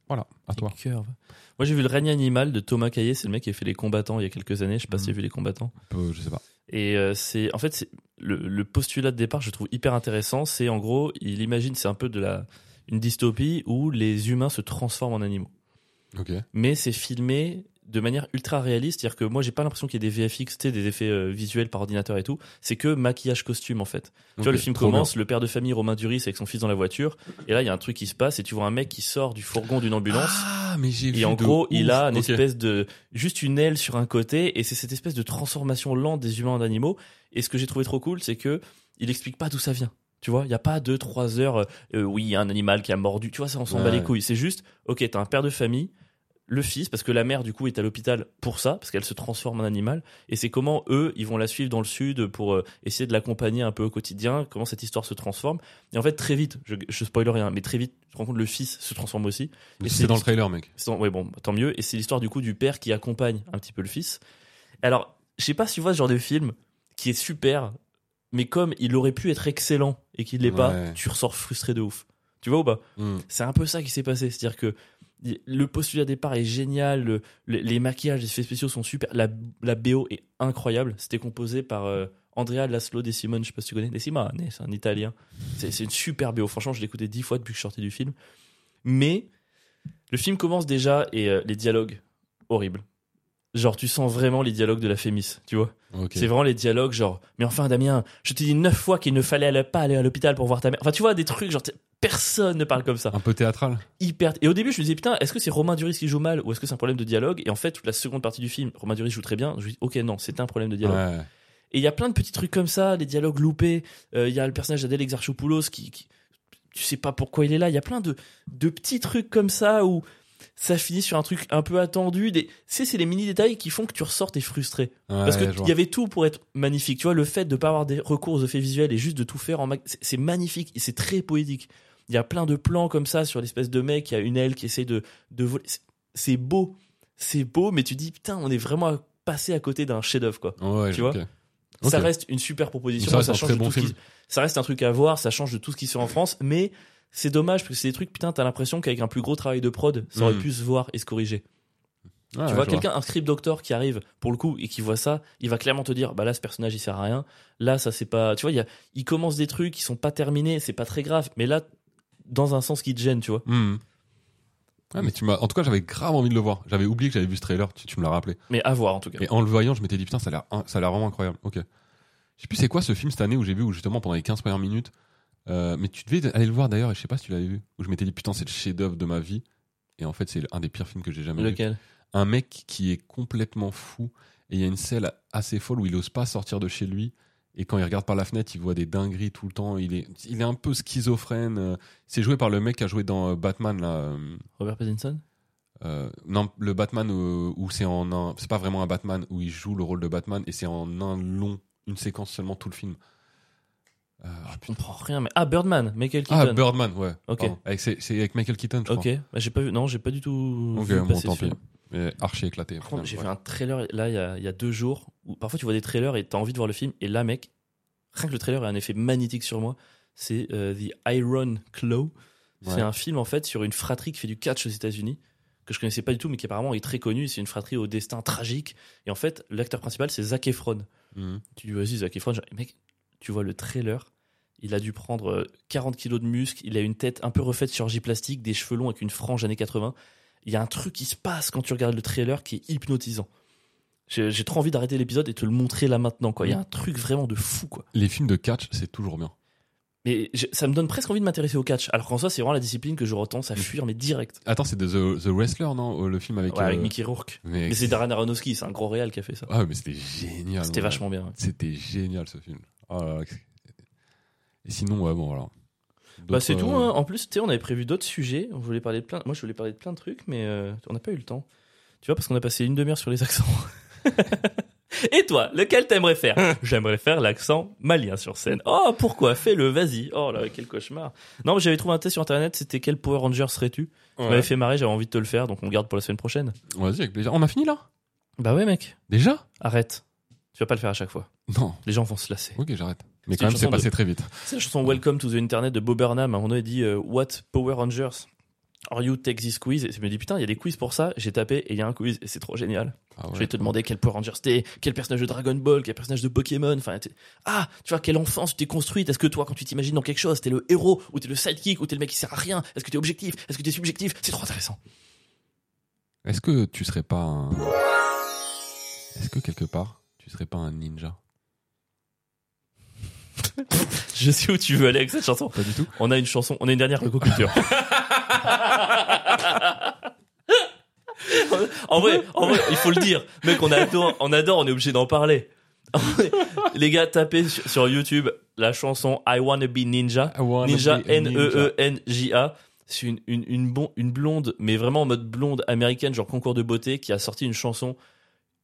[SPEAKER 1] Voilà, à toi.
[SPEAKER 2] Curve. Moi j'ai vu Le règne animal de Thomas Caillé, c'est le mec qui a fait Les combattants il y a quelques années, je sais pas si tu as vu Les combattants.
[SPEAKER 1] Peu, je sais pas.
[SPEAKER 2] Et euh, c'est en fait c'est- le, le postulat de départ, je trouve hyper intéressant, c'est en gros, il imagine c'est un peu de la une dystopie où les humains se transforment en animaux.
[SPEAKER 1] Ok.
[SPEAKER 2] mais c'est filmé de manière ultra réaliste, c'est-à-dire que moi j'ai pas l'impression qu'il y ait des VFX, tu sais, des effets euh, visuels par ordinateur et tout, c'est que maquillage costume en fait. Tu vois le film commence, le père de famille Romain Duris avec son fils dans la voiture, et là il y a un truc qui se passe et tu vois un mec qui sort du fourgon d'une ambulance.
[SPEAKER 1] Ah, mais j'ai vu.
[SPEAKER 2] Et en
[SPEAKER 1] de
[SPEAKER 2] gros,
[SPEAKER 1] ouf.
[SPEAKER 2] il a une
[SPEAKER 1] Ok.
[SPEAKER 2] espèce de juste une aile sur un côté, et c'est cette espèce de transformation lente des humains en animaux. Et ce que j'ai trouvé trop cool, c'est que il explique pas d'où ça vient. Tu vois, il y a pas deux trois heures. euh, euh, oui, il y a un animal qui a mordu. Tu vois, ça on s'en bat les
[SPEAKER 1] Ouais.
[SPEAKER 2] couilles. C'est juste, ok, t'as un père de famille, le fils, parce que la mère du coup est à l'hôpital pour ça, parce qu'elle se transforme en animal. Et c'est comment eux, ils vont la suivre dans le sud pour euh, essayer de l'accompagner un peu au quotidien. Comment cette histoire se transforme. Et en fait, très vite, je, je spoil rien, mais très vite, tu te rends compte le fils se transforme aussi.
[SPEAKER 1] Mais
[SPEAKER 2] c'est-
[SPEAKER 1] C'est dans le trailer, mec.
[SPEAKER 2] C'est- Ouais, bon, tant mieux. Et c'est l'histoire du coup du père qui accompagne un petit peu le fils. Alors, je sais pas si tu vois ce genre de film qui est super, mais comme il aurait pu être excellent et qu'il l'est pas,
[SPEAKER 1] Ouais.
[SPEAKER 2] tu ressors frustré de ouf. Tu vois ou pas
[SPEAKER 1] Hmm.
[SPEAKER 2] C'est un peu ça qui s'est passé. C'est-à-dire que y- le postulat de départ est génial, le- le- les maquillages, les effets spéciaux sont super, la, la BO est incroyable. C'était composé par euh, Andrea Laszlo De Simone, je sais pas si tu connais. De Simone, hein, c'est un Italien. C'est c'est une super BO. Franchement, je l'ai écouté dix fois depuis que je sortais du film. Mais le film commence déjà et euh, les dialogues horribles. Genre, tu sens vraiment les dialogues de la Fémis, tu vois.
[SPEAKER 1] Ok.
[SPEAKER 2] C'est vraiment les dialogues genre mais enfin Damien, je t'ai dit neuf fois qu'il ne fallait aller- pas aller à l'hôpital pour voir ta mère. Enfin tu vois des trucs genre t'sais, personne ne parle comme ça.
[SPEAKER 1] Un peu théâtral.
[SPEAKER 2] Hyper Et au début je me disais putain, est-ce que c'est Romain Duris qui joue mal ou est-ce que c'est un problème de dialogue Et en fait toute la seconde partie du film, Romain Duris joue très bien. Je me dis OK non, c'est un problème de dialogue.
[SPEAKER 1] Ouais.
[SPEAKER 2] Et il y a plein de petits trucs comme ça, des dialogues loupés. Euh, Il y a le personnage d'Adèle Exarchopoulos qui, qui. Tu sais pas pourquoi il est là. Il y a plein de, de petits trucs comme ça où ça finit sur un truc un peu attendu. Des, tu sais, c'est les mini détails qui font que tu ressors t'es frustré. Parce
[SPEAKER 1] Ouais, je
[SPEAKER 2] que
[SPEAKER 1] vois.
[SPEAKER 2] il y avait tout pour être magnifique. Tu vois, le fait de pas avoir des recours aux effets visuels et juste de tout faire en mag- c'est- c'est magnifique et c'est très poétique. Il y a plein de plans comme ça sur l'espèce de mec qui a une aile qui essaie de, de voler. C'est- C'est beau, c'est beau, mais tu dis putain, on est vraiment à- passé à côté d'un chef-d'œuvre quoi.
[SPEAKER 1] Ouais,
[SPEAKER 2] tu
[SPEAKER 1] ok. Ok.
[SPEAKER 2] Ça reste une super proposition.
[SPEAKER 1] Ça
[SPEAKER 2] Ça,
[SPEAKER 1] reste un
[SPEAKER 2] change
[SPEAKER 1] très
[SPEAKER 2] de
[SPEAKER 1] bon
[SPEAKER 2] tout ce qui-
[SPEAKER 1] film.
[SPEAKER 2] ça reste un truc à voir. Ça change de tout ce qui se fait en France, mais c'est dommage parce que c'est des trucs. Putain, t'as l'impression qu'avec un plus gros travail de prod, ça aurait
[SPEAKER 1] Mm.
[SPEAKER 2] pu se voir et se corriger.
[SPEAKER 1] Ouais,
[SPEAKER 2] tu
[SPEAKER 1] Ah, ouais,
[SPEAKER 2] vois
[SPEAKER 1] je
[SPEAKER 2] quelqu'un, un script doctor qui arrive pour le coup et qui voit ça, il va clairement te dire, bah là ce personnage il sert à rien. Là ça c'est pas. Tu vois, il, y a- il commence des trucs qui sont pas terminés, c'est pas très grave. Mais là, dans un sens qui te gêne, tu vois.
[SPEAKER 1] Hmm. Ouais, mais tu m'as. En tout cas, j'avais grave envie de le voir. J'avais oublié que j'avais vu ce trailer. Tu, tu me l'as rappelé.
[SPEAKER 2] Mais à voir en tout cas.
[SPEAKER 1] Et en le voyant, je m'étais dit putain, ça a l'air, in- ça a l'air vraiment incroyable. Ok. Je sais plus c'est quoi ce film cette année où j'ai vu où justement pendant les 15 premières minutes. euh, mais tu devais aller le voir d'ailleurs et je sais pas si tu l'avais vu. Où je m'étais dit putain, c'est le chef-d'œuvre de ma vie. Et en fait, c'est un des pires films que j'ai jamais vu.
[SPEAKER 2] Lequel
[SPEAKER 1] Un mec qui est complètement fou et il y a une scène assez folle où il ose pas sortir de chez lui. Et quand il regarde par la fenêtre, il voit des dingueries tout le temps. Il est, il est un peu schizophrène. euh. C'est joué par le mec qui a joué dans euh, Batman là. euh,
[SPEAKER 2] Robert Pattinson
[SPEAKER 1] euh, non, le Batman euh, où c'est en un, c'est pas vraiment un Batman où il joue le rôle de Batman et c'est en un long, une séquence seulement tout le film. Euh, ah,
[SPEAKER 2] Je
[SPEAKER 1] putain.
[SPEAKER 2] comprends rien. Mais ah Birdman, Michael
[SPEAKER 1] Ah,
[SPEAKER 2] Keaton.
[SPEAKER 1] Birdman, ouais.
[SPEAKER 2] Ok.
[SPEAKER 1] Pardon. Avec c'est c'est avec Michael Keaton, je
[SPEAKER 2] ok. Bah, j'ai pas vu. Non, j'ai pas du tout.
[SPEAKER 1] crois. Ok,
[SPEAKER 2] vu
[SPEAKER 1] bon,
[SPEAKER 2] passer
[SPEAKER 1] tant
[SPEAKER 2] ce film.
[SPEAKER 1] pis. Mais archi éclaté.
[SPEAKER 2] Par contre, J'ai
[SPEAKER 1] Ouais.
[SPEAKER 2] vu un trailer là il y a, il y a deux jours où parfois tu vois des trailers et t'as envie de voir le film et là mec, rien que le trailer a un effet magnétique sur moi. C'est euh, The Iron Claw.
[SPEAKER 1] Ouais.
[SPEAKER 2] C'est un film en fait sur une fratrie qui fait du catch aux États-Unis que je connaissais pas du tout mais qui apparemment est très connue. C'est une fratrie au destin tragique et en fait l'acteur principal c'est Zac Efron.
[SPEAKER 1] Mhm.
[SPEAKER 2] Tu dis vas-y Zac Efron, genre, mec, tu vois le trailer. Il a dû prendre euh, 40 kilos de muscles, il a une tête un peu refaite chirurgie plastique, des cheveux longs avec une frange années 80. Il y a un truc qui se passe quand tu regardes le trailer qui est hypnotisant. J'ai j'ai trop envie d'arrêter l'épisode et te le montrer là maintenant. Quoi. Il y a un truc vraiment de fou. Quoi.
[SPEAKER 1] Les films de catch, c'est toujours bien.
[SPEAKER 2] Mais je- ça me donne presque envie de m'intéresser au catch. Alors qu'en soi, c'est vraiment la discipline que j'aurais tendance à fuir, mais direct.
[SPEAKER 1] Attends, c'est de The, The Wrestler, non euh, Le film Mm. avec.
[SPEAKER 2] Ouais, avec
[SPEAKER 1] euh,
[SPEAKER 2] Mickey Rourke.
[SPEAKER 1] Mais,
[SPEAKER 2] Mais c'est Darren Aronofsky, c'est un gros réal qui a fait ça.
[SPEAKER 1] Ah ouais, mais c'était génial.
[SPEAKER 2] C'était
[SPEAKER 1] ouais.
[SPEAKER 2] vachement bien. ouais.
[SPEAKER 1] C'était génial ce film. Oh là là. Et sinon, ouais, bon alors.
[SPEAKER 2] Bah c'est
[SPEAKER 1] D'autres,
[SPEAKER 2] tout.
[SPEAKER 1] euh,
[SPEAKER 2] hein. En plus, tu sais, on avait prévu d'autres sujets. On voulait parler de plein. Moi, je voulais parler de plein de trucs, mais euh, on n'a pas eu le temps. Tu vois, parce qu'on a passé une demi-heure sur les accents. Et toi, lequel t'aimerais faire J'aimerais faire l'accent malien sur scène. Oh, pourquoi Fais-le, vas-y. Oh là, quel cauchemar. Non, mais j'avais trouvé un test sur internet. C'était quel Power Ranger serais-tu Ça m'avait
[SPEAKER 1] ouais.
[SPEAKER 2] fait marrer. J'avais envie de te le faire, donc on le garde pour la semaine prochaine.
[SPEAKER 1] Vas-y, avec plaisir. On a fini là
[SPEAKER 2] Bah ouais, mec.
[SPEAKER 1] Déjà
[SPEAKER 2] Arrête. Tu vas pas le faire à chaque fois.
[SPEAKER 1] Non.
[SPEAKER 2] Les gens vont se lasser.
[SPEAKER 1] Ok, j'arrête. Mais
[SPEAKER 2] C'est
[SPEAKER 1] quand
[SPEAKER 2] une
[SPEAKER 1] même, c'est
[SPEAKER 2] chanson
[SPEAKER 1] passé très vite.
[SPEAKER 2] C'est la chanson Welcome to the Internet de Bob Burnham. À un moment donné, il dit euh, What Power Rangers Are you take this quiz Et je me dis Putain, il y a des quiz pour ça. J'ai tapé et il y a un quiz et c'est trop génial.
[SPEAKER 1] Ah ouais.
[SPEAKER 2] Je vais te demander quel Power Rangers t'es, quel personnage de Dragon Ball, quel personnage de Pokémon. Enfin, t'es- ah, tu vois, quelle enfance tu t'es construite. Est-ce que toi, quand tu t'imagines dans quelque chose, t'es le héros ou t'es le sidekick ou t'es le mec qui sert à rien Est-ce que t'es objectif Est-ce que t'es subjectif C'est trop intéressant.
[SPEAKER 1] Est-ce que tu serais pas un. Est-ce que quelque part, tu serais pas un ninja
[SPEAKER 2] Je sais où tu veux aller avec cette chanson.
[SPEAKER 1] Pas du tout.
[SPEAKER 2] On a une chanson, on a une dernière reco culture. en vrai, en vrai, il faut le dire. Mec, on adore, on adore, on est obligé d'en parler. Les gars, tapez sur sur YouTube la chanson I Wanna Be Ninja. Ninja, E N-E-E-N-J-A. C'est une, une, une, bon- une blonde, mais vraiment en mode blonde américaine, genre concours de beauté, qui a sorti une chanson.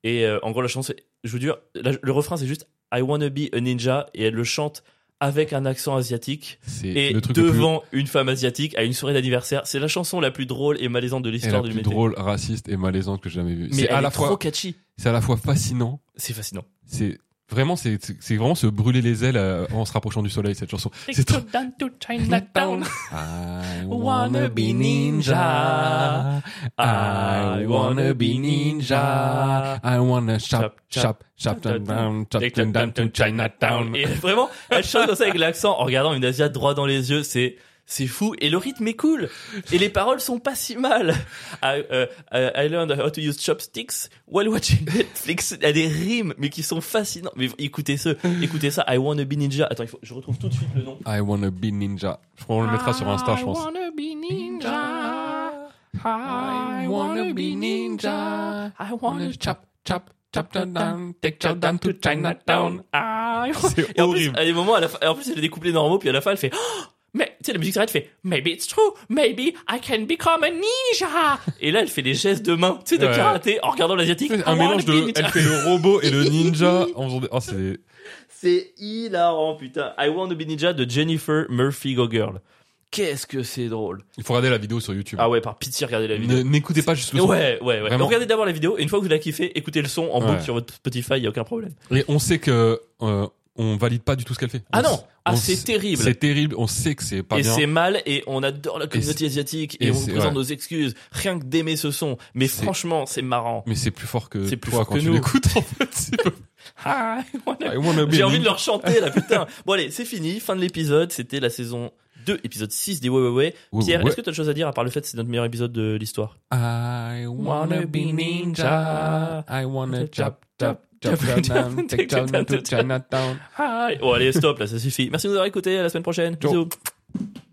[SPEAKER 2] Et euh, en gros, la chanson, c'est- je vous jure, la- le refrain, c'est juste I wanna be a ninja. Et elle le chante avec un accent asiatique
[SPEAKER 1] C'est
[SPEAKER 2] et
[SPEAKER 1] le truc le plus-
[SPEAKER 2] devant une femme asiatique à une soirée d'anniversaire. C'est la chanson la plus drôle et malaisante de
[SPEAKER 1] et la
[SPEAKER 2] l'histoire de
[SPEAKER 1] plus
[SPEAKER 2] l'humanité.
[SPEAKER 1] drôle, raciste et malaisante que j'ai jamais vu.
[SPEAKER 2] Mais
[SPEAKER 1] C'est
[SPEAKER 2] elle
[SPEAKER 1] à
[SPEAKER 2] est
[SPEAKER 1] la
[SPEAKER 2] trop
[SPEAKER 1] fois,
[SPEAKER 2] catchy.
[SPEAKER 1] c'est à la fois fascinant.
[SPEAKER 2] C'est fascinant.
[SPEAKER 1] C'est Vraiment, c'est c'est- c'est vraiment se brûler les ailes euh, en se rapprochant du soleil, cette chanson. C'est trop...
[SPEAKER 3] down to Chinatown.
[SPEAKER 1] I
[SPEAKER 3] wanna be ninja.
[SPEAKER 2] I wanna be ninja.
[SPEAKER 1] I wanna
[SPEAKER 2] chop, chop,
[SPEAKER 1] chop,
[SPEAKER 2] chop down, Et vraiment, elle chante comme ça avec l'accent en regardant une Asia droit dans les yeux. C'est c'est fou et le rythme est cool et les paroles sont pas si mal. I, euh, I learned how to use chopsticks while watching Netflix. Il y a des rimes mais qui sont fascinants. Mais écoutez ce, écoutez ça. I wanna be ninja. Attends, il faut, je retrouve tout de suite le nom.
[SPEAKER 1] I wanna be ninja. Je crois qu'on le mettra sur Insta, je pense.
[SPEAKER 3] I wanna be ninja. I wanna be ninja. I wanna
[SPEAKER 1] chop, chop, chop
[SPEAKER 3] down,
[SPEAKER 1] take
[SPEAKER 3] chop down to Chinatown. I
[SPEAKER 1] C'est
[SPEAKER 2] Et en plus,
[SPEAKER 1] horrible.
[SPEAKER 2] à des moments, à la fin- en plus, elle a des couplets normaux, puis à la fin, elle fait, Oh mais, tu sais, la musique s'arrête, elle fait, maybe it's true, maybe I can become a ninja. Et là, elle fait des gestes de main, tu sais, de
[SPEAKER 1] Ouais.
[SPEAKER 2] karaté, en regardant l'asiatique. I
[SPEAKER 1] Un
[SPEAKER 2] wanna
[SPEAKER 1] mélange
[SPEAKER 2] be
[SPEAKER 1] de,
[SPEAKER 2] ninja.
[SPEAKER 1] elle fait le robot et le ninja en faisant des- oh, c'est,
[SPEAKER 2] C'est hilarant, putain. I want to be ninja de Jennifer Murphy Go Girl. Qu'est-ce que c'est drôle.
[SPEAKER 1] il faut regarder la vidéo sur YouTube.
[SPEAKER 2] Ah ouais, par pitié, regardez la vidéo.
[SPEAKER 1] Ne- N'écoutez pas juste le son.
[SPEAKER 2] Ouais, ouais, ouais.
[SPEAKER 1] Vraiment.
[SPEAKER 2] Regardez d'abord la vidéo, et une fois que vous la kiffé, écoutez le son en
[SPEAKER 1] Ouais.
[SPEAKER 2] boucle sur votre Spotify, y a aucun problème.
[SPEAKER 1] Et on sait que, euh, on valide pas du tout ce qu'elle fait.
[SPEAKER 2] Ah
[SPEAKER 1] On
[SPEAKER 2] non!
[SPEAKER 1] s-
[SPEAKER 2] Ah,
[SPEAKER 1] on
[SPEAKER 2] c'est
[SPEAKER 1] s-
[SPEAKER 2] terrible.
[SPEAKER 1] C'est terrible, on sait que c'est pas
[SPEAKER 2] et
[SPEAKER 1] bien.
[SPEAKER 2] c'est mal et on adore la communauté asiatique et,
[SPEAKER 1] et
[SPEAKER 2] on vous
[SPEAKER 1] c'est-
[SPEAKER 2] présente
[SPEAKER 1] ouais.
[SPEAKER 2] nos excuses rien que d'aimer ce son mais
[SPEAKER 1] C'est-
[SPEAKER 2] franchement c'est marrant
[SPEAKER 1] Mais c'est plus fort que
[SPEAKER 2] C'est
[SPEAKER 1] toi
[SPEAKER 2] plus fort
[SPEAKER 1] quand
[SPEAKER 2] que
[SPEAKER 1] tu
[SPEAKER 2] nous.
[SPEAKER 1] l'écoutes, en fait. C'est pas-
[SPEAKER 2] Hi, wanna-
[SPEAKER 1] I wanna be
[SPEAKER 2] j'ai envie de
[SPEAKER 1] ninja.
[SPEAKER 2] leur chanter là putain bon allez c'est fini fin de l'épisode c'était la saison 2 épisode 6 des ouais ouais ouais
[SPEAKER 1] Ouais,
[SPEAKER 2] Pierre
[SPEAKER 1] ouais.
[SPEAKER 2] est-ce que t'as autre chose à dire à part le fait que c'est notre meilleur épisode de l'histoire
[SPEAKER 1] I wanna be ninja. I wanna chop, chop, chop down, take down to Chinatown.
[SPEAKER 2] Hi. bon allez stop là ça suffit merci de nous avoir écoutés à la semaine prochaine
[SPEAKER 1] Ciao.
[SPEAKER 2] bisous